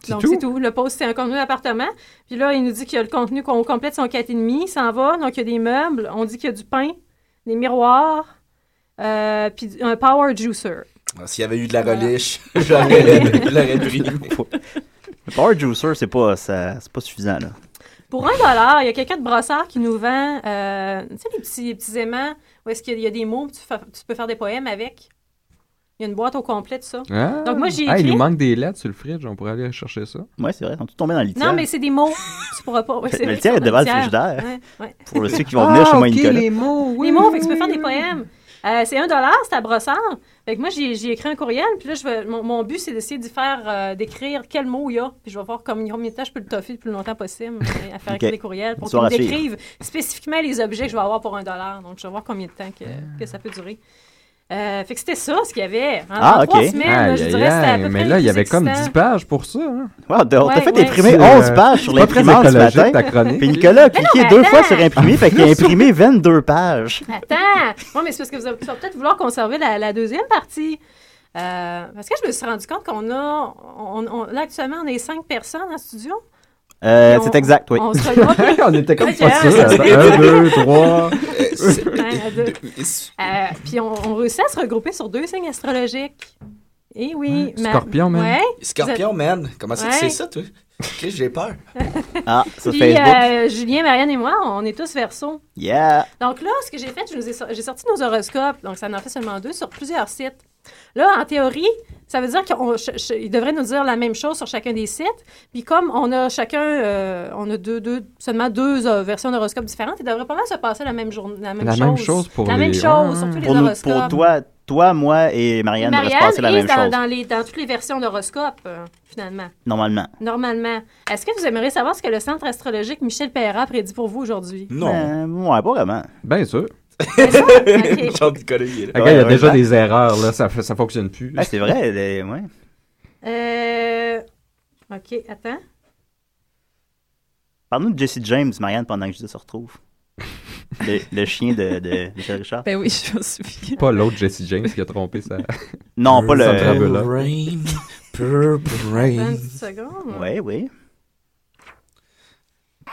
[SPEAKER 10] C'est
[SPEAKER 11] Donc,
[SPEAKER 10] tout?
[SPEAKER 11] c'est tout. Le post, c'est un contenu d'appartement. Puis là, il nous dit qu'il y a le contenu qu'on complète son 4,5. Il s'en va. Donc, il y a des meubles. On dit qu'il y a du pain, des miroirs, euh, puis du- un power juicer.
[SPEAKER 9] Alors, S'il y avait eu de la
[SPEAKER 11] Ah.
[SPEAKER 9] reliche, j'aurais je l'aurais pris.
[SPEAKER 7] Le power juicer, c'est pas, ça- c'est pas suffisant, là.
[SPEAKER 11] Pour un dollar, il y a quelqu'un de brossard qui nous vend, euh, tu sais, les petits, les petits aimants où est-ce qu'il y, a- il y a des mots, puis tu, fa- tu peux faire des poèmes avec. Il y a une boîte au complet de ça.
[SPEAKER 10] Ah.
[SPEAKER 11] Donc moi, j'ai
[SPEAKER 10] Ah, il
[SPEAKER 11] écrit-
[SPEAKER 10] nous manque des lettres sur le fridge, on pourrait aller chercher ça.
[SPEAKER 7] Ouais, c'est vrai, on est tombé dans le
[SPEAKER 11] Non, mais c'est des mots. tu pourras pas. ouais,
[SPEAKER 7] Le-
[SPEAKER 11] c'est
[SPEAKER 7] le
[SPEAKER 11] vrai,
[SPEAKER 7] tiers
[SPEAKER 11] c'est
[SPEAKER 7] est devant le
[SPEAKER 11] tiers.
[SPEAKER 7] frigidaire.
[SPEAKER 11] Ouais, ouais.
[SPEAKER 7] Pour le- ceux qui vont
[SPEAKER 10] Ah,
[SPEAKER 7] venir chez moi et Nicolas.
[SPEAKER 10] mots,
[SPEAKER 11] Les mots, fait que tu peux faire des poèmes. Euh, c'est un dollar, c'est à brossard. Fait que moi, j'ai j'ai écrit un courriel, puis là, je vais, mon, mon but, c'est d'essayer d'y faire, euh, d'écrire quel mot il y a, puis je vais voir comme- combien de temps je peux le toffer le plus longtemps possible euh, à faire
[SPEAKER 7] Ok.
[SPEAKER 11] écrire des courriels pour
[SPEAKER 7] Bonsoir
[SPEAKER 11] qu'on me
[SPEAKER 7] à suivre.
[SPEAKER 11] décrive spécifiquement les objets que je vais avoir pour un dollar. Donc, je vais voir combien de temps
[SPEAKER 10] Ah.
[SPEAKER 11] que, que ça peut durer. Euh, fait que c'était ça, ce qu'il y avait. hein. En
[SPEAKER 10] Ah,
[SPEAKER 11] trois
[SPEAKER 10] ok.
[SPEAKER 11] semaines, là, je
[SPEAKER 10] Aïe,
[SPEAKER 11] dirais,
[SPEAKER 10] aïe,
[SPEAKER 11] c'était à peu
[SPEAKER 10] aïe,
[SPEAKER 11] près
[SPEAKER 10] mais
[SPEAKER 11] le
[SPEAKER 10] là, il y
[SPEAKER 11] plus
[SPEAKER 10] avait comme
[SPEAKER 11] excitant.
[SPEAKER 10] 10 pages pour ça. hein.
[SPEAKER 7] Wow, t'as t'as
[SPEAKER 11] Ouais,
[SPEAKER 7] fait
[SPEAKER 11] ouais.
[SPEAKER 7] imprimer
[SPEAKER 10] C'est,
[SPEAKER 7] 11
[SPEAKER 10] euh,
[SPEAKER 7] pages sur
[SPEAKER 10] c'est pas très
[SPEAKER 7] l'imprimante ce
[SPEAKER 10] écologique,
[SPEAKER 7] matin.
[SPEAKER 10] ta chronique.
[SPEAKER 7] Puis Nicolas a
[SPEAKER 11] Mais non,
[SPEAKER 7] cliqué
[SPEAKER 11] mais
[SPEAKER 7] deux
[SPEAKER 11] attends.
[SPEAKER 7] fois sur imprimer, fait qu'il a imprimé 22 pages.
[SPEAKER 11] Attends! Oui, mais c'est parce que vous allez vous allez peut-être vouloir conserver la, la deuxième partie. Euh, parce que je me suis rendu compte qu'on a. on- on- là, actuellement, on est cinq personnes en studio.
[SPEAKER 7] Euh,
[SPEAKER 11] Puis on-
[SPEAKER 7] c'est exact, oui.
[SPEAKER 11] on se regrupait.
[SPEAKER 10] On était comme
[SPEAKER 11] Ok,
[SPEAKER 10] pas
[SPEAKER 11] hein,
[SPEAKER 10] sûrs.
[SPEAKER 11] ça, c'est-
[SPEAKER 10] Un, deux, trois.
[SPEAKER 11] Ouais, à deux. Euh, puis on, on réussit à se regrouper sur deux signes astrologiques. Eh oui. ma-
[SPEAKER 9] Scorpion, man.
[SPEAKER 11] Ouais.
[SPEAKER 9] Scorpion,
[SPEAKER 11] Vous êtes-
[SPEAKER 9] man. Comment ça, tu sais
[SPEAKER 11] Ouais.
[SPEAKER 9] ça, toi? Chris, j'ai peur.
[SPEAKER 7] Ah, sur
[SPEAKER 11] Puis,
[SPEAKER 7] Facebook.
[SPEAKER 11] euh, Julien, Marianne et moi, on est tous verso.
[SPEAKER 7] Yeah.
[SPEAKER 11] Donc là, ce que j'ai fait, je nous ai sor- j'ai sorti nos horoscopes. Donc, ça en a fait seulement deux sur plusieurs sites. Là, en théorie, ça veut dire qu'ils devraient nous dire la même chose sur chacun des sites. Puis comme on a chacun, euh, on a deux, deux, seulement deux euh, versions d'horoscopes différentes, ils devraient pas mal se passer la même, journée, la même
[SPEAKER 7] La
[SPEAKER 11] chose.
[SPEAKER 7] même chose pour
[SPEAKER 11] La
[SPEAKER 7] les-
[SPEAKER 11] même
[SPEAKER 7] ouais,
[SPEAKER 11] chose,
[SPEAKER 7] ouais.
[SPEAKER 11] surtout les
[SPEAKER 7] Pour, nous,
[SPEAKER 11] horoscopes.
[SPEAKER 7] pour toi, toi, moi et Marianne, il devrait se
[SPEAKER 11] Marianne
[SPEAKER 7] passer la
[SPEAKER 11] est
[SPEAKER 7] même
[SPEAKER 11] dans,
[SPEAKER 7] chose.
[SPEAKER 11] dans les, dans toutes les versions d'horoscopes, euh, finalement.
[SPEAKER 7] Normalement.
[SPEAKER 11] Normalement. Est-ce que vous aimeriez savoir ce que le centre astrologique Michel Perra prédit pour vous aujourd'hui?
[SPEAKER 7] Euh, ouais, pas vraiment.
[SPEAKER 10] Bien sûr.
[SPEAKER 9] Genre, Nicolas, il est là.
[SPEAKER 10] Regarde, il y a déjà des erreurs, là, ça, fait- ça fonctionne plus.
[SPEAKER 7] Ah, c'est vrai, elle est- ouais.
[SPEAKER 11] Euh... OK, attends.
[SPEAKER 7] Parle-nous de Jesse James, Marianne, pendant que je se retrouve. Le, le chien de, de Michel Richard.
[SPEAKER 12] Ben oui, je me souviens.
[SPEAKER 10] Pas l'autre Jesse James qui a trompé sa.
[SPEAKER 7] Non, pas le-
[SPEAKER 10] sa parabola.
[SPEAKER 9] Rain, purple
[SPEAKER 11] Attends
[SPEAKER 9] rain.
[SPEAKER 11] une petite seconde.
[SPEAKER 7] Oui, oui.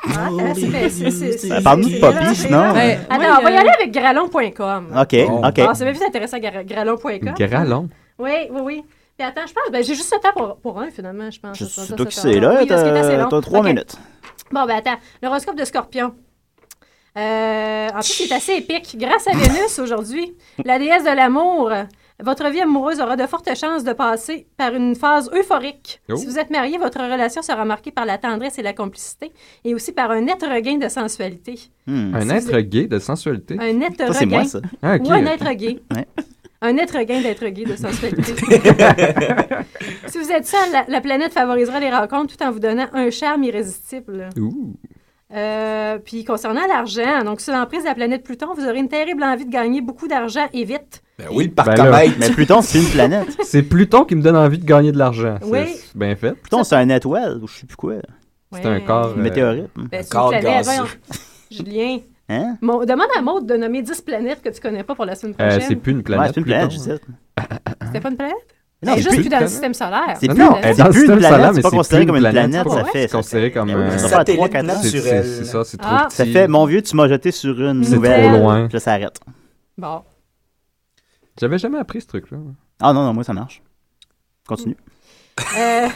[SPEAKER 11] Ah, c'est- c'est- c'est- c'est-
[SPEAKER 7] Ben,
[SPEAKER 11] c'est-
[SPEAKER 7] Parle-nous
[SPEAKER 11] c'est-
[SPEAKER 7] de Poppy,
[SPEAKER 11] c'est-
[SPEAKER 7] sinon. euh,
[SPEAKER 11] Ouais. Attends, on va y aller avec gralon.com.
[SPEAKER 7] OK,
[SPEAKER 11] Bon.
[SPEAKER 7] OK.
[SPEAKER 11] Ah, c'est bien plus intéressant, gra- gralon.com.
[SPEAKER 10] Gralon.
[SPEAKER 11] Oui, oui, oui. Puis attends, je pense, ben, j'ai juste le temps pour, pour un, finalement, je pense. Ça,
[SPEAKER 7] C'est
[SPEAKER 11] ça,
[SPEAKER 7] toi
[SPEAKER 11] ça,
[SPEAKER 7] qui
[SPEAKER 11] ça,
[SPEAKER 7] sais,
[SPEAKER 11] ça.
[SPEAKER 7] là.
[SPEAKER 11] Oui, parce qu'il est assez
[SPEAKER 7] T'as
[SPEAKER 11] long.
[SPEAKER 7] t'as trois
[SPEAKER 11] OK.
[SPEAKER 7] minutes.
[SPEAKER 11] Bon, ben attends, l'horoscope de Scorpion. Euh, en plus, il est assez épique. Grâce à Vénus aujourd'hui, la déesse de l'amour, votre vie amoureuse aura de fortes chances de passer par une phase euphorique.
[SPEAKER 16] Oh.
[SPEAKER 11] Si vous êtes marié, votre relation sera marquée par la tendresse et la complicité et aussi par un net regain de sensualité.
[SPEAKER 7] Hmm.
[SPEAKER 10] Un
[SPEAKER 11] Si vous-
[SPEAKER 10] être gay de sensualité.
[SPEAKER 11] Un net regain.
[SPEAKER 10] Ah, ok.
[SPEAKER 11] Ou un être gay.
[SPEAKER 10] Ouais.
[SPEAKER 11] Un être regain d'être gay de sensualité. si vous êtes seul, la, la planète favorisera les rencontres tout en vous donnant un charme irrésistible.
[SPEAKER 10] Ouh.
[SPEAKER 11] Euh, puis concernant l'argent, donc sous l'emprise de la planète Pluton, vous aurez une terrible envie de gagner beaucoup d'argent et vite.
[SPEAKER 9] Ben oui, le
[SPEAKER 10] Ben là.
[SPEAKER 9] parcomètre.
[SPEAKER 7] Mais Pluton, c'est une planète.
[SPEAKER 10] C'est Pluton qui me donne envie de gagner de l'argent. C'est-
[SPEAKER 11] Oui.
[SPEAKER 10] C'est bien fait.
[SPEAKER 7] Pluton, c'est un étoile, ou je sais plus quoi.
[SPEAKER 11] Ouais.
[SPEAKER 10] C'est un corps.
[SPEAKER 7] Une météorite.
[SPEAKER 11] Ben, c'est
[SPEAKER 7] Corps
[SPEAKER 11] une planète,
[SPEAKER 7] gasseux.
[SPEAKER 11] voyons. Julien,
[SPEAKER 7] Hein?
[SPEAKER 11] Mo- demande à Maud de nommer 10 planètes que tu connais pas pour la semaine prochaine.
[SPEAKER 10] Euh, c'est plus une planète.
[SPEAKER 7] Ouais, c'est une
[SPEAKER 10] Pluton.
[SPEAKER 7] planète, je disais.
[SPEAKER 11] C'était pas une planète?
[SPEAKER 10] Non,
[SPEAKER 11] C'est
[SPEAKER 10] c'est
[SPEAKER 11] juste
[SPEAKER 10] plus
[SPEAKER 11] plus dans le
[SPEAKER 10] une
[SPEAKER 11] système solaire.
[SPEAKER 10] Non, non, elle est dans le système solaire, mais c'est
[SPEAKER 7] pas considéré
[SPEAKER 10] plus
[SPEAKER 7] comme une planète,
[SPEAKER 10] c'est
[SPEAKER 7] ça
[SPEAKER 10] pas-
[SPEAKER 7] fait-
[SPEAKER 10] C'est considéré comme
[SPEAKER 7] Mais oui,
[SPEAKER 10] un
[SPEAKER 7] ça fait trois, quatre ans.
[SPEAKER 10] C'est- C'est c'est ça, c'est trop
[SPEAKER 11] Ah.
[SPEAKER 10] petit.
[SPEAKER 7] Ça fait, mon vieux, tu m'as jeté sur une
[SPEAKER 10] C'est
[SPEAKER 7] nouvelle.
[SPEAKER 10] trop loin.
[SPEAKER 7] Puis là, ça arrête.
[SPEAKER 11] Bon.
[SPEAKER 10] J'avais jamais appris ce truc-là.
[SPEAKER 7] Ah non, non, moi, ça marche. Continue.
[SPEAKER 11] Euh,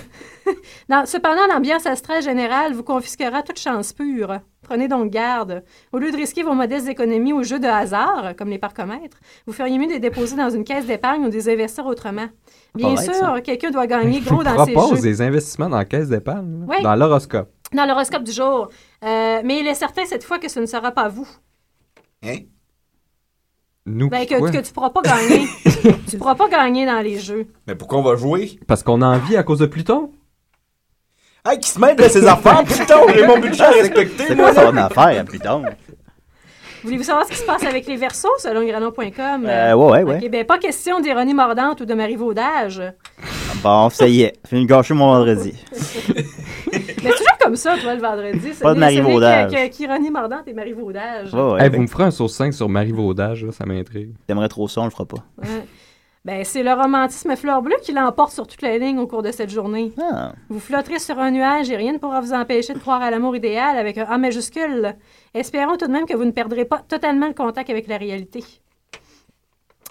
[SPEAKER 11] non, cependant, l'ambiance astrale générale vous confisquera toute chance pure. Prenez donc garde. Au lieu de risquer vos modestes économies au jeu de hasard, comme les parcomètres, vous feriez mieux de les déposer dans une caisse d'épargne ou de les investir autrement. Bien
[SPEAKER 10] Pas bête, ça.
[SPEAKER 11] sûr, quelqu'un doit gagner gros
[SPEAKER 10] Je
[SPEAKER 11] dans ces
[SPEAKER 10] propose
[SPEAKER 11] jeux.
[SPEAKER 10] des investissements dans la caisse d'épargne, là,
[SPEAKER 11] Oui.
[SPEAKER 10] dans l'horoscope.
[SPEAKER 11] Dans l'horoscope du jour. Euh, mais il est certain cette fois que ce ne sera pas vous.
[SPEAKER 9] hein?
[SPEAKER 10] Nous.
[SPEAKER 11] Ben, que,
[SPEAKER 10] ouais.
[SPEAKER 11] que tu ne pourras pas gagner. tu pourras pas gagner dans les jeux.
[SPEAKER 9] Mais pourquoi on va jouer?
[SPEAKER 10] Parce qu'on a envie à cause de Pluton.
[SPEAKER 9] Hey, qui se mêle de ses affaires, putain, j'ai mon budget à respecter,
[SPEAKER 7] C'est
[SPEAKER 9] moi,
[SPEAKER 7] quoi
[SPEAKER 9] là.
[SPEAKER 7] son affaire, Pluton?
[SPEAKER 11] Voulez-vous savoir ce qui se passe avec les versos, selon granon.com?
[SPEAKER 7] Euh, ouais, ouais, ouais.
[SPEAKER 11] OK, ben, pas question d'ironie mordante ou de marivaudage.
[SPEAKER 7] Bon, ça y est. Fini de gâcher mon vendredi.
[SPEAKER 11] Mais toujours comme ça, toi, le vendredi.
[SPEAKER 7] Pas de marivaudage.
[SPEAKER 11] Kironie Mordante et marivaudage.
[SPEAKER 10] Hey, vous me ferez un sur 5 sur Marie Vaudage, là, ça m'intrigue.
[SPEAKER 7] T'aimerais trop ça, on le fera pas.
[SPEAKER 11] Ouais. Ben, c'est le romantisme fleur bleue qui l'emporte sur toute la ligne au cours de cette journée.
[SPEAKER 7] Ah.
[SPEAKER 11] Vous flotterez sur un nuage et rien ne pourra vous empêcher de croire à l'amour idéal avec un A majuscule. Espérons tout de même que vous ne perdrez pas totalement le contact avec la réalité.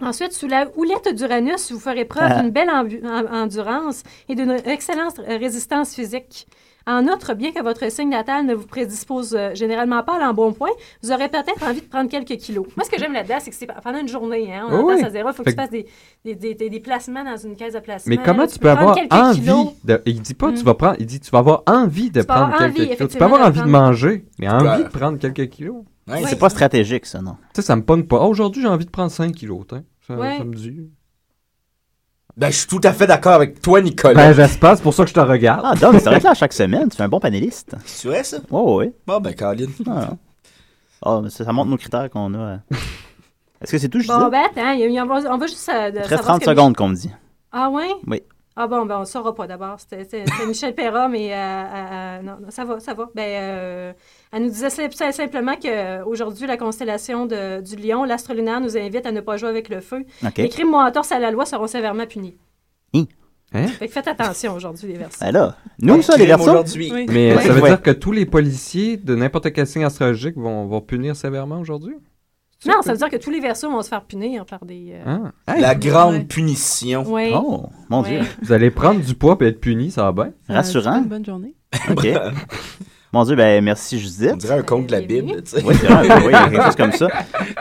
[SPEAKER 11] Ensuite, sous la houlette d'Uranus, vous ferez preuve
[SPEAKER 7] Ah.
[SPEAKER 11] d'une belle ambu- en- endurance et d'une excellente euh, résistance physique. En outre, bien que votre signe natal ne vous prédispose euh, généralement pas à l'embonpoint, vous aurez peut-être envie de prendre quelques kilos. Moi, ce que j'aime là-dedans, c'est que c'est pendant une journée, hein, on
[SPEAKER 10] Oui,
[SPEAKER 11] entend
[SPEAKER 10] oui.
[SPEAKER 11] ça zéro, il
[SPEAKER 10] Fait
[SPEAKER 11] faut que tu
[SPEAKER 10] que-
[SPEAKER 11] fasses des, des, des- des- des placements dans une caisse de placement.
[SPEAKER 10] Mais comment
[SPEAKER 11] Là,
[SPEAKER 10] tu, peux avoir
[SPEAKER 11] prendre quelques
[SPEAKER 10] envie
[SPEAKER 11] kilos.
[SPEAKER 10] de... Il dit pas
[SPEAKER 11] Mm.
[SPEAKER 10] tu vas prendre... Il dit tu vas avoir envie de
[SPEAKER 11] Tu vas avoir
[SPEAKER 10] prendre
[SPEAKER 11] envie,
[SPEAKER 10] quelques kilos. Tu peux
[SPEAKER 11] effectivement,
[SPEAKER 10] avoir
[SPEAKER 11] de
[SPEAKER 10] envie de
[SPEAKER 11] prendre-
[SPEAKER 10] manger, mais envie
[SPEAKER 9] Ouais.
[SPEAKER 10] de prendre quelques kilos.
[SPEAKER 9] Ouais,
[SPEAKER 7] C'est pas stratégique, ça, non?
[SPEAKER 10] Tu sais, ça me pogne pas. Ah, Aujourd'hui, j'ai envie de prendre 5 kilos, tiens. Ça,
[SPEAKER 11] Ouais.
[SPEAKER 10] ça me dit.
[SPEAKER 9] Ben, je suis tout à fait d'accord avec toi, Nicolas.
[SPEAKER 10] Ben, j'espère, c'est pour ça que je te regarde.
[SPEAKER 7] Ah, donc, tu là chaque semaine. Tu fais un bon panéliste.
[SPEAKER 9] Tu es ça?
[SPEAKER 7] Oh, oui.
[SPEAKER 9] Bon, ben, Caroline.
[SPEAKER 7] Ah, Ah, mais ça, ça montre nos critères qu'on a. euh. Est-ce que c'est tout, je
[SPEAKER 11] Bon, ben, attends, il y a- on va, on va juste. euh, de
[SPEAKER 7] Il reste
[SPEAKER 11] savoir
[SPEAKER 7] 30
[SPEAKER 11] ce que-
[SPEAKER 7] secondes qu'on me dit.
[SPEAKER 11] Ah, ouais?
[SPEAKER 7] Oui.
[SPEAKER 11] Ah bon, ben on ne saura pas d'abord. C'était c'était- c'était Michel Perra, mais euh, euh, euh, non, non, ça va, ça va. Ben, euh, elle nous disait sim- sim- simplement qu'aujourd'hui, la constellation de- du lion, l'astre lunaire, nous invite à ne pas jouer avec le feu.
[SPEAKER 7] OK.
[SPEAKER 11] Les crimes moins entorse à la loi seront sévèrement punis.
[SPEAKER 10] Hein?
[SPEAKER 11] Fait que faites attention aujourd'hui, les versets.
[SPEAKER 7] Ben là, nous, ça, les garçons.
[SPEAKER 11] Oui.
[SPEAKER 10] Mais euh,
[SPEAKER 7] Ouais.
[SPEAKER 10] ça veut
[SPEAKER 7] Ouais.
[SPEAKER 10] dire que tous les policiers de n'importe quel signe astrologique vont, vont punir sévèrement aujourd'hui?
[SPEAKER 11] Non, ça veut dire que tous les versos vont se faire punir par des... euh,
[SPEAKER 10] Hein?
[SPEAKER 9] La
[SPEAKER 10] Hey!
[SPEAKER 9] grande punition.
[SPEAKER 11] Ouais.
[SPEAKER 7] Oh, mon Dieu.
[SPEAKER 11] Ouais.
[SPEAKER 10] Vous allez prendre du poids et être puni, ça va bien.
[SPEAKER 7] Rassurant.
[SPEAKER 12] Bonne journée.
[SPEAKER 7] OK. Mon Dieu, ben merci Judith. On dirait
[SPEAKER 9] un conte de la Bible, tu sais.
[SPEAKER 7] Oui, c'est vrai, ben oui, quelque chose comme ça.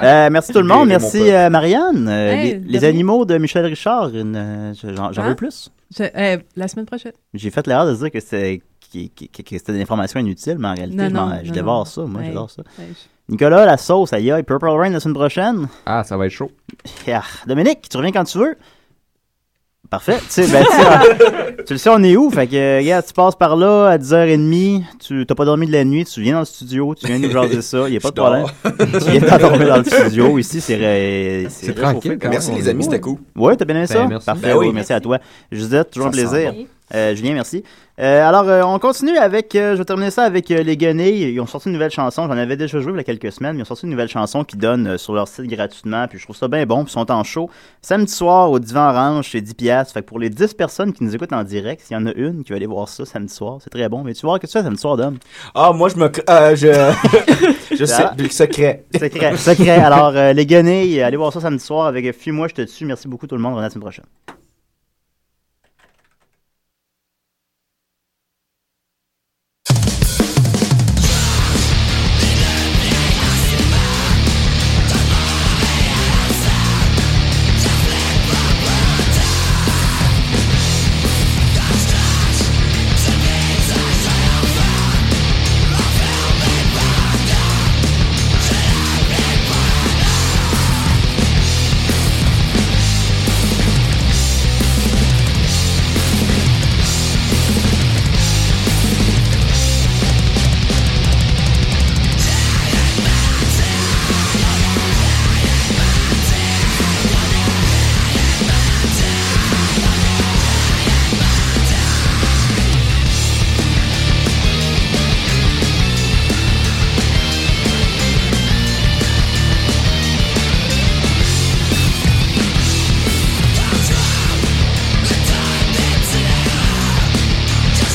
[SPEAKER 7] Euh, merci tout le monde.
[SPEAKER 9] Guérir mon
[SPEAKER 7] Merci
[SPEAKER 9] peuple.
[SPEAKER 7] euh, Marianne. Euh,
[SPEAKER 12] Hey,
[SPEAKER 7] les,
[SPEAKER 12] de
[SPEAKER 7] les
[SPEAKER 12] rien.
[SPEAKER 7] animaux de Michel Richard, une, euh, j'en j'en
[SPEAKER 12] Hein?
[SPEAKER 7] veux plus.
[SPEAKER 12] Je- euh, la semaine prochaine.
[SPEAKER 7] J'ai fait l'erreur de dire que c'était qui- qui- qui- que c'était des informations inutiles, mais en réalité,
[SPEAKER 12] Non,
[SPEAKER 7] je, m'en-
[SPEAKER 12] non,
[SPEAKER 7] je
[SPEAKER 12] non,
[SPEAKER 7] dévore
[SPEAKER 12] non.
[SPEAKER 7] ça. Moi,
[SPEAKER 12] Ouais.
[SPEAKER 7] j'adore ça.
[SPEAKER 12] Ouais,
[SPEAKER 7] Nicolas, la sauce, aïe aïe, Purple Rain la semaine prochaine.
[SPEAKER 10] Ah, ça va être chaud.
[SPEAKER 7] Ah, Dominique, tu reviens quand tu veux. Parfait. Tu sais, ben, tu sais, tu le sais, on est où? Fait que, euh, regarde, tu passes par là à 10h30, tu t'as pas dormi de la nuit, tu viens dans le studio, tu viens nous jaser ça, il a pas de
[SPEAKER 9] Je dors.
[SPEAKER 7] problème. tu viens t'endormir dans le studio. Ici, c'est ré-
[SPEAKER 10] C'est tranquille,
[SPEAKER 7] réchauffé,
[SPEAKER 10] quand
[SPEAKER 9] Merci,
[SPEAKER 10] même,
[SPEAKER 9] les
[SPEAKER 10] on est
[SPEAKER 9] amis,
[SPEAKER 10] bon.
[SPEAKER 7] hein.
[SPEAKER 9] c'était cool.
[SPEAKER 7] Ouais, t'as bien aimé
[SPEAKER 10] Ben,
[SPEAKER 7] ça?
[SPEAKER 10] merci.
[SPEAKER 7] Parfait,
[SPEAKER 9] Ben oui.
[SPEAKER 7] oui, merci à toi. Judith, toujours un
[SPEAKER 9] Ça sent
[SPEAKER 7] plaisir.
[SPEAKER 9] bon.
[SPEAKER 7] Euh, Julien, merci. Euh, alors, euh, on continue avec, euh, je vais terminer ça avec euh, Les Guenilles. Ils ont sorti une nouvelle chanson, j'en avais déjà joué il y a quelques semaines, mais ils ont sorti une nouvelle chanson qu'ils donnent euh, sur leur site gratuitement, puis je trouve ça bien bon, puis ils sont en show. Samedi soir au Divan Orange, c'est 10 piastres. Fait que pour les 10 personnes qui nous écoutent en direct, s'il y en a une qui va aller voir ça samedi soir, c'est très bon. Mais tu vois, qu'est-ce que tu fais samedi soir, Dom?
[SPEAKER 9] Ah, moi, je me. cr- euh, je. je sais,
[SPEAKER 7] Ah.
[SPEAKER 9] du secret.
[SPEAKER 7] Secret, secret. Alors, euh, Les Guenilles, allez voir ça samedi soir avec Fuis-moi, je te tue. Merci beaucoup tout le monde, on se la semaine prochaine.